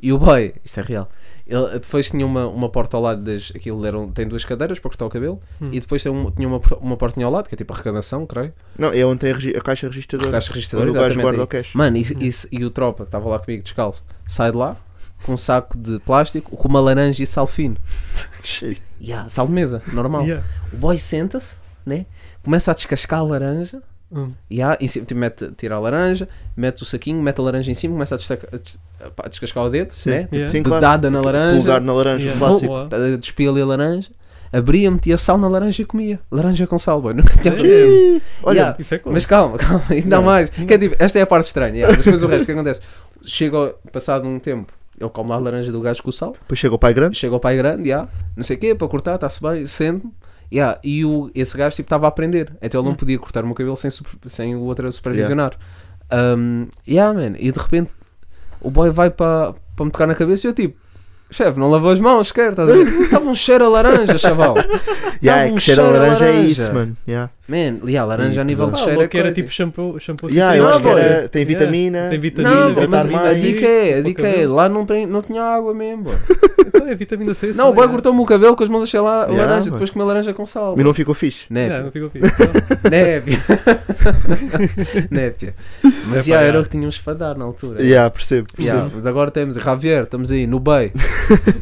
Speaker 7: e o boy, isto é real, ele depois tinha uma, uma porta ao lado das. Aquilo eram, tem duas cadeiras para cortar o cabelo
Speaker 6: Hum.
Speaker 7: e depois tem um- tinha uma, por- uma portinha ao lado, que é tipo arrecadação, creio.
Speaker 6: Não, é onde tem a, regi- a caixa registradora.
Speaker 7: Caixa registradora,
Speaker 6: Onde o gajo
Speaker 7: exatamente,
Speaker 6: guarda
Speaker 7: aí.
Speaker 6: o Hum. cash.
Speaker 7: Mano, e, e- e o tropa que estava lá comigo descalço sai de lá com um saco de plástico com uma laranja e sal fino.
Speaker 6: Shit.
Speaker 7: Yeah, sal de mesa, normal.
Speaker 8: Yeah.
Speaker 7: O boy senta-se, né? começa a descascar a laranja.
Speaker 8: Hum.
Speaker 7: E há, em cima, tipo, mete, tira a laranja, mete o saquinho, mete a laranja em cima, começa a, destaca- a des- a pá, a descascar o dedo,
Speaker 6: Sim.
Speaker 7: né? Tipo,
Speaker 8: Yeah.
Speaker 6: Sim, claro.
Speaker 7: dedada na
Speaker 6: Pulgar
Speaker 7: laranja,
Speaker 6: na laranja,
Speaker 8: Yeah.
Speaker 6: clássico.
Speaker 8: Boa.
Speaker 7: eh, despia ali a laranja, abria, metia sal na laranja e comia. Laranja com sal, boy. Nunca tinha acontecido.
Speaker 6: Olha,
Speaker 7: Yeah.
Speaker 8: Isso é cool.
Speaker 7: Mas calma, calma, ainda há mais. Que é tipo, esta é a parte estranha. yeah, Mas depois o resto, o que acontece? Chega, ao- passado um tempo, ele come lá a laranja do gajo com o sal,
Speaker 6: depois chega o pai grande.
Speaker 7: chega ao pai grande, yeah, não sei o quê, para cortar, está-se bem, sente-me. Yeah, e o, esse gajo tipo, estava a aprender, então ele não podia cortar o meu cabelo sem, super- sem o outro a supervisionar. Um, yeah, man, e de repente o boy vai para para me tocar na cabeça e eu tipo, chefe, não lavou as mãos, quer? estás a ver?" Estava um cheiro a laranja, chaval.
Speaker 6: Yeah, é
Speaker 7: um
Speaker 6: que cheira
Speaker 7: cheiro a
Speaker 6: a laranja é
Speaker 7: laranja.
Speaker 6: isso, mano. Yeah.
Speaker 7: Man, yeah, laranja a nível de
Speaker 8: Ah,
Speaker 7: cheiro.
Speaker 8: logo
Speaker 7: é
Speaker 8: que era
Speaker 7: crazy.
Speaker 8: tipo shampoo, shampoo
Speaker 6: Yeah, eu
Speaker 7: não,
Speaker 6: acho que
Speaker 7: boy.
Speaker 6: era- tem
Speaker 8: Yeah.
Speaker 6: vitamina.
Speaker 8: Tem vitamina,
Speaker 7: Não,
Speaker 6: Deve
Speaker 7: mas
Speaker 6: estar
Speaker 7: a
Speaker 6: mais.
Speaker 7: dica é, a
Speaker 8: Para o
Speaker 7: dica é,
Speaker 8: cabelo.
Speaker 7: lá não, tem, não tinha água mesmo. boy.
Speaker 8: Então é vitamina C.
Speaker 7: Não, o boy
Speaker 8: vai
Speaker 7: cortou me o cabelo com as mãos a cheirar la-
Speaker 6: Yeah,
Speaker 7: laranja,
Speaker 6: boy.
Speaker 7: depois comeu laranja com sal.
Speaker 6: E não ficou fixe.
Speaker 7: Népia,
Speaker 8: Não fica fixe. Não.
Speaker 7: népia. Népia. Mas
Speaker 8: É
Speaker 7: já
Speaker 8: pá,
Speaker 7: era
Speaker 8: já.
Speaker 7: o que tínhamos para dar na altura.
Speaker 6: Yeah, percebo. percebo.
Speaker 7: Yeah, mas agora temos Javier, estamos aí no bem.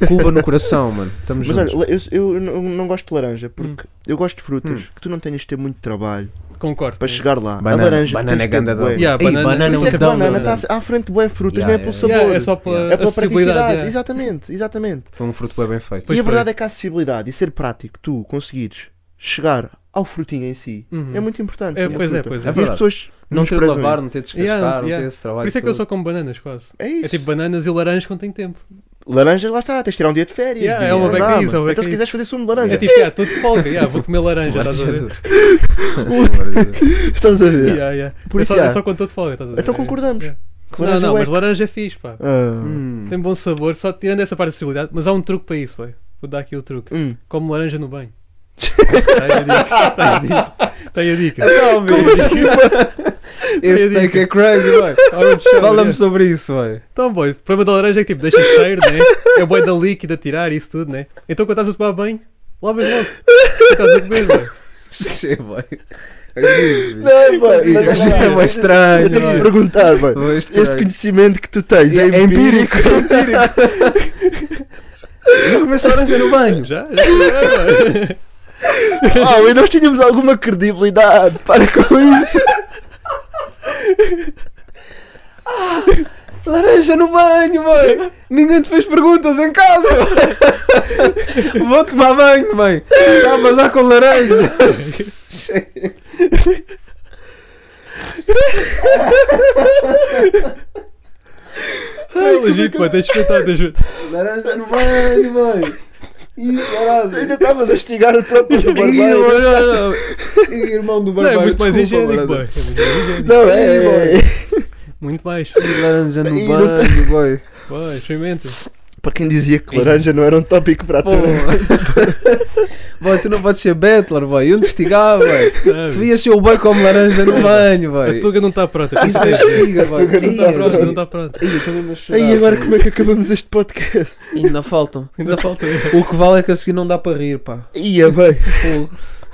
Speaker 7: Cuba no coração, mano. Estamos
Speaker 6: Mas
Speaker 7: juntos.
Speaker 6: olha, eu, eu não- não gosto de
Speaker 8: Hum.
Speaker 6: laranja porque eu gosto de frutas que tu não tens de ter muito trabalho
Speaker 8: Concordo.
Speaker 6: para
Speaker 8: com
Speaker 6: chegar lá.
Speaker 7: Banana,
Speaker 6: a laranja
Speaker 7: banana
Speaker 6: tens
Speaker 7: é
Speaker 6: de ter
Speaker 7: ganda
Speaker 6: bué.
Speaker 7: da-
Speaker 8: É Yeah,
Speaker 7: Ei,
Speaker 8: banana- tá.
Speaker 7: banana é um
Speaker 6: Mas é que
Speaker 7: dão,
Speaker 6: banana
Speaker 7: mano.
Speaker 6: está à frente bué frutas,
Speaker 7: Yeah,
Speaker 6: não é pelo
Speaker 7: yeah,
Speaker 8: isso.
Speaker 6: sabor.
Speaker 8: Yeah, é só
Speaker 7: Yeah.
Speaker 8: pela
Speaker 6: É pela praticidade,
Speaker 8: acessibilidade. yeah.
Speaker 6: exatamente, exatamente.
Speaker 7: Foi um fruto bem, bem feito.
Speaker 8: Pois
Speaker 6: e a
Speaker 8: foi.
Speaker 6: verdade é que a acessibilidade e ser prático, tu conseguires chegar ao frutinho em si,
Speaker 8: Uhum.
Speaker 6: é muito importante.
Speaker 8: É,
Speaker 6: no
Speaker 8: pois é,
Speaker 6: fruta.
Speaker 8: pois
Speaker 7: é. É
Speaker 6: E as
Speaker 7: verdade.
Speaker 6: pessoas
Speaker 7: Não ter de
Speaker 6: desprezam
Speaker 7: lavar,
Speaker 6: isso.
Speaker 7: não ter de descascar,
Speaker 8: Yeah,
Speaker 7: não ter
Speaker 8: yeah.
Speaker 7: esse trabalho.
Speaker 8: Por isso é que eu
Speaker 7: todo.
Speaker 8: só como bananas quase.
Speaker 6: É isso.
Speaker 8: É tipo bananas e laranjas quando tem tempo.
Speaker 6: Laranja, lá está, tens de tirar um dia de férias.
Speaker 8: Yeah,
Speaker 6: Bia,
Speaker 8: é uma
Speaker 6: não dá,
Speaker 8: beca isso, é uma
Speaker 6: mano.
Speaker 8: beca
Speaker 6: Então se
Speaker 8: isso.
Speaker 6: quiseres fazer sumo de laranja,
Speaker 8: É tipo, yeah, estou de folga, yeah, vou comer laranja, estás
Speaker 7: é
Speaker 8: a ver?
Speaker 6: estás a ver?
Speaker 8: Yeah, yeah.
Speaker 6: Por
Speaker 8: É
Speaker 6: isso,
Speaker 8: só- é
Speaker 6: yeah.
Speaker 8: só quando estou de folga, estás a ver?
Speaker 6: Então concordamos.
Speaker 8: Yeah.
Speaker 6: Que
Speaker 8: Não,
Speaker 6: laranja
Speaker 8: não,
Speaker 6: é
Speaker 8: mas
Speaker 6: bué.
Speaker 8: laranja é fixe, pá.
Speaker 6: Ah.
Speaker 7: Hum.
Speaker 8: Tem bom sabor, só tirando essa parte da acessibilidade. Mas há um truque para isso, velho. Vou dar aqui o truque.
Speaker 6: Hum.
Speaker 8: Como laranja no banho. Tem a dica, tem a dica. Tem a dica.
Speaker 7: Não, meu. Esse
Speaker 8: Meia
Speaker 7: take é crazy, boy.
Speaker 8: Orange shower,
Speaker 7: Fala-me
Speaker 8: yeah.
Speaker 7: sobre isso, boy.
Speaker 8: Então, boy, o problema da laranja é que tipo, deixa de sair, né? É boi da líquida, tirar isso tudo, né? Então, quando estás a tomar banho, lavas logo. Estás a comer, boy.
Speaker 7: Che, boy. É giro,
Speaker 6: Não, boy,
Speaker 7: bicho.
Speaker 6: mas-
Speaker 7: Isto é mais estranho.
Speaker 6: Eu tenho que
Speaker 7: boy.
Speaker 6: te perguntar, boy.
Speaker 7: Bué
Speaker 6: Esse
Speaker 7: estranho.
Speaker 6: conhecimento que tu tens é,
Speaker 7: É
Speaker 6: empírico.
Speaker 7: empírico. Já comeste laranja no banho.
Speaker 8: Já? já-
Speaker 6: Pau, Ah, e nós tínhamos alguma credibilidade. Para com isso.
Speaker 7: Laranja no banho, mãe! Ninguém te fez perguntas em casa! boy. Vou tomar banho, mãe! Está a bazar com laranja!
Speaker 8: É legítimo, pô, tens de escutar, tens de escutar.
Speaker 7: Laranja no banho, mãe! Ih,
Speaker 6: Tu
Speaker 7: caralho!
Speaker 6: Ainda estavas a estigar a tropa do
Speaker 7: Ih,
Speaker 6: barbeiro.
Speaker 7: não, não. tá- Ih, irmão do
Speaker 8: Não,
Speaker 7: barbeiro,
Speaker 8: é muito mais
Speaker 7: desculpa,
Speaker 8: higiênico, boy.
Speaker 7: brother.
Speaker 8: É muito mais higiênico.
Speaker 6: Não, é, é.
Speaker 8: Muito mais.
Speaker 7: Laranja no
Speaker 6: Ih, não
Speaker 7: banho, boy!
Speaker 8: Boy, experimenta.
Speaker 6: Para quem dizia que laranja não era um tópico para a
Speaker 7: Pô.
Speaker 6: tua.
Speaker 7: Boy, tu não podes ser Bettler, boy! Eu não te estigava, boy! Tu
Speaker 8: Sabe?
Speaker 7: ias ser o boy como laranja no banho,
Speaker 8: A
Speaker 7: boy!
Speaker 8: Tuga não está pronta.
Speaker 7: Isso é estiga, boy!
Speaker 6: Tuga não
Speaker 7: Ih,
Speaker 6: tá
Speaker 8: Não
Speaker 6: pronta.
Speaker 8: está
Speaker 7: boy.
Speaker 8: não tá pronto.
Speaker 7: Ih, eu assim. estou mesmo a chorar.
Speaker 6: E agora como é que acabamos este podcast?
Speaker 7: Ainda faltam.
Speaker 8: Ainda falta.
Speaker 7: O que vale é que a seguir não dá para rir, pá.
Speaker 6: Ia bem.
Speaker 7: Fogo.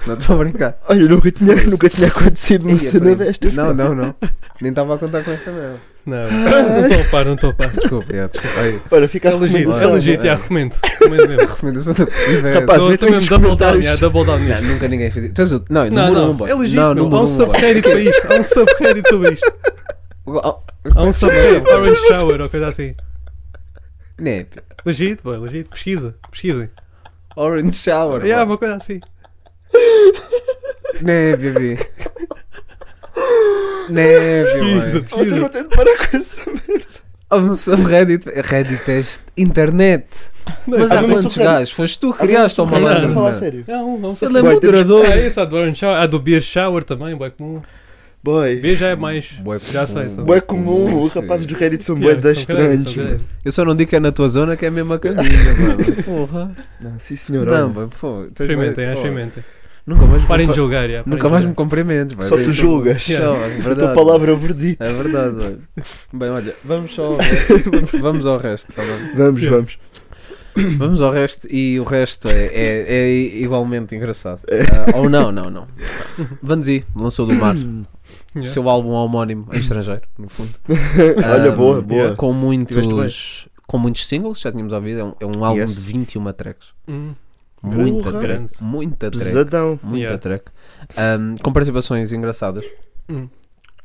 Speaker 7: Não estou a brincar.
Speaker 6: é, Olha, nunca tinha, nunca tinha acontecido uma
Speaker 7: Ia,
Speaker 6: cena
Speaker 7: primo.
Speaker 6: destas.
Speaker 7: Não, não, não. Nem estava a contar com esta merda.
Speaker 8: Não, não estou a par, não estou a par.
Speaker 7: Desculpa, é, desculpa. Aí,
Speaker 6: Para
Speaker 8: É
Speaker 6: ficar
Speaker 8: legítimo, é
Speaker 7: Recomendação,
Speaker 8: legítimo,
Speaker 7: é.
Speaker 8: já, recomendo. Recomendo mesmo.
Speaker 7: recomendação da Piva.
Speaker 6: Rapaz,
Speaker 8: Estou
Speaker 6: metem
Speaker 8: estou
Speaker 6: nos
Speaker 8: mesmo double down,
Speaker 6: comentários.
Speaker 8: já, double down
Speaker 7: Não,
Speaker 8: nisto.
Speaker 7: nunca ninguém fez isso. Tu és o- Não,
Speaker 8: Não,
Speaker 7: número um,
Speaker 8: não,
Speaker 7: boy.
Speaker 8: é legítimo.
Speaker 7: Não, número
Speaker 8: Há um
Speaker 7: um, boy.
Speaker 8: subreddit para isto. Há um subreddit sobre isto.
Speaker 7: Ah,
Speaker 8: Há um subreddit, Orange Shower ou coisa assim.
Speaker 7: Né, pá.
Speaker 8: Legítimo, boy, legítimo. Pesquisa, pesquisem.
Speaker 7: Orange Shower.
Speaker 8: É,
Speaker 7: boy.
Speaker 8: uma coisa assim.
Speaker 7: Né, bebê. Né,
Speaker 8: Pesquisa,
Speaker 7: bebê.
Speaker 6: Vocês vão
Speaker 8: pesquisa.
Speaker 6: ter de parar com isso.
Speaker 7: boy. Um subreddit. Reddit é internet. Mas há
Speaker 6: Alguém
Speaker 7: quantos
Speaker 6: subreddit?
Speaker 7: gajos? Foste tu que criaste, ó
Speaker 6: Não,
Speaker 8: subreddit?
Speaker 7: malandro.
Speaker 6: Estás a falar
Speaker 7: meu.
Speaker 6: sério.
Speaker 8: Há um, há um
Speaker 7: Ele é
Speaker 8: subreddit.
Speaker 6: Boy, temos-
Speaker 7: moderador.
Speaker 8: É isso, há do Orange Shower. Há do Beer Shower também, boy, comum.
Speaker 6: Boy.
Speaker 8: Beer já é mais.
Speaker 7: Bué
Speaker 8: Já sei, então.
Speaker 6: Bué comum, os
Speaker 7: Sim.
Speaker 6: rapazes do Reddit são bué
Speaker 8: Yeah,
Speaker 6: da
Speaker 8: são grandes,
Speaker 6: estranhos.
Speaker 8: são
Speaker 6: mano.
Speaker 8: grandes.
Speaker 7: Eu só não digo que é na tua zona que é a mesma caminha, mano. Porra.
Speaker 6: Não, sim senhor.
Speaker 7: Não, é
Speaker 6: olha.
Speaker 7: pá, pô. tens-
Speaker 8: Experimentem, ah,
Speaker 7: pô,
Speaker 8: experimentem.
Speaker 7: Nunca mais me
Speaker 8: Parem de
Speaker 7: compa-
Speaker 8: julgar, já. parem
Speaker 7: Nunca
Speaker 8: de
Speaker 7: mais me
Speaker 8: julgar.
Speaker 7: cumprimentes, pá.
Speaker 6: Só tu
Speaker 7: Tens-
Speaker 6: julgas.
Speaker 7: Só,
Speaker 8: Yeah.
Speaker 7: é
Speaker 6: A
Speaker 7: verdade.
Speaker 6: tua palavra é o verdito.
Speaker 7: É verdade, olha. Bem, olha, vamos só. vamos- Vamos ao resto, tá bem?
Speaker 6: Vamos, vamos.
Speaker 7: Vamos ao resto e o resto é, é- é igualmente engraçado. Ah, ou não, não, não. Van Zee lançou do mar o
Speaker 8: Yeah.
Speaker 7: seu álbum homónimo em estrangeiro, no fundo.
Speaker 6: Olha,
Speaker 7: Ah,
Speaker 6: boa, boa.
Speaker 7: Com
Speaker 6: Tiveste bem.
Speaker 7: muitos, com muitos singles, já tínhamos ouvido. É um, é um álbum
Speaker 6: Yes.
Speaker 7: de 21 tracks.
Speaker 8: Hum.
Speaker 7: Muita
Speaker 6: Porra.
Speaker 7: track. Muita track.
Speaker 6: Pesadão.
Speaker 7: Muita
Speaker 8: Yeah.
Speaker 7: track. Um, com participações engraçadas.
Speaker 8: Hum.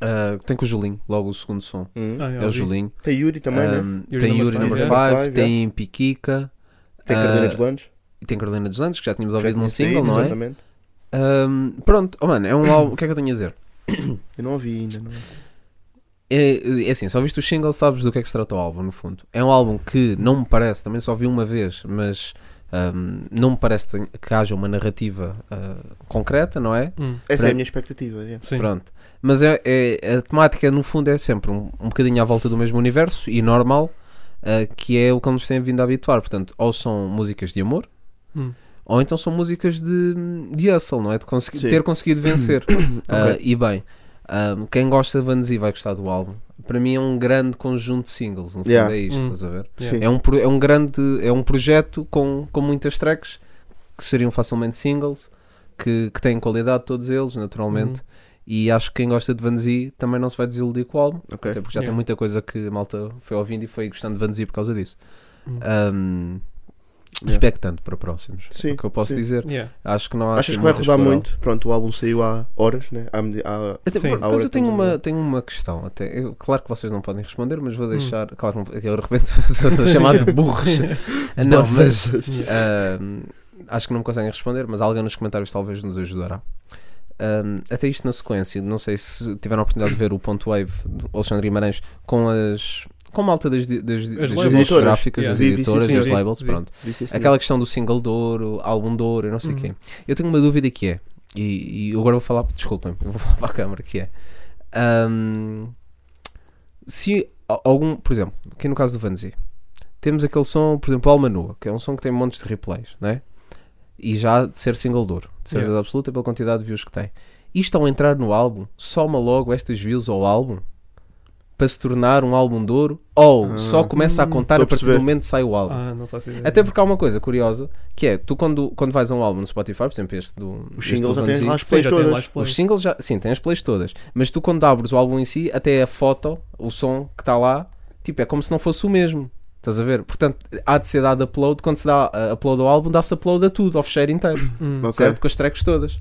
Speaker 7: Uh, tem com o Julinho, logo o segundo som.
Speaker 6: Hum.
Speaker 8: Ah, já
Speaker 7: é o
Speaker 8: ouvi.
Speaker 7: Julinho.
Speaker 6: Tem Yuri também, né?
Speaker 7: Um,
Speaker 8: Yuri
Speaker 7: tem
Speaker 8: number
Speaker 7: Yuri
Speaker 8: five,
Speaker 7: Number
Speaker 6: é.
Speaker 7: 5,
Speaker 6: Number five,
Speaker 7: tem Piquica.
Speaker 6: Tem
Speaker 7: ah,
Speaker 6: Carolina de Lange.
Speaker 7: e tem Carolina dos Anjos, que já tínhamos
Speaker 6: Já
Speaker 7: ouvido num
Speaker 6: tinha
Speaker 7: single,
Speaker 6: saído,
Speaker 7: não é?
Speaker 6: Exatamente.
Speaker 7: Um, pronto, oh, mano, é um álbum. O que é que eu tenho a dizer?
Speaker 6: Eu não ouvi ainda. Não.
Speaker 7: É, é assim, só viste o single, sabes do que é que se trata o álbum, no fundo. É um álbum que não me parece, também só vi uma vez, mas um, não me parece que haja uma narrativa ah, concreta, não é?
Speaker 8: Hum.
Speaker 6: Essa é
Speaker 7: Pronto.
Speaker 6: a minha expectativa. é.
Speaker 8: Sim.
Speaker 7: Pronto. Mas é, é- a temática, no fundo, é sempre um, um bocadinho à volta do mesmo universo e normal, ah, que é o que nos tem vindo a habituar. Portanto, ou são músicas de amor,
Speaker 8: Hum.
Speaker 7: ou então são músicas de, de hustle, não é? De consegui-
Speaker 6: Sim.
Speaker 7: ter conseguido vencer. Ah, e bem, ah, quem gosta de Van Zee vai gostar do álbum. Para mim é um grande conjunto de singles, no fundo
Speaker 6: Yeah.
Speaker 7: é isto,
Speaker 8: Hum.
Speaker 7: estás a ver?
Speaker 8: Yeah.
Speaker 6: Sim.
Speaker 7: É um, pro- é um grande, é um projeto com, com muitas tracks que seriam facilmente singles, que, que têm qualidade todos eles, naturalmente.
Speaker 6: Uhum.
Speaker 7: E acho que quem gosta de Van Zee também não se vai desiludir com o álbum,
Speaker 6: Ok.
Speaker 7: até porque já
Speaker 8: Yeah.
Speaker 7: tem muita coisa que a malta foi ouvindo e foi gostando de Van Zee por causa disso.
Speaker 8: Hum.
Speaker 7: Um,
Speaker 6: Yeah.
Speaker 7: Expectante para próximos, é
Speaker 6: Sim,
Speaker 7: o que eu posso
Speaker 6: sim.
Speaker 7: dizer.
Speaker 8: Yeah.
Speaker 7: Acho que não há
Speaker 6: Achas
Speaker 7: assim
Speaker 6: que vai
Speaker 7: muita
Speaker 6: rodar
Speaker 7: escolha.
Speaker 6: muito? Pronto, o álbum saiu há horas, né? Há, medi- há-
Speaker 7: Até,
Speaker 8: Sim.
Speaker 7: por-
Speaker 6: À
Speaker 7: mas
Speaker 6: hora
Speaker 7: eu tenho
Speaker 6: também. né?
Speaker 7: uma, tenho uma questão. Até, eu- claro que vocês não podem responder, mas
Speaker 8: Hum.
Speaker 7: vou deixar. Claro, que não- eu de repente sou chamado de burros. Ah, não, mas ah, acho que não me conseguem responder, mas alguém nos comentários talvez nos ajudará. Ah, até isto na sequência, não sei se tiveram a oportunidade de ver o ponto wave do Alexandre Guimarães com as. com a malta das, di- das, das,
Speaker 8: labels.
Speaker 7: editoras gráficas,
Speaker 8: Yeah.
Speaker 7: das
Speaker 6: Vi, vi, sim,
Speaker 7: editoras,
Speaker 8: sim,
Speaker 7: das
Speaker 8: vi,
Speaker 7: labels,
Speaker 8: vi.
Speaker 7: pronto.
Speaker 6: disse isso,
Speaker 7: Aquela questão do single de ouro, álbum de ouro, eu não sei o quê. Eu tenho uma dúvida que é, e, e eu agora vou falar, desculpem, eu vou falar para a câmara que é. Ahm, se a- algum, por exemplo, aqui no caso do Van Zee, temos aquele som, por exemplo, Alma Nua, que é um som que tem montes de replays, né? E já de ser single de ouro, de certeza
Speaker 8: Yeah.
Speaker 7: absoluta pela quantidade de views que tem. Isto ao entrar no álbum, soma logo estas views ao álbum? para se tornar um álbum de ouro ou
Speaker 6: Ah.
Speaker 7: só começa a
Speaker 8: Hum,
Speaker 7: contar
Speaker 6: tô
Speaker 7: a
Speaker 6: a
Speaker 7: partir do
Speaker 6: perceber.
Speaker 7: momento que sai o álbum.
Speaker 8: Ah, não faço ideia.
Speaker 7: É. Até porque há uma coisa curiosa que é tu quando, quando vais a um álbum no Spotify, por exemplo, este do
Speaker 6: Os
Speaker 7: este
Speaker 6: singles
Speaker 7: do
Speaker 6: já têm
Speaker 7: Vanzi,
Speaker 6: lá as
Speaker 8: Sim,
Speaker 6: plays
Speaker 8: já tem lá
Speaker 6: todas.
Speaker 8: as
Speaker 7: os
Speaker 8: plays.
Speaker 7: singles já sim têm as plays todas, mas tu quando abres o álbum em si, até a foto, o som que está lá, tipo, é como se não fosse o mesmo. Estás a ver? Portanto, há de ser dado upload, quando se dá uh, upload ao álbum, dá-se upload a tudo, ao fecheiro inteiro,
Speaker 8: Hum,
Speaker 6: Ok.
Speaker 7: certo? Com as tracks todas.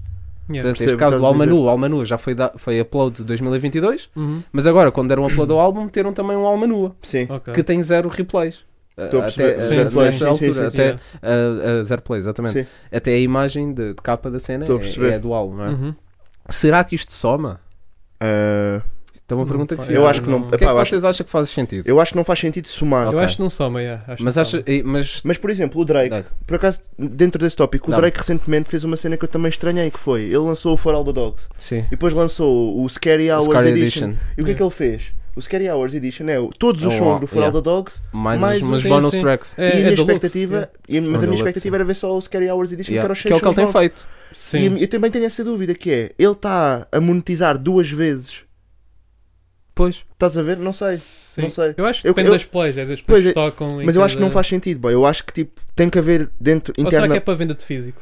Speaker 8: yeah.
Speaker 7: Portanto, este
Speaker 6: Percebo,
Speaker 7: caso
Speaker 6: estás
Speaker 7: do
Speaker 6: a dizer.
Speaker 7: Almanu, o Almanu já foi, da, foi upload de 2022,
Speaker 8: Uhum,
Speaker 7: mas agora quando deram upload ao álbum, meteram também um Almanua,
Speaker 6: Sim.
Speaker 8: ok.
Speaker 7: que tem zero replays.
Speaker 6: Estou a
Speaker 7: Até,
Speaker 6: perceber.
Speaker 7: uh,
Speaker 8: Sim,
Speaker 7: nessa
Speaker 8: replays, sim,
Speaker 7: altura,
Speaker 6: sim, sim,
Speaker 7: até,
Speaker 8: Yeah.
Speaker 7: a, a zero plays, exatamente.
Speaker 6: Sim.
Speaker 7: Até a imagem de, de capa da cena
Speaker 6: Estou a
Speaker 7: é,
Speaker 6: perceber.
Speaker 7: é do álbum, não é?
Speaker 8: Uhum.
Speaker 7: Será que isto soma?
Speaker 6: Ah,
Speaker 7: Isto é uma
Speaker 8: Não
Speaker 7: pergunta que
Speaker 8: faz-
Speaker 7: fica.
Speaker 6: eu acho que não.
Speaker 8: não.
Speaker 7: O que é
Speaker 6: epá,
Speaker 7: que
Speaker 6: eu, acho,
Speaker 7: vocês acham que faz sentido?
Speaker 6: eu acho que não faz sentido somar.
Speaker 7: Ok.
Speaker 8: Eu acho que não soma, yeah. acho
Speaker 7: mas
Speaker 8: que não
Speaker 7: acho.
Speaker 8: soma.
Speaker 7: e- Mas.
Speaker 6: Mas, por exemplo, o Drake,
Speaker 7: Drake.
Speaker 6: por acaso, dentro desse tópico, o
Speaker 7: Dá-me.
Speaker 6: Drake recentemente fez uma cena que eu também estranhei, que foi, ele lançou o For All The Dogs,
Speaker 7: Sim.
Speaker 6: e depois lançou o Scary Hours
Speaker 7: Scar
Speaker 6: Edition.
Speaker 7: Edition.
Speaker 6: E o que é que
Speaker 8: É.
Speaker 6: ele fez? O Scary Hours Edition é o- todos os
Speaker 7: É o
Speaker 6: sons
Speaker 7: al-
Speaker 6: do For
Speaker 7: yeah.
Speaker 6: All The Dogs,
Speaker 7: Mais,
Speaker 6: Mais um-
Speaker 7: umas
Speaker 8: sim,
Speaker 7: bonus
Speaker 8: sim.
Speaker 7: tracks.
Speaker 6: e a minha
Speaker 8: deluxe,
Speaker 6: expectativa,
Speaker 8: é yeah.
Speaker 7: É
Speaker 6: e- mas a minha
Speaker 7: deluxe,
Speaker 6: expectativa
Speaker 7: sim.
Speaker 6: era ver só o Scary Hours Edition,
Speaker 7: Yeah.
Speaker 6: que era os
Speaker 7: Que é o
Speaker 6: seis
Speaker 7: que ele tem
Speaker 6: sons novos.
Speaker 7: feito.
Speaker 8: Sim.
Speaker 6: E eu também tenho essa dúvida que é, ele está a monetizar duas vezes,
Speaker 7: Pois.
Speaker 6: estás a ver? Não sei.
Speaker 8: Sim.
Speaker 6: não sei.
Speaker 8: Eu acho que
Speaker 6: Eu-
Speaker 8: depende
Speaker 6: eu-
Speaker 8: das plays, é das
Speaker 6: Pois
Speaker 8: pessoas que
Speaker 6: é,
Speaker 8: tocam. em
Speaker 6: Mas eu acho que
Speaker 8: cada-
Speaker 6: não faz sentido, boy. eu acho que tipo, tem que haver dentro,
Speaker 8: Ou será que
Speaker 6: interna...
Speaker 8: é para venda de físico?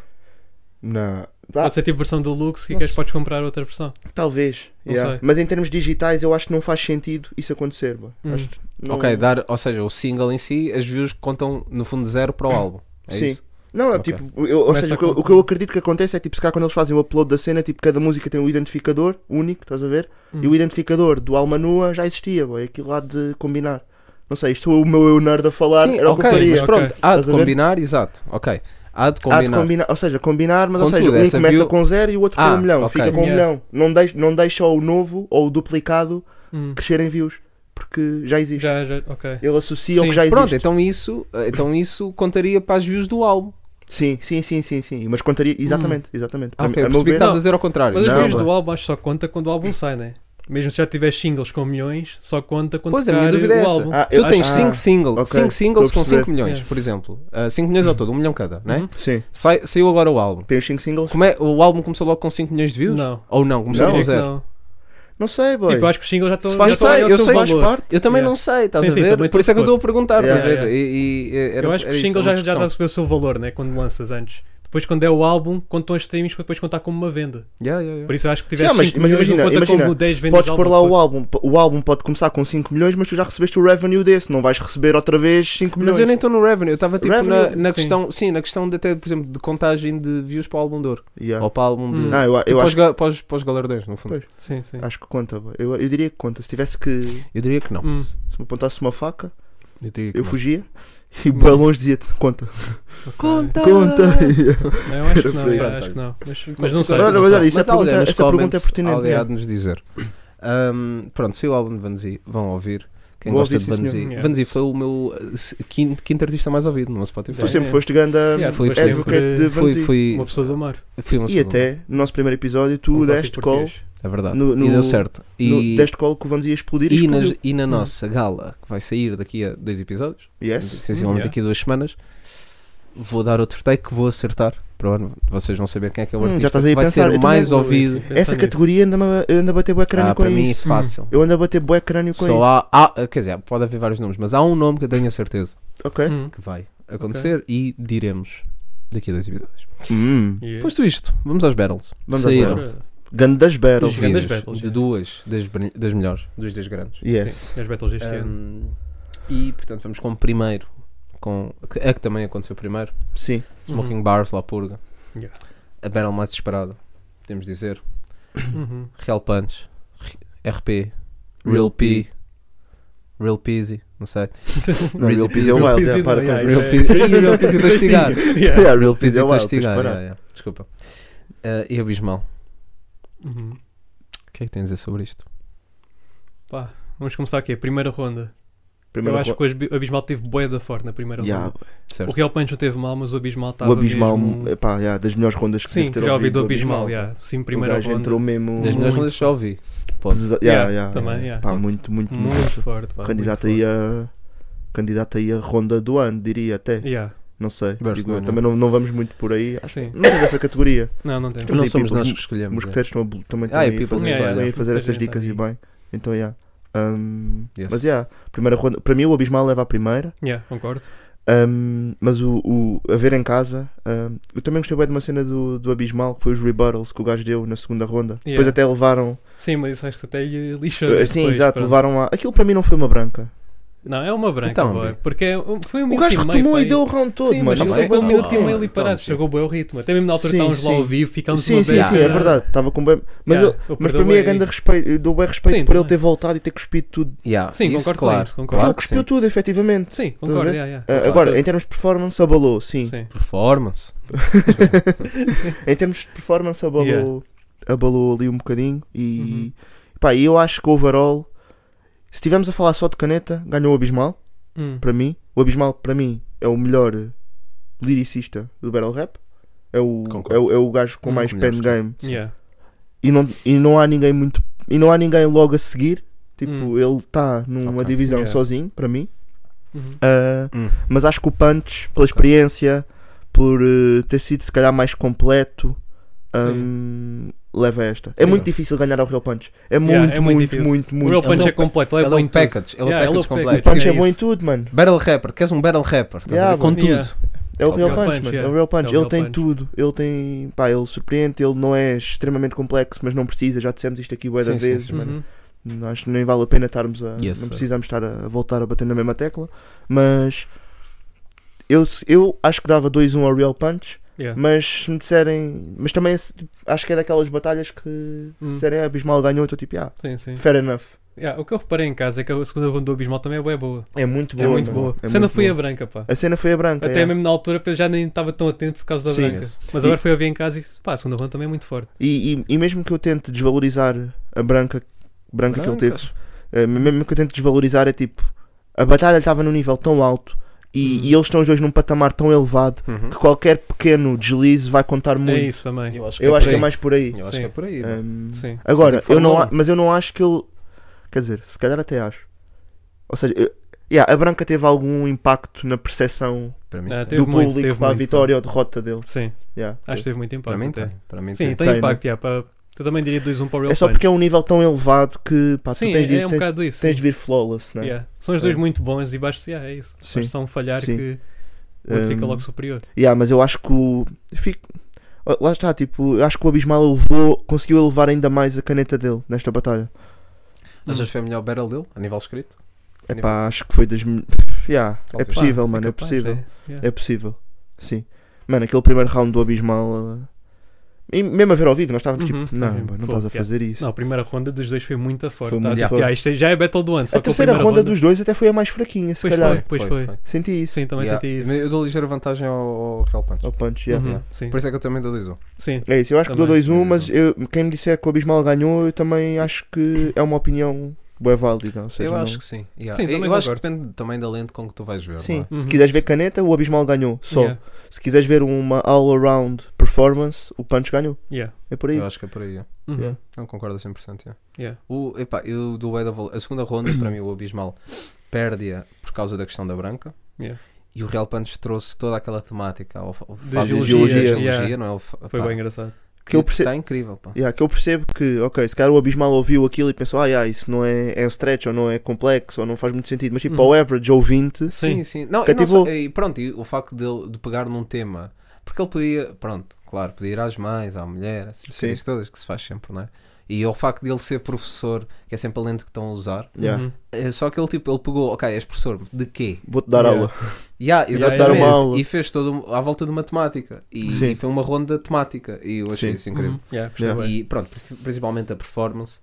Speaker 6: Não. Ah,
Speaker 8: Pode ser tipo versão deluxe e
Speaker 6: Não
Speaker 8: queres
Speaker 6: sei.
Speaker 8: podes comprar outra versão.
Speaker 6: Talvez,
Speaker 8: Não
Speaker 6: yeah.
Speaker 8: sei.
Speaker 6: mas em termos digitais eu acho que não faz sentido isso acontecer. boy.
Speaker 8: Hum.
Speaker 6: Acho que não...
Speaker 7: Ok, dar, ou seja, o single em si, as views contam no fundo zero para o álbum. É
Speaker 6: Sim.
Speaker 7: isso?
Speaker 6: Não, é
Speaker 7: Ok.
Speaker 6: tipo, eu- ou
Speaker 8: Começa
Speaker 6: seja, o que, eu,
Speaker 8: com-
Speaker 6: o que eu acredito que acontece é tipo, se cá quando eles fazem o upload da cena, tipo, cada música tem um identificador único, estás a ver?
Speaker 8: Hum.
Speaker 6: E o identificador do Alma Nua já existia, boy, aquilo lá de combinar. Não sei, isto sou o meu eu nerd a falar,
Speaker 7: Sim,
Speaker 6: era é o que
Speaker 7: ok,
Speaker 6: eu faria.
Speaker 7: mas pronto, há
Speaker 6: Estás
Speaker 7: de
Speaker 6: a ver?
Speaker 7: combinar, exato. Ok. Há de
Speaker 6: Há de
Speaker 7: combinar.
Speaker 6: combinar, ou seja, combinar, mas
Speaker 7: Contudo,
Speaker 6: ou seja, um
Speaker 7: essa
Speaker 6: começa
Speaker 7: view-
Speaker 6: com zero e o outro
Speaker 7: Ah,
Speaker 6: com um milhão,
Speaker 7: ok.
Speaker 6: fica com um
Speaker 8: Yeah.
Speaker 6: milhão. Não deixa, não deixa o novo ou o duplicado
Speaker 8: Hum.
Speaker 6: crescer em views, porque já existe.
Speaker 8: Já, já, ok.
Speaker 6: Ele associa o
Speaker 8: Sim.
Speaker 6: que já existe.
Speaker 7: Pronto, então isso, então isso contaria para as views do álbum.
Speaker 6: Sim, sim, sim, sim, sim. Mas contaria. Exatamente, exatamente.
Speaker 7: Hum. Ah,
Speaker 6: Para
Speaker 7: ok,
Speaker 6: mim-
Speaker 7: eu
Speaker 6: a meu
Speaker 7: percebi que
Speaker 6: ver,
Speaker 7: estavas a dizer ao contrário.
Speaker 8: Mas as
Speaker 6: Não,
Speaker 8: views
Speaker 6: mas-
Speaker 8: do álbum acho que só conta quando o álbum sai, né? Mesmo se já tiveres singles com milhões, só conta quando
Speaker 7: Pois, a
Speaker 8: tocar
Speaker 7: minha dúvida é
Speaker 8: o
Speaker 7: essa.
Speaker 8: álbum.
Speaker 6: Ah,
Speaker 7: Tu
Speaker 6: Eu
Speaker 7: tens
Speaker 6: acho-
Speaker 7: 5
Speaker 6: Ah,
Speaker 7: singles,
Speaker 6: ok,
Speaker 7: cinco singles com
Speaker 6: estou a
Speaker 7: 5
Speaker 6: perceber. Uhum.
Speaker 7: milhões,
Speaker 8: Yeah.
Speaker 7: por exemplo. 5 milhões ao todo, 1 um milhão cada, né?
Speaker 6: Sim.
Speaker 7: Sai, saiu agora o álbum.
Speaker 6: Tem os 5 singles?
Speaker 7: Como é, o álbum começou logo com 5 milhões de views?
Speaker 8: Não.
Speaker 7: Ou não? Começou
Speaker 6: Não.
Speaker 7: com
Speaker 8: Acho que
Speaker 7: zero?
Speaker 8: não.
Speaker 6: Não sei, boy.
Speaker 8: Tipo, acho que os singles já estão
Speaker 6: Se
Speaker 8: já
Speaker 6: faz
Speaker 8: estão aí
Speaker 7: sei,
Speaker 8: ao
Speaker 7: eu
Speaker 8: seu
Speaker 7: sei,
Speaker 6: faz
Speaker 8: valor.
Speaker 6: parte.
Speaker 7: Eu também
Speaker 8: Yeah.
Speaker 7: não sei, estás
Speaker 8: É. Sim,
Speaker 7: a
Speaker 8: sim,
Speaker 7: ver?
Speaker 8: também
Speaker 7: Por isso é que eu estou
Speaker 8: estou
Speaker 7: a perguntar, estás
Speaker 6: Yeah.
Speaker 7: a ver?
Speaker 8: Yeah,
Speaker 7: E- e- era-
Speaker 8: Eu acho que
Speaker 7: era
Speaker 8: os singles
Speaker 7: isso, era
Speaker 8: já
Speaker 7: uma
Speaker 8: já
Speaker 7: discussão.
Speaker 8: estão a receber o seu valor, né? Quando lanças antes. Depois, quando é o álbum, contam os streams para depois contar como uma venda.
Speaker 7: Yeah, yeah, yeah.
Speaker 8: Por isso eu acho que
Speaker 6: Sim,
Speaker 8: tiveste
Speaker 6: mas-
Speaker 8: 5
Speaker 6: mas
Speaker 8: milhões,
Speaker 6: imagina,
Speaker 8: não conta como
Speaker 6: imagina,
Speaker 8: 10 vendas
Speaker 6: Podes
Speaker 8: de
Speaker 6: pôr
Speaker 8: álbum
Speaker 6: lá
Speaker 8: todo.
Speaker 6: o álbum. O álbum pode começar com 5 milhões, mas tu já recebeste o revenue desse. Não vais receber outra vez 5 milhões.
Speaker 7: Mas eu nem estou no revenue, eu estava tipo na,
Speaker 6: Revenue,
Speaker 7: na
Speaker 8: sim.
Speaker 7: questão, sim, na questão de até, por exemplo, de contagem de views para o álbum de ouro.
Speaker 6: Yeah.
Speaker 7: Ou para o álbum de.
Speaker 8: Hum.
Speaker 6: Não, eu, eu
Speaker 7: Tipo, para, os,
Speaker 6: acho,
Speaker 7: ga- para, os, para os galardões, no fundo.
Speaker 6: Pois.
Speaker 8: Sim, sim.
Speaker 6: acho que conta, boy. Eu, eu diria que conta. Se tivesse que. Se
Speaker 7: Eu diria que não.
Speaker 8: Hum,
Speaker 6: me apontasse uma faca,
Speaker 7: Eu diria que
Speaker 6: eu
Speaker 7: não.
Speaker 6: fugia. E bem longe dizia-te, conta.
Speaker 8: ok.
Speaker 4: Ah.
Speaker 6: Conta!
Speaker 8: Não, eu acho que não,
Speaker 7: Era
Speaker 8: eu
Speaker 7: por aí.
Speaker 8: acho que não. Mas, mas não sei.
Speaker 6: Olha,
Speaker 8: não
Speaker 6: mas
Speaker 8: sei.
Speaker 6: olha, isso
Speaker 7: Mas
Speaker 6: é pergunta-
Speaker 7: alguém nos
Speaker 6: essa pergunta é
Speaker 7: comments,
Speaker 6: pertinente,
Speaker 7: Alguém há
Speaker 6: yeah.
Speaker 7: de nos dizer. Ahm, pronto, saiu o álbum de Vanzi, vão ouvir. Quem
Speaker 6: Vou
Speaker 7: gosta
Speaker 6: ouvir,
Speaker 7: de
Speaker 6: sim,
Speaker 7: Vanzi.
Speaker 6: senhor.
Speaker 8: Yeah.
Speaker 7: Vanzi foi o meu eh, se- quinto, quinto artista mais ouvido no meu Spotify.
Speaker 6: Tu
Speaker 8: Bem,
Speaker 6: sempre
Speaker 8: é.
Speaker 6: foste grande
Speaker 8: Yeah,
Speaker 6: um,
Speaker 7: fui
Speaker 8: sempre-
Speaker 6: advocate de
Speaker 7: Fui,
Speaker 6: Vanzi.
Speaker 7: fui,
Speaker 8: Uma pessoa do mar.
Speaker 7: fui um uma
Speaker 6: E
Speaker 7: segunda.
Speaker 6: até, no nosso primeiro episódio, tu
Speaker 8: Um
Speaker 6: deste
Speaker 8: clássico
Speaker 6: call.
Speaker 8: português.
Speaker 7: É verdade.
Speaker 6: No-
Speaker 7: e
Speaker 6: no-
Speaker 7: deu certo. E,
Speaker 6: No, deste call que o Vamos ia explodir e
Speaker 7: e, na,
Speaker 6: explodiu.
Speaker 7: e na nossa gala, que vai sair daqui a dois episódios, Hum.
Speaker 6: Yes.
Speaker 7: sensivelmente
Speaker 8: Yeah.
Speaker 7: daqui a duas semanas, vou dar outro take que vou acertar. Para o ano. Vocês vão saber quem é que é o
Speaker 6: Hum, já
Speaker 7: artista
Speaker 6: estás
Speaker 7: que
Speaker 6: aí a
Speaker 7: vai
Speaker 6: pensar,
Speaker 7: ser
Speaker 6: eu
Speaker 7: o
Speaker 6: também
Speaker 7: mais
Speaker 8: vou-
Speaker 7: ouvido.
Speaker 8: Pensa
Speaker 6: Essa
Speaker 8: nisso.
Speaker 6: categoria anda anda a bater bué crânio
Speaker 7: Ah,
Speaker 6: com
Speaker 7: para mim,
Speaker 6: isso.
Speaker 7: fácil.
Speaker 6: Eu ando a bater bué crânio com
Speaker 7: Só
Speaker 6: isso.
Speaker 7: há, há- Quer dizer, pode haver vários nomes, mas há um nome que eu tenho a certeza
Speaker 6: Ok.
Speaker 8: Hum.
Speaker 7: que vai acontecer e diremos daqui a dois episódios.
Speaker 6: Hum.
Speaker 8: Yeah.
Speaker 7: Posto isto, vamos aos battles.
Speaker 6: Vamos aos
Speaker 7: Saíram
Speaker 6: battles. Grandes
Speaker 7: os
Speaker 6: battles.
Speaker 8: Grandes
Speaker 7: vídeos
Speaker 8: battles,
Speaker 7: de
Speaker 8: é.
Speaker 7: duas das, brin- das melhores, dos dois grandes.
Speaker 6: Yes.
Speaker 8: Sim, As battles deste ano.
Speaker 7: Ahm, e portanto, vamos com o primeiro. Com, que- a que também aconteceu primeiro:
Speaker 6: Sim.
Speaker 7: Smoking
Speaker 8: Uhum.
Speaker 7: Bars, La Purga.
Speaker 8: Yeah.
Speaker 7: A battle mais esperada, podemos dizer.
Speaker 8: Uhum.
Speaker 7: Real Punch, R- RP, Real P, Real Peasy, não sei.
Speaker 6: Não,
Speaker 7: Real
Speaker 6: Real
Speaker 7: Peasy
Speaker 6: Pizzy é
Speaker 7: não,
Speaker 6: wild.
Speaker 8: Real
Speaker 6: é, Para
Speaker 8: Pizzy não,
Speaker 6: com
Speaker 8: yeah,
Speaker 6: isso.
Speaker 7: Real Peasy, Real Peasy, estou a estigar.
Speaker 6: Yeah,
Speaker 7: Real Pizzy,
Speaker 6: Pizzy
Speaker 7: estou a
Speaker 6: é wild, tens de
Speaker 7: estigar.
Speaker 6: parar.
Speaker 7: yeah, yeah. Desculpa. Ah, e Abismal,
Speaker 8: Uhum.
Speaker 7: o que é que tens a dizer sobre isto?
Speaker 8: Pá, vamos começar aqui. A primeira ronda.
Speaker 6: Primeiro
Speaker 8: eu acho que o Abis- Abismal teve boeda forte na primeira
Speaker 6: Yeah,
Speaker 8: ronda.
Speaker 7: Certo.
Speaker 8: O Real Punch não teve mal, mas o Abismal
Speaker 6: O
Speaker 8: estava
Speaker 6: Abismal,
Speaker 8: mesmo-
Speaker 6: epá, yeah, das melhores rondas que
Speaker 8: Sim,
Speaker 6: devo ter
Speaker 8: já ouvi
Speaker 6: ouvido.
Speaker 8: do
Speaker 6: o
Speaker 8: Abismal, yeah. sim, primeira
Speaker 6: o gajo
Speaker 8: ronda.
Speaker 6: entrou mesmo.
Speaker 7: Das melhores
Speaker 8: muito.
Speaker 7: coisas que já ouvi. Pode.
Speaker 6: pesa- yeah,
Speaker 8: Yeah,
Speaker 6: yeah.
Speaker 8: também, yeah.
Speaker 6: Pá,
Speaker 7: Ponto.
Speaker 6: muito, muito,
Speaker 8: Muito,
Speaker 6: muito.
Speaker 8: forte, pá,
Speaker 6: Candidato
Speaker 8: muito
Speaker 6: aí a. Candidato aí a ronda do ano, diria até.
Speaker 8: forte. Yeah,
Speaker 6: Não sei.
Speaker 7: Verso
Speaker 6: digo eu.
Speaker 7: do ano.
Speaker 6: Também não, não vamos muito por aí. Acho-
Speaker 8: sim.
Speaker 6: Não temos essa categoria.
Speaker 8: Não, não tem.
Speaker 6: Temos
Speaker 7: Não
Speaker 6: aí
Speaker 7: somos
Speaker 6: people.
Speaker 7: nós que escolhemos. né?
Speaker 6: Os mosqueteiros estão a bl- também
Speaker 7: Ah,
Speaker 6: estão
Speaker 7: e
Speaker 6: aí a
Speaker 7: people
Speaker 6: fazer,
Speaker 8: também,
Speaker 6: estão aí a
Speaker 8: yeah.
Speaker 6: fazer essas
Speaker 8: Muita
Speaker 6: dicas e
Speaker 8: gente
Speaker 6: bem. Então, yeah. Um,
Speaker 7: Yes.
Speaker 6: Mas yeah, primeira ronda, para mim o Abismal leva a primeira.
Speaker 8: Yeah, concordo.
Speaker 6: Um, mas o, o- a ver em casa, um, eu também gostei bem de uma cena do, do Abismal, que foi os rebuttals que o gajo deu na segunda ronda.
Speaker 8: Yeah.
Speaker 6: Depois até levaram,
Speaker 8: Sim, mas isso acho que até lhe lixou.
Speaker 6: assim
Speaker 8: depois,
Speaker 6: exato,
Speaker 8: pronto.
Speaker 6: levaram lá. Aquilo para mim não foi uma branca.
Speaker 8: Não, é uma branca,
Speaker 7: Então,
Speaker 8: boy,
Speaker 7: Bi.
Speaker 8: porque é um- foi um
Speaker 6: O
Speaker 8: minuto
Speaker 6: gajo
Speaker 8: e meio,
Speaker 6: retomou
Speaker 8: pai.
Speaker 6: e deu o round todo,
Speaker 8: Sim, mas
Speaker 6: mano.
Speaker 7: tá
Speaker 8: ele
Speaker 7: bem.
Speaker 8: ficou um
Speaker 7: Ah,
Speaker 8: minuto e meio ali
Speaker 7: então,
Speaker 8: parado,
Speaker 7: sim.
Speaker 8: chegou bem o ritmo. Até mesmo na altura
Speaker 6: Sim,
Speaker 8: estávamos lá
Speaker 6: sim.
Speaker 8: ao vivo, ficámos
Speaker 6: Sim,
Speaker 8: uma
Speaker 6: sim,
Speaker 8: vez,
Speaker 6: sim, é
Speaker 8: yeah.
Speaker 6: verdade. Estava com bem. Mas,
Speaker 8: assim, Yeah,
Speaker 6: eu-
Speaker 8: eu
Speaker 6: mas para
Speaker 8: perdoei.
Speaker 6: mim é grande respeito. Eu dou bem respeito
Speaker 8: Sim,
Speaker 6: por ele
Speaker 8: também.
Speaker 6: ter voltado e ter cuspido tudo.
Speaker 7: Yeah,
Speaker 8: Sim,
Speaker 7: isso,
Speaker 8: concordo com
Speaker 7: claro.
Speaker 8: isso, concordo.
Speaker 7: claro
Speaker 6: ele
Speaker 7: que
Speaker 6: cuspiu
Speaker 7: sim.
Speaker 6: tudo, efetivamente.
Speaker 8: Sim,
Speaker 6: a
Speaker 8: concordo,
Speaker 6: ver?
Speaker 8: yeah, yeah.
Speaker 6: Ah,
Speaker 7: Claro,
Speaker 6: agora,
Speaker 7: claro.
Speaker 6: em termos de performance, abalou, sim.
Speaker 8: É Sim.
Speaker 7: Performance.
Speaker 6: Em termos de performance, abalou,
Speaker 8: Yeah.
Speaker 6: abalou ali um bocadinho. E pá, e eu acho que overall, se estivermos a falar só de caneta, ganhou o Abismal,
Speaker 8: Hum.
Speaker 6: para mim. O Abismal, para mim, é o melhor eh, lyricista do Battle Rap. É o,
Speaker 7: Concordo.
Speaker 6: é o, é o gajo com
Speaker 7: Um
Speaker 6: mais
Speaker 7: dos
Speaker 6: pen
Speaker 7: melhores,
Speaker 6: game.
Speaker 8: Yeah.
Speaker 6: e não, e não há ninguém muito e não há ninguém logo a seguir tipo
Speaker 8: Hum.
Speaker 6: ele está numa
Speaker 7: Ok.
Speaker 6: divisão
Speaker 8: Yeah.
Speaker 6: sozinho para mim
Speaker 8: Uhum.
Speaker 6: Ah,
Speaker 7: Hum.
Speaker 6: mas acho que o Punch pela experiência por eh, ter sido se calhar mais completo ahm, leva a esta é
Speaker 8: Sim.
Speaker 6: muito difícil ganhar ao Real Punch é muito
Speaker 8: Yeah, é muito
Speaker 6: muito,
Speaker 8: difícil.
Speaker 6: muito
Speaker 8: O
Speaker 6: muito
Speaker 8: Real
Speaker 7: Ele
Speaker 8: Punch
Speaker 7: é
Speaker 8: é
Speaker 7: o-
Speaker 8: completo, ele é
Speaker 7: Ele é
Speaker 8: bom
Speaker 7: um
Speaker 8: em tudo.
Speaker 7: package. Ele
Speaker 8: Yeah,
Speaker 7: é o
Speaker 8: ele
Speaker 7: package
Speaker 8: é o package.
Speaker 6: o
Speaker 7: completo.
Speaker 6: Punch
Speaker 8: é
Speaker 6: é, bom em
Speaker 8: isso.
Speaker 6: tudo mano
Speaker 7: Battle rapper. Queres um battle rapper? Estás a
Speaker 6: Yeah,
Speaker 7: ver? Com
Speaker 6: mano.
Speaker 7: tudo.
Speaker 8: Yeah.
Speaker 6: é o
Speaker 7: É o
Speaker 6: Real
Speaker 7: Real
Speaker 6: Punch,
Speaker 8: Punch,
Speaker 6: mano.
Speaker 8: yeah.
Speaker 6: É o Real Punch.
Speaker 8: É o
Speaker 6: ele
Speaker 8: Real
Speaker 6: tem
Speaker 8: Punch.
Speaker 6: tudo. Ele tem. Pá, ele surpreende. Ele não é extremamente complexo, mas não precisa. Já dissemos isto aqui bué de
Speaker 7: Sim, sim,
Speaker 6: vezes,
Speaker 7: sim,
Speaker 6: mano.
Speaker 8: Uhum.
Speaker 6: Acho que nem vale a pena estarmos a.
Speaker 7: Yes,
Speaker 6: não
Speaker 7: sir.
Speaker 6: precisamos estar a voltar a bater na mesma tecla. Mas. Eu, eu acho que dava 2-1 ao Real Punch.
Speaker 8: Yeah.
Speaker 6: Mas se me disserem. Mas também se- acho que é daquelas batalhas que. Se
Speaker 8: Hum.
Speaker 6: disserem, ah, Bismal ganhou, eu estou tipo, ah,
Speaker 8: Sim, sim.
Speaker 6: fair enough.
Speaker 8: Yeah, o que eu reparei em casa é que a segunda ronda do Abismal também é bué boa.
Speaker 6: É muito
Speaker 8: É muito boa. A cena foi a
Speaker 6: boa.
Speaker 8: branca, pá.
Speaker 6: A cena foi a branca.
Speaker 8: Até
Speaker 6: é.
Speaker 8: mesmo na altura eu já nem estava tão atento por causa da
Speaker 6: Sim.
Speaker 8: branca.
Speaker 7: Yes.
Speaker 8: Mas
Speaker 6: E-
Speaker 8: agora fui a ver em casa e pá, a segunda ronda também é muito forte.
Speaker 6: E, e- e mesmo que eu tente desvalorizar a branca, branca que ele teve,
Speaker 7: Brancas.
Speaker 6: eh, mesmo que eu tente desvalorizar, é tipo, a batalha estava num nível tão alto e,
Speaker 8: Uhum.
Speaker 6: e eles estão os dois num patamar tão elevado
Speaker 7: Uhum.
Speaker 6: que qualquer pequeno deslize vai contar muito.
Speaker 8: É isso também.
Speaker 7: Eu acho
Speaker 6: eu acho
Speaker 7: por
Speaker 6: que é
Speaker 7: aí.
Speaker 6: mais por aí.
Speaker 7: Eu acho
Speaker 8: Sim.
Speaker 7: que é por aí. mano.
Speaker 6: Ahm,
Speaker 8: Sim.
Speaker 6: agora,
Speaker 7: Tem que
Speaker 6: eu não,
Speaker 7: formar.
Speaker 6: a- mas eu não acho que ele. Quer dizer, se calhar até acho. Ou seja, eu- yeah, a branca teve algum impacto na percepção
Speaker 7: Para mim,
Speaker 8: Ah,
Speaker 7: tem.
Speaker 8: teve
Speaker 6: do
Speaker 8: muito,
Speaker 6: público
Speaker 8: teve
Speaker 6: para a
Speaker 8: muito,
Speaker 6: vitória ou derrota dele.
Speaker 8: Sim,
Speaker 6: Yeah,
Speaker 8: acho que teve muito impacto.
Speaker 7: Para mim
Speaker 8: até.
Speaker 7: tem. Para mim
Speaker 8: Sim,
Speaker 7: tem.
Speaker 8: tem
Speaker 6: Tem, né?
Speaker 8: impacto, yeah, pá. Eu também diria 2-1 para o Real
Speaker 6: é só
Speaker 8: Punch.
Speaker 6: porque é um nível tão elevado que pá,
Speaker 8: Sim,
Speaker 6: tu tens de,
Speaker 8: é um
Speaker 6: tens-
Speaker 8: bocado isso.
Speaker 6: tens
Speaker 8: sim.
Speaker 6: de vir flawless, né?
Speaker 8: Yeah. São os dois
Speaker 6: É.
Speaker 8: muito bons e baixo, yeah, é isso.
Speaker 6: Sim.
Speaker 8: Mas são falhar
Speaker 6: Sim.
Speaker 8: que o outro fica
Speaker 6: Um,
Speaker 8: logo assim. superior.
Speaker 6: Yeah, mas eu acho que o. Fico... Lá está, tipo, eu acho que o Abismal elevou, conseguiu elevar ainda mais a caneta dele nesta batalha.
Speaker 8: Hum.
Speaker 7: Achas que foi melhor o battle dele, a nível escrito?
Speaker 6: É pá, acho que foi das. me- Yeah, é
Speaker 7: Talvez.
Speaker 6: possível, mano, é,
Speaker 8: capaz, né?
Speaker 6: possível.
Speaker 8: yeah.
Speaker 6: É possível, sim. Mano, aquele primeiro round do Abismal. uh, E mesmo a ver ao vivo, nós estávamos
Speaker 8: Uhum,
Speaker 6: tipo, não,
Speaker 8: sim,
Speaker 6: mano, não
Speaker 8: fogo,
Speaker 6: estás a
Speaker 8: yeah.
Speaker 6: fazer isso.
Speaker 8: Não, a primeira ronda dos dois foi muito forte.
Speaker 6: Foi muito
Speaker 8: tá? Tipo,
Speaker 6: forte.
Speaker 8: yeah, isto já é Battle do ano. só
Speaker 6: a
Speaker 8: que
Speaker 6: terceira
Speaker 8: primeira
Speaker 6: ronda, dos dois até foi a mais fraquinha, se
Speaker 8: Pois
Speaker 6: calhar.
Speaker 8: foi, pois foi.
Speaker 6: Senti isso.
Speaker 8: Sim, também
Speaker 7: Yeah.
Speaker 8: senti isso.
Speaker 7: Eu dou ligeira vantagem ao, ao Real Punch.
Speaker 6: Ao punch, yeah.
Speaker 8: Uhum,
Speaker 7: Yeah.
Speaker 8: Sim.
Speaker 7: Por isso é que eu também dou 2-1.
Speaker 8: sim.
Speaker 6: É isso, eu acho que dou
Speaker 8: Também.
Speaker 6: 2-1, mas eu, quem me disser que o Abismal ganhou, eu também acho que é uma opinião boa válida. Ou seja,
Speaker 7: eu
Speaker 6: não-
Speaker 7: acho que sim. yeah.
Speaker 8: Sim,
Speaker 7: eu
Speaker 8: também
Speaker 7: eu acho que
Speaker 8: concordo.
Speaker 7: depende também da lente com que tu vais ver.
Speaker 6: Sim,
Speaker 7: não é?
Speaker 8: Uhum.
Speaker 6: se quiseres ver caneta, o Abismal ganhou. Só.
Speaker 8: Yeah,
Speaker 6: Se quiseres ver uma all-around performance, o Punch ganhou.
Speaker 8: yeah.
Speaker 6: É por
Speaker 7: é?
Speaker 6: aí.
Speaker 7: Eu acho que é por aí. yeah.
Speaker 8: Uhum,
Speaker 6: Yeah.
Speaker 7: Não concordo a 100%. yeah.
Speaker 8: yeah.
Speaker 7: O, epá, eu do Eda Vol- A segunda ronda, para mim, o Abismal perde-a por causa da questão da branca.
Speaker 8: Yeah.
Speaker 7: E o Real Punch trouxe toda aquela temática ao,
Speaker 8: Da
Speaker 7: ao fato de
Speaker 6: geologia.
Speaker 7: geologia,
Speaker 8: Yeah.
Speaker 7: não é? O fa-
Speaker 8: Foi
Speaker 7: pá,
Speaker 8: bem engraçado.
Speaker 6: Que eu perce-
Speaker 7: Está Tá incrível, pá.
Speaker 6: Yeah, que eu percebo que, ok, se calhar o Abismal ouviu aquilo e pensou, ah, yeah, isso não é, é um stretch, ou não é complexo, ou não faz muito sentido, mas tipo,
Speaker 8: Uhum.
Speaker 6: ao average ouvinte,
Speaker 7: Sim, sim. Não, e, não
Speaker 6: Cativou.
Speaker 7: só- e pronto, e o facto dele de pegar num tema. Porque ele podia, pronto, claro, podia ir às mães, à mulher, essas
Speaker 6: Sim.
Speaker 7: coisas todas que se faz sempre, não é? E o facto dele ser professor, que é sempre a lente que estão a usar,
Speaker 6: yeah,
Speaker 8: Uhum.
Speaker 7: é só que ele tipo, ele pegou, ok, és professor, de quê?
Speaker 6: vou-te dar
Speaker 8: Yeah.
Speaker 6: aula.
Speaker 7: Yeah,
Speaker 8: Yeah,
Speaker 7: exatamente.
Speaker 6: dar uma aula.
Speaker 7: E fez toda um- à volta de uma temática. E,
Speaker 6: Sim.
Speaker 7: e foi uma ronda temática. E eu achei
Speaker 6: Sim. Uhum.
Speaker 7: isso incrível.
Speaker 8: Uhum. Yeah, gostei
Speaker 6: Yeah.
Speaker 8: bem.
Speaker 7: E pronto, pri- principalmente a performance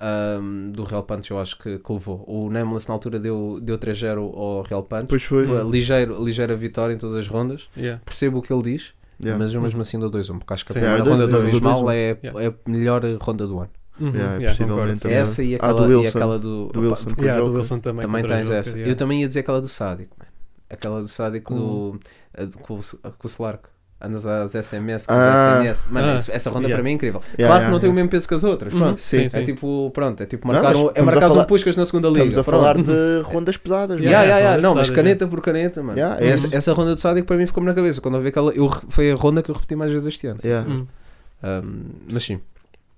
Speaker 7: ahm, do Real Punch, eu acho que, que levou. O Nameless na altura deu, deu 3-0 ao Real Punch.
Speaker 6: Depois foi.
Speaker 7: Uma ligeiro, ligeira vitória em todas as rondas.
Speaker 8: Yeah.
Speaker 7: Percebo o que ele diz,
Speaker 6: Yeah.
Speaker 7: mas eu mesmo assim dou 2-1, porque acho que a
Speaker 8: Sim.
Speaker 7: primeira
Speaker 8: Yeah,
Speaker 7: ronda
Speaker 8: dou-
Speaker 7: do
Speaker 8: dou
Speaker 7: Abismal
Speaker 6: 2-1.
Speaker 7: é,
Speaker 8: um. Yeah.
Speaker 7: é a melhor ronda do ano. É
Speaker 8: Uhum,
Speaker 6: Yeah,
Speaker 8: yeah,
Speaker 6: possivelmente.
Speaker 8: concordo.
Speaker 6: Também.
Speaker 7: Essa e
Speaker 6: Ah,
Speaker 7: aquela,
Speaker 6: do
Speaker 7: e
Speaker 6: Wilson.
Speaker 7: aquela do,
Speaker 6: Do
Speaker 7: opa,
Speaker 6: Wilson.
Speaker 7: porque
Speaker 8: Yeah, do
Speaker 6: Joker.
Speaker 8: Wilson também.
Speaker 7: também
Speaker 8: contra o
Speaker 7: tens
Speaker 8: Joker,
Speaker 7: essa.
Speaker 8: yeah.
Speaker 7: Eu também ia dizer aquela do Sádico, man. aquela do Sádico
Speaker 8: Hum.
Speaker 7: do, eh, do- com, o S- com o Slark. Andas às SMS, com
Speaker 6: Ah.
Speaker 7: as SNS. Mano,
Speaker 8: Ah.
Speaker 7: isso- essa ronda
Speaker 8: Yeah.
Speaker 7: para mim é incrível.
Speaker 6: Yeah,
Speaker 7: claro que
Speaker 6: yeah,
Speaker 7: não tem
Speaker 6: yeah.
Speaker 7: o mesmo peso que as outras.
Speaker 8: Uhum,
Speaker 7: Pronto.
Speaker 6: Sim.
Speaker 7: É tipo, pronto, é tipo
Speaker 6: Não,
Speaker 7: marcar
Speaker 6: mas
Speaker 7: um, é
Speaker 6: estamos a
Speaker 7: marcar um
Speaker 6: falar-
Speaker 7: Puskas na segunda liga.
Speaker 6: Estamos a
Speaker 7: pronto.
Speaker 6: falar de rondas pesadas, é?
Speaker 7: Yeah,
Speaker 6: mano.
Speaker 7: yeah, yeah.
Speaker 8: rondas
Speaker 7: Não, mas
Speaker 8: pesadas,
Speaker 7: caneta por caneta, mano.
Speaker 6: Yeah,
Speaker 7: Mas
Speaker 6: essa-
Speaker 7: Essa ronda do Sádico para mim ficou-me na
Speaker 8: Uhum.
Speaker 7: cabeça. Quando eu vi aquela, eu, re- foi a ronda que eu repeti mais vezes este ano.
Speaker 6: Yeah.
Speaker 8: Hum,
Speaker 7: Um, mas sim,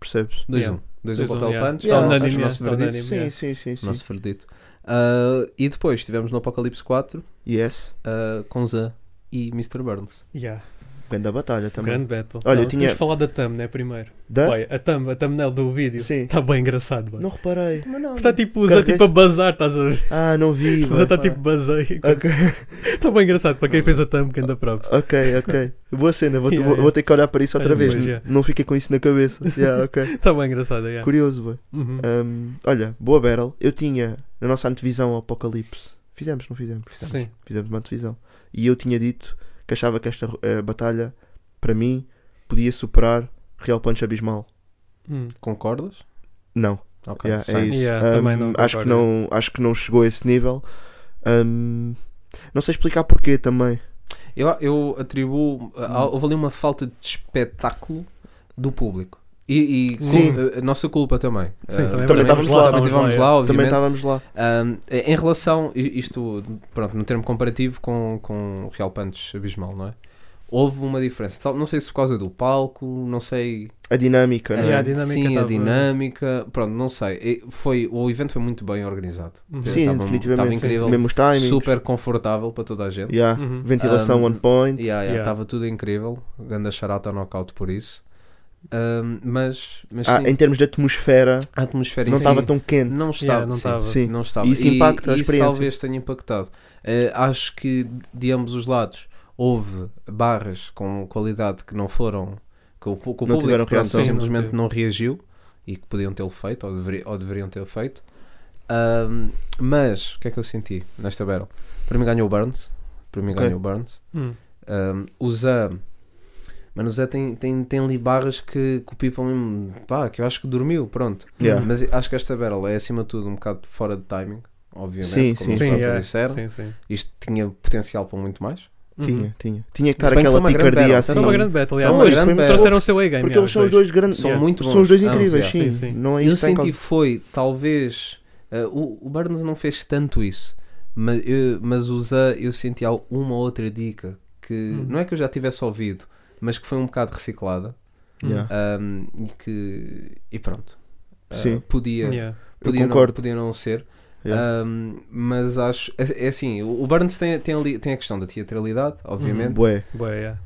Speaker 6: percebes?
Speaker 7: 2-1. 2-1 para o Cal
Speaker 8: yeah.
Speaker 7: Pantos.
Speaker 8: Está
Speaker 6: Yeah.
Speaker 8: unânime,
Speaker 6: Acho
Speaker 8: yeah,
Speaker 7: nosso
Speaker 8: está
Speaker 7: veredito.
Speaker 8: unânime,
Speaker 6: Sim,
Speaker 8: yeah.
Speaker 6: sim, sim, sim.
Speaker 7: Nosso verdito. Ah, e depois tivemos no Apocalipse 4
Speaker 6: Yes,
Speaker 7: ah, com Zan e Mr. Burns.
Speaker 8: Yeah,
Speaker 6: grande a batalha também.
Speaker 8: grande battle.
Speaker 6: Olha, eu
Speaker 8: Não,
Speaker 6: tinha-
Speaker 8: temos de falar da thumb, né, primeiro.
Speaker 6: Da?
Speaker 8: Bem, a thumb, a thumbnail do vídeo.
Speaker 6: Sim.
Speaker 8: Está bem engraçado, mano.
Speaker 6: Não reparei.
Speaker 8: Está tipo, usa
Speaker 6: Carregaste-
Speaker 8: tipo a bazar, estás a ver?
Speaker 6: Ah, não vi.
Speaker 8: Usa
Speaker 6: bué.
Speaker 8: está tipo baseio.
Speaker 6: Ok,
Speaker 8: Está bem engraçado para quem fez a thumb, que anda props.
Speaker 6: ok, ok. Boa cena, vou,
Speaker 8: Yeah,
Speaker 6: vou-
Speaker 8: yeah.
Speaker 6: vou ter que olhar para isso outra
Speaker 8: É,
Speaker 6: vez.
Speaker 8: pois, yeah.
Speaker 6: Não fiquei com isso na cabeça. Yeah, ok.
Speaker 8: Está Tá bem engraçado, yeah.
Speaker 6: Curioso, boy.
Speaker 8: Uhum.
Speaker 6: Um, olha, boa battle. Eu tinha na nossa antevisão ao Apocalipse. Fizemos, não fizemos?
Speaker 8: Sim.
Speaker 6: Fizemos uma antevisão. E eu tinha dito que achava que esta eh, batalha, para mim, podia superar Real Punch Abismal.
Speaker 8: Hum.
Speaker 7: Concordas?
Speaker 6: Não.
Speaker 7: Ok.
Speaker 6: Yeah, é
Speaker 7: Sim.
Speaker 6: isso.
Speaker 8: Yeah, também não
Speaker 6: Um, acho,
Speaker 8: concordo.
Speaker 6: que não, acho que não chegou a esse nível. Um, não sei explicar porquê também.
Speaker 7: Eu, eu atribuo. ah, Houve ali uma falta de espetáculo do público. E, e
Speaker 6: Sim.
Speaker 7: com- ah, nossa culpa também.
Speaker 8: Sim, também,
Speaker 7: Ah,
Speaker 6: também
Speaker 8: estávamos
Speaker 6: estávamos lá,
Speaker 7: também estivemos lá,
Speaker 6: Também
Speaker 7: obviamente.
Speaker 6: estávamos lá.
Speaker 7: Ahm, em relação, i- isto, pronto, no termo comparativo com, com o Real Punch Abismal, não é? Houve uma diferença, Tal- não sei se por causa do palco, não sei. Ah,
Speaker 6: A dinâmica, não é?
Speaker 8: Yeah, a dinâmica
Speaker 7: Sim, a
Speaker 8: tava-
Speaker 7: dinâmica, pronto, não sei. E Foi, o evento foi muito bem organizado.
Speaker 8: Uhum.
Speaker 6: Sim,
Speaker 7: Tava- tava
Speaker 6: definitivamente.
Speaker 7: incrível.
Speaker 6: Mesmo os timings.
Speaker 7: Super confortável para toda a gente.
Speaker 6: Yeah.
Speaker 8: Uhum.
Speaker 6: Ventilação
Speaker 7: Um,
Speaker 6: on point.
Speaker 7: Yeah, yeah,
Speaker 8: Yeah.
Speaker 7: Estava tudo incrível. Ganda charata knockout por isso. Ahm, mas mas
Speaker 6: Ah,
Speaker 7: sim,
Speaker 6: em termos de atmosfera,
Speaker 7: a atmosfera em
Speaker 6: não
Speaker 7: si
Speaker 6: estava tão quente.
Speaker 7: não estava,
Speaker 8: Yeah, não
Speaker 7: sim.
Speaker 8: estava.
Speaker 6: Sim.
Speaker 7: Não estava.
Speaker 6: E isso
Speaker 7: E-
Speaker 6: impacta a
Speaker 7: e
Speaker 6: experiência.
Speaker 7: talvez tenha impactado. Eh, acho que de ambos os lados houve barras com qualidade que não foram. que o, pu- que o
Speaker 6: Não
Speaker 7: público
Speaker 6: tiveram
Speaker 7: pronto,
Speaker 6: reação.
Speaker 7: simplesmente
Speaker 8: Sim,
Speaker 7: não reagiu e que podiam tê-lo feito ou, deveri- ou deveriam tê-lo feito. Ahm, mas o que é que eu senti nesta battle? Para mim ganhou o Burns. Para mim
Speaker 6: Ok.
Speaker 7: ganhou o Burns.
Speaker 8: Hum.
Speaker 7: Ahm, o Zé. Mano, o Zé tem, tem, tem ali barras que, que o People mesmo. pá, que eu acho que dormiu, pronto.
Speaker 6: Yeah.
Speaker 7: Mas acho que esta battle é acima de tudo um bocado fora de timing, obviamente,
Speaker 6: Sim,
Speaker 7: como
Speaker 6: sim.
Speaker 7: os
Speaker 8: Sim,
Speaker 7: próprios
Speaker 8: yeah.
Speaker 7: disseram.
Speaker 8: sim, sim.
Speaker 7: Isto tinha potencial para muito mais.
Speaker 6: Tinha,
Speaker 8: Uhum.
Speaker 6: tinha. Tinha que
Speaker 7: Se bem que
Speaker 6: estar
Speaker 7: foi
Speaker 6: aquela
Speaker 7: uma grande
Speaker 6: picardia
Speaker 7: battle,
Speaker 6: assim.
Speaker 8: Foi uma grande battle, yeah,
Speaker 7: Foi
Speaker 8: mas
Speaker 7: uma grande battle.
Speaker 8: trouxeram o seu A-game.
Speaker 6: Porque eles são os dois grandes.
Speaker 7: São
Speaker 8: Yeah.
Speaker 7: muito bons.
Speaker 6: São os dois
Speaker 7: ambos,
Speaker 6: incríveis,
Speaker 7: yeah.
Speaker 6: sim.
Speaker 8: Sim, sim.
Speaker 6: Não é
Speaker 7: Eu
Speaker 6: isso que está em
Speaker 7: senti
Speaker 6: causa.
Speaker 7: foi, talvez. eh, o, o Burns não fez tanto isso, mas, eu, mas o Zé, eu senti al- uma outra dica que
Speaker 8: Hum.
Speaker 7: não é que eu já tivesse ouvido, mas que foi um bocado reciclada.
Speaker 6: Yeah.
Speaker 7: ahm, e, que, e pronto. Ah,
Speaker 6: Sim.
Speaker 7: podia,
Speaker 8: Yeah.
Speaker 6: Eu
Speaker 7: podia, não,
Speaker 6: concordo.
Speaker 7: podia não ser.
Speaker 6: Yeah.
Speaker 7: Ahm, mas acho. É, é assim, o o Burns tem, tem, ali, tem a questão da teatralidade, obviamente.
Speaker 6: Bué.
Speaker 8: Boa, yeah.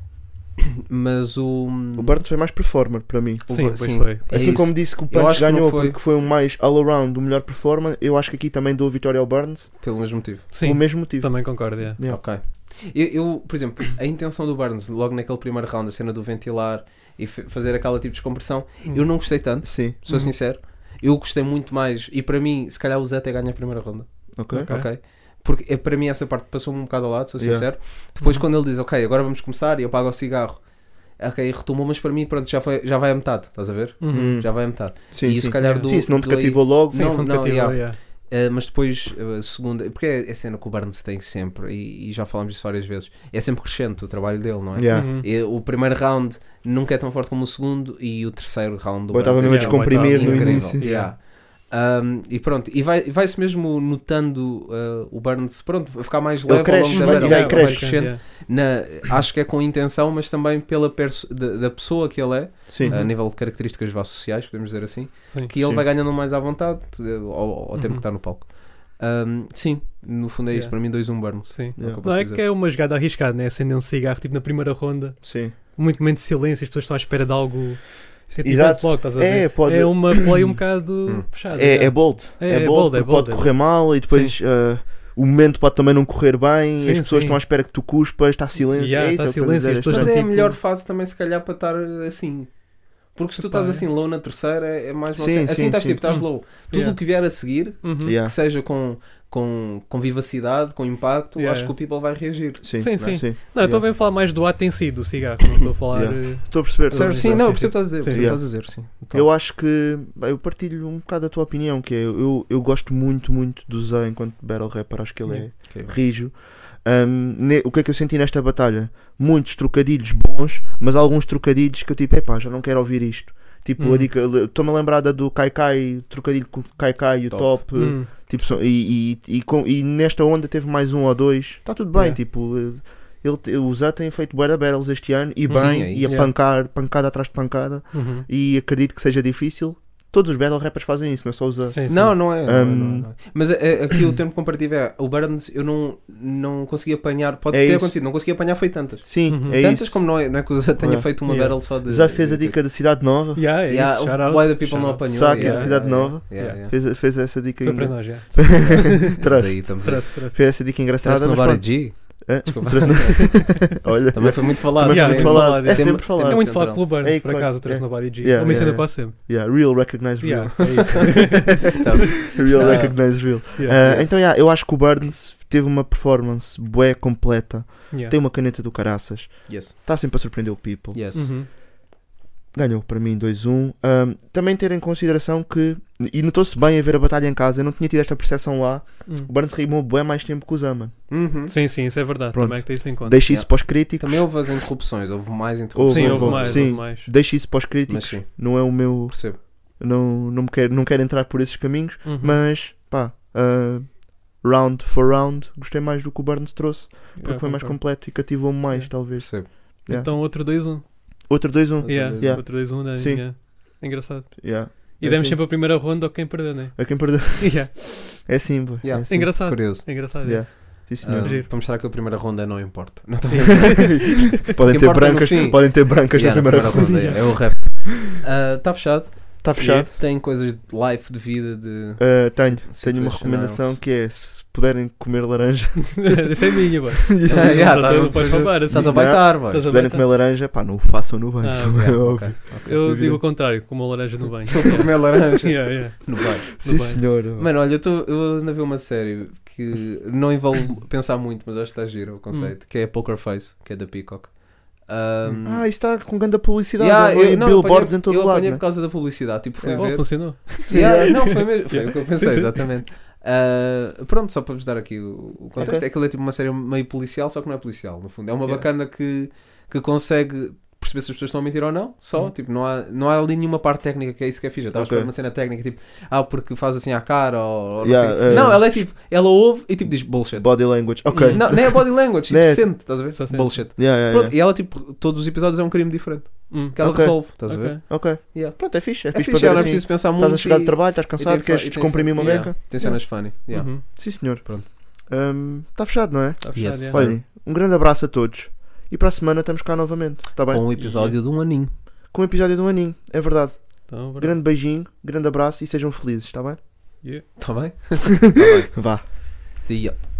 Speaker 7: Mas o.
Speaker 6: O Burns foi mais performer para mim.
Speaker 8: Sim,
Speaker 7: Bur-
Speaker 8: pois foi.
Speaker 7: é
Speaker 6: assim
Speaker 7: isso.
Speaker 6: como disse que o
Speaker 7: Eu
Speaker 6: Punch
Speaker 7: acho que não
Speaker 6: ganhou
Speaker 7: foi.
Speaker 6: porque foi um mais all-around, o melhor performer, eu acho que aqui também dou a vitória ao Burns
Speaker 7: Pelo mesmo motivo.
Speaker 6: pelo
Speaker 8: Sim,
Speaker 6: mesmo motivo.
Speaker 8: também concordo, yeah.
Speaker 6: Yeah.
Speaker 7: Ok. Eu, eu, por exemplo, a intenção do Burns, logo naquele primeiro round, a cena do ventilar e fe- fazer aquela tipo de descompressão,
Speaker 6: Uhum.
Speaker 7: eu não gostei tanto,
Speaker 6: Sim,
Speaker 7: sou sincero. Eu gostei muito mais. E para mim, se calhar o Zé até ganha a primeira ronda.
Speaker 6: ok.
Speaker 8: Ok.
Speaker 7: Ok? Porque é, para mim essa parte passou-me um bocado ao lado, sou
Speaker 6: Yeah. Uhum.
Speaker 7: sincero. Depois, quando ele diz, ok, agora vamos começar e eu pago o cigarro. Ok, retomou, mas para mim, pronto, já, foi, já vai a metade, estás a ver?
Speaker 6: Hum,
Speaker 7: Uhum. Já vai a metade.
Speaker 6: Sim,
Speaker 7: e
Speaker 6: sim.
Speaker 7: se calhar do.
Speaker 6: Sim, se não te
Speaker 7: do aí-
Speaker 6: cativou logo,
Speaker 7: Não,
Speaker 8: Uhum. Sim, são
Speaker 7: não,
Speaker 8: tentativa,
Speaker 7: yeah.
Speaker 8: yeah.
Speaker 7: Uh, mas depois, uh, a segunda, porque é é a cena que o Barnes tem sempre, e, e já falámos disso várias vezes, é sempre crescente o trabalho dele, não é?
Speaker 6: Yeah.
Speaker 8: Uhum.
Speaker 7: E o primeiro round nunca é tão forte como o segundo, e o terceiro round do
Speaker 6: Bom, eu estava
Speaker 7: Barnes
Speaker 6: mesmo
Speaker 7: é
Speaker 6: a
Speaker 7: sempre
Speaker 6: descomprimir
Speaker 8: Boa,
Speaker 6: no
Speaker 8: estava
Speaker 7: incrível.
Speaker 6: início.
Speaker 7: Yeah. Um, e pronto, e vai- e vai-se mesmo notando uh, o Barnes, pronto, vai ficar mais leve ao
Speaker 6: cresce,
Speaker 7: longo da
Speaker 6: vai-
Speaker 7: battle,
Speaker 6: vai
Speaker 7: vai
Speaker 6: crescendo.
Speaker 7: crescendo. Na- acho que é com intenção, mas também pela perso- da, da pessoa que ele é,
Speaker 6: Sim.
Speaker 7: a nível de características vá sociais, podemos dizer assim
Speaker 8: Sim.
Speaker 7: que ele
Speaker 6: Sim. Uhum.
Speaker 7: vai ganhando mais à vontade eh, ao, ao tempo que está no palco. Ahm, sim, no fundo é isso.
Speaker 8: Yeah.
Speaker 7: Para mim, 2-1 Burns.
Speaker 8: Sim.
Speaker 7: É o que eu
Speaker 6: Yeah.
Speaker 7: posso
Speaker 8: Não é
Speaker 7: dizer.
Speaker 8: que é uma jogada arriscada, né? Acender um cigarro, tipo na primeira ronda,
Speaker 6: Sim.
Speaker 8: muito momento de silêncio, as pessoas estão à espera de algo. Isso é tipo
Speaker 6: Exato.
Speaker 8: Logo, estás a
Speaker 6: É,
Speaker 8: ver?
Speaker 6: pode-
Speaker 8: é uma play um
Speaker 7: Hum.
Speaker 8: bocado puxada.
Speaker 6: É, é bold.
Speaker 8: É,
Speaker 6: É,
Speaker 8: é
Speaker 6: bold,
Speaker 8: bold, é
Speaker 6: porque pode
Speaker 8: bold, é
Speaker 6: correr mal e depois ah, o momento pode também não correr bem.
Speaker 8: Sim,
Speaker 6: as pessoas
Speaker 8: sim.
Speaker 6: estão à espera que tu cuspas, está silêncio.
Speaker 8: Yeah,
Speaker 6: é isso,
Speaker 8: está
Speaker 6: é o que estás a
Speaker 8: silêncio,
Speaker 6: dizer,
Speaker 8: as
Speaker 6: é
Speaker 8: pessoas
Speaker 7: Mas
Speaker 8: Portanto,
Speaker 7: é a
Speaker 8: tipo-
Speaker 7: melhor fase também, se calhar, para estar assim. Porque se tu estás
Speaker 8: Epá,
Speaker 7: assim low na terceira, é é mais mal.
Speaker 6: Sim,
Speaker 7: Assim
Speaker 6: sim,
Speaker 7: estás
Speaker 6: sim.
Speaker 7: tipo, estás
Speaker 8: Hum.
Speaker 7: low. Tudo
Speaker 8: Yeah.
Speaker 7: o que vier a seguir,
Speaker 8: Uhum.
Speaker 6: Yeah.
Speaker 7: que seja com, com, com vivacidade, com impacto,
Speaker 8: Yeah.
Speaker 7: acho que o people vai reagir.
Speaker 6: Sim,
Speaker 8: Sim,
Speaker 6: não é?
Speaker 8: sim. Não, eu estou a
Speaker 6: Yeah.
Speaker 8: bem a falar mais do ato em si, do cigarro, não estou a falar.
Speaker 6: Yeah.
Speaker 8: eh,
Speaker 6: Estou a perceber. estou a
Speaker 7: Certo?
Speaker 8: sim,
Speaker 7: Sim,
Speaker 8: sim,
Speaker 7: não, eu
Speaker 8: sim.
Speaker 7: percebo o que estás a dizer.
Speaker 8: Sim,
Speaker 7: percebo o que
Speaker 6: yeah.
Speaker 7: estás a dizer, sim. Então,
Speaker 6: Eu acho que bem, eu partilho um bocado a tua opinião, que é eu, eu gosto muito, muito do Zé enquanto battle rapper, acho que ele é
Speaker 7: ok.
Speaker 6: rijo. Ahm, ne- o que é que eu senti nesta batalha? Muitos trocadilhos bons, mas alguns trocadilhos que eu tipo, epá, já não quero ouvir isto. Tipo,
Speaker 8: Hum.
Speaker 6: a dica, estou-me a lembrar da do Kai Kai, trocadilho com Kai Kai e o
Speaker 7: Top.
Speaker 6: top. eh,
Speaker 8: hum,
Speaker 7: É.
Speaker 6: tipo, são- e, e, e com- e nesta onda teve mais um ou dois, está tudo bem,
Speaker 8: Yeah.
Speaker 6: tipo, eh, Ele, te- o Zé tem feito bué da battles este ano e bem,
Speaker 7: Sim, é
Speaker 6: e a
Speaker 7: isso.
Speaker 6: pancar, pancada atrás de pancada.
Speaker 8: Uhum.
Speaker 6: E acredito que seja difícil. Todos os battle rappers fazem isso, não é só o Zé.
Speaker 8: Sim, sim.
Speaker 7: Não, não é. não é,
Speaker 6: Um,
Speaker 7: não é, não é. Mas é, aqui o termo comparativo é o Burns. Eu não, não consegui apanhar. Pode
Speaker 6: É
Speaker 7: ter
Speaker 6: isso.
Speaker 7: acontecido, não consegui apanhar. Foi tantas.
Speaker 6: Sim,
Speaker 8: Uhum.
Speaker 6: é
Speaker 7: tantas
Speaker 6: isso.
Speaker 7: como não é, não é que o Zé tenha
Speaker 6: Yeah.
Speaker 7: feito uma
Speaker 8: Yeah.
Speaker 7: battle só de.
Speaker 6: Zé fez a
Speaker 7: de-
Speaker 6: dica da Cidade Nova.
Speaker 8: Yeah, é
Speaker 7: Yeah,
Speaker 8: isso.
Speaker 7: o
Speaker 8: shout out,
Speaker 7: Why the People
Speaker 8: shout
Speaker 7: não
Speaker 8: out.
Speaker 7: apanhou.
Speaker 6: Saca, Cidade
Speaker 7: yeah,
Speaker 6: Nova.
Speaker 7: yeah, yeah.
Speaker 6: Fez, fez essa dica
Speaker 8: Foi para
Speaker 6: engra...
Speaker 8: nós, já.
Speaker 7: Estamos
Speaker 6: Trust.
Speaker 7: aí, estamos aí.
Speaker 8: Traço, traço.
Speaker 6: Fez essa dica
Speaker 7: Trust
Speaker 6: engraçada. Mas
Speaker 7: Nobody
Speaker 6: pronto.
Speaker 7: G.
Speaker 6: Hã?
Speaker 7: Desculpa.
Speaker 6: Trust Olha,
Speaker 7: Também foi muito falado.
Speaker 6: também
Speaker 8: Yeah,
Speaker 6: foi
Speaker 8: é muito
Speaker 6: muito falado.
Speaker 8: falado,
Speaker 6: É
Speaker 8: é.
Speaker 6: sempre
Speaker 8: É
Speaker 6: falado.
Speaker 8: muito
Speaker 7: Central.
Speaker 8: falado pelo Burns,
Speaker 6: É,
Speaker 8: por
Speaker 6: claro,
Speaker 8: acaso, trouxe
Speaker 6: é.
Speaker 8: no Body G.
Speaker 6: Yeah,
Speaker 8: Ele menciona
Speaker 6: yeah,
Speaker 8: quase sempre.
Speaker 6: Yeah, real recognize real.
Speaker 8: Yeah, é isso.
Speaker 6: Real
Speaker 7: Ah.
Speaker 6: recognize real.
Speaker 8: Yeah,
Speaker 6: Ah,
Speaker 7: yes.
Speaker 6: Então, yeah, eu acho que o Burns teve uma performance bué completa.
Speaker 8: yeah.
Speaker 6: Tem uma caneta do caraças.
Speaker 7: Então, Yes,
Speaker 6: Está sempre a surpreender o people.
Speaker 7: yes.
Speaker 8: Uhum.
Speaker 6: Ganhou para mim 2-1. Ahm, também ter em consideração que. E notou-se bem a ver a batalha em casa. Eu não tinha tido esta percepção lá.
Speaker 8: Uhum.
Speaker 6: O Burns rimou bué mais tempo que o Zaman.
Speaker 7: Uhum.
Speaker 8: Sim, sim, isso é verdade.
Speaker 6: Pronto.
Speaker 8: Também é que tem isso em conta.
Speaker 6: Deixa isso
Speaker 7: Yeah.
Speaker 6: para os críticos.
Speaker 7: Também houve as interrupções, houve mais
Speaker 6: Houve,
Speaker 7: interrupções.
Speaker 8: Sim,
Speaker 6: houve,
Speaker 8: houve mais,
Speaker 6: sim.
Speaker 8: houve mais.
Speaker 6: Deixa isso para os críticos.
Speaker 7: Mas sim,
Speaker 6: Não é o meu.
Speaker 7: percebo.
Speaker 6: Não, não, me quero, não quero entrar por esses caminhos.
Speaker 8: Uhum.
Speaker 6: Mas, pá. ah, round for round. Gostei mais do que o Burns trouxe. Porque
Speaker 8: Yeah,
Speaker 6: foi mais
Speaker 8: concordo.
Speaker 6: completo e cativou-me mais,
Speaker 8: Yeah.
Speaker 6: talvez.
Speaker 7: Percebo.
Speaker 6: Yeah.
Speaker 8: Então outro 2-1.
Speaker 6: Outro 2-1.
Speaker 8: Yeah,
Speaker 6: Yeah.
Speaker 8: Outro 2-1, né?
Speaker 6: Sim.
Speaker 8: Yeah. Engraçado.
Speaker 6: Yeah.
Speaker 8: E
Speaker 6: É
Speaker 8: demos
Speaker 6: assim.
Speaker 8: sempre a primeira ronda ao quem perdeu, né?
Speaker 6: A quem perdeu.
Speaker 8: Yeah.
Speaker 6: É sim, boy.
Speaker 7: Yeah.
Speaker 6: É sim.
Speaker 8: Engraçado.
Speaker 7: Curioso.
Speaker 8: Engraçado.
Speaker 6: Yeah. Sim, senhor.
Speaker 7: Ah,
Speaker 8: Giro.
Speaker 7: para mostrar que a primeira ronda não importa. Não estou a
Speaker 6: podem,
Speaker 7: O que
Speaker 6: ter
Speaker 7: importa é no
Speaker 6: brancas,
Speaker 7: fim.
Speaker 6: podem ter brancas
Speaker 7: Yeah,
Speaker 6: na primeira ronda.
Speaker 7: é, é o repto. Está Ah, tá fechado.
Speaker 6: Está fechado.
Speaker 7: Tem coisas de life, de vida, de.
Speaker 6: Ah, tenho. Tenho uma
Speaker 7: Situationals.
Speaker 6: recomendação que é se puderem comer laranja,
Speaker 8: Isso é minha, bora.
Speaker 7: Yeah, Ah,
Speaker 8: Tá-
Speaker 7: yeah, estás a-
Speaker 8: não pode roubar, assim.
Speaker 7: Estás a baitar, vai.
Speaker 8: Estás
Speaker 6: se
Speaker 8: a
Speaker 6: puderem
Speaker 8: baitar.
Speaker 6: comer laranja, pá, não o façam no banho.
Speaker 8: Ah,
Speaker 6: é
Speaker 7: Yeah,
Speaker 6: óbvio.
Speaker 7: ok, ok.
Speaker 8: Eu
Speaker 6: Evidente.
Speaker 8: digo o contrário, com uma laranja no banho.
Speaker 7: Estou a comer laranja
Speaker 8: Yeah, yeah.
Speaker 7: no banho.
Speaker 6: Sim,
Speaker 8: banho.
Speaker 6: senhor.
Speaker 7: Mano, olha, eu, tô, eu ando a ver uma série que não envolve pensar muito, mas acho que está giro o conceito, que é Poker Face, que é da Peacock. Ahm,
Speaker 6: Ah, isso está com grande publicidade.
Speaker 7: yeah,
Speaker 6: agora em
Speaker 7: não,
Speaker 6: billboards
Speaker 7: apanhei-
Speaker 6: em todo
Speaker 7: eu
Speaker 6: lado.
Speaker 7: apanhei
Speaker 6: né?
Speaker 7: por causa da publicidade, tipo, fui
Speaker 8: Oh,
Speaker 7: ver.
Speaker 8: funcionou.
Speaker 7: Yeah, não, foi mesmo, foi o que eu pensei,
Speaker 8: Sim, sim.
Speaker 7: exatamente. Ah, pronto, só para vos dar aqui o, o contexto,
Speaker 6: Ok.
Speaker 7: é que ele é tipo uma série meio policial, só que não é policial, no fundo. É uma
Speaker 8: Yeah.
Speaker 7: bacana que, que consegue perceber se as pessoas estão a mentir ou não, só,
Speaker 8: Uhum.
Speaker 7: tipo, não há, não há ali nenhuma parte técnica que é isso que é fixe. Eu Estava a
Speaker 6: Ok.
Speaker 7: esperar uma cena técnica, tipo, ah, porque faz assim à cara, ou, ou não
Speaker 6: Yeah,
Speaker 7: sei.
Speaker 6: eh,
Speaker 7: não, ela é tipo, ela ouve e tipo diz bullshit.
Speaker 6: Body language. Ok.
Speaker 7: Não, nem é body language, tipo,
Speaker 6: Não é-
Speaker 7: sente, estás a ver?
Speaker 8: Só sente.
Speaker 7: Bullshit.
Speaker 6: Yeah, yeah,
Speaker 7: Pronto,
Speaker 6: yeah.
Speaker 7: e ela, tipo, todos os episódios é um crime diferente
Speaker 8: Hum.
Speaker 7: que ela
Speaker 6: Ok.
Speaker 7: resolve, estás a ver?
Speaker 8: Ok.
Speaker 6: Ok.
Speaker 7: Yeah.
Speaker 6: Pronto, é fixe. É
Speaker 7: É
Speaker 6: fixe
Speaker 7: fixe,
Speaker 6: para
Speaker 7: já
Speaker 6: ver
Speaker 7: não é
Speaker 6: assim.
Speaker 7: preciso pensar muito.
Speaker 6: Estás a chegar
Speaker 7: e-
Speaker 6: do trabalho, estás
Speaker 7: e
Speaker 6: cansado,
Speaker 7: tem
Speaker 6: Tá queres
Speaker 7: fa- e tem
Speaker 6: descomprimir uma
Speaker 7: yeah,
Speaker 6: beca?
Speaker 7: Tem cenas funny. Yeah.
Speaker 8: Uhum.
Speaker 6: Sim, senhor.
Speaker 7: Pronto.
Speaker 6: Está fechado, não é?
Speaker 8: Tá
Speaker 7: Yes.
Speaker 8: fechado, yeah.
Speaker 6: Olhem, um grande abraço a todos. E para a semana estamos cá novamente, está bem?
Speaker 7: Com um episódio de um aninho.
Speaker 6: Com um episódio de um aninho, é verdade.
Speaker 8: Então, bora.
Speaker 6: Grande beijinho, tá grande abraço e sejam felizes, está bem?
Speaker 7: Está tá bem?
Speaker 6: Vá.
Speaker 7: See ya.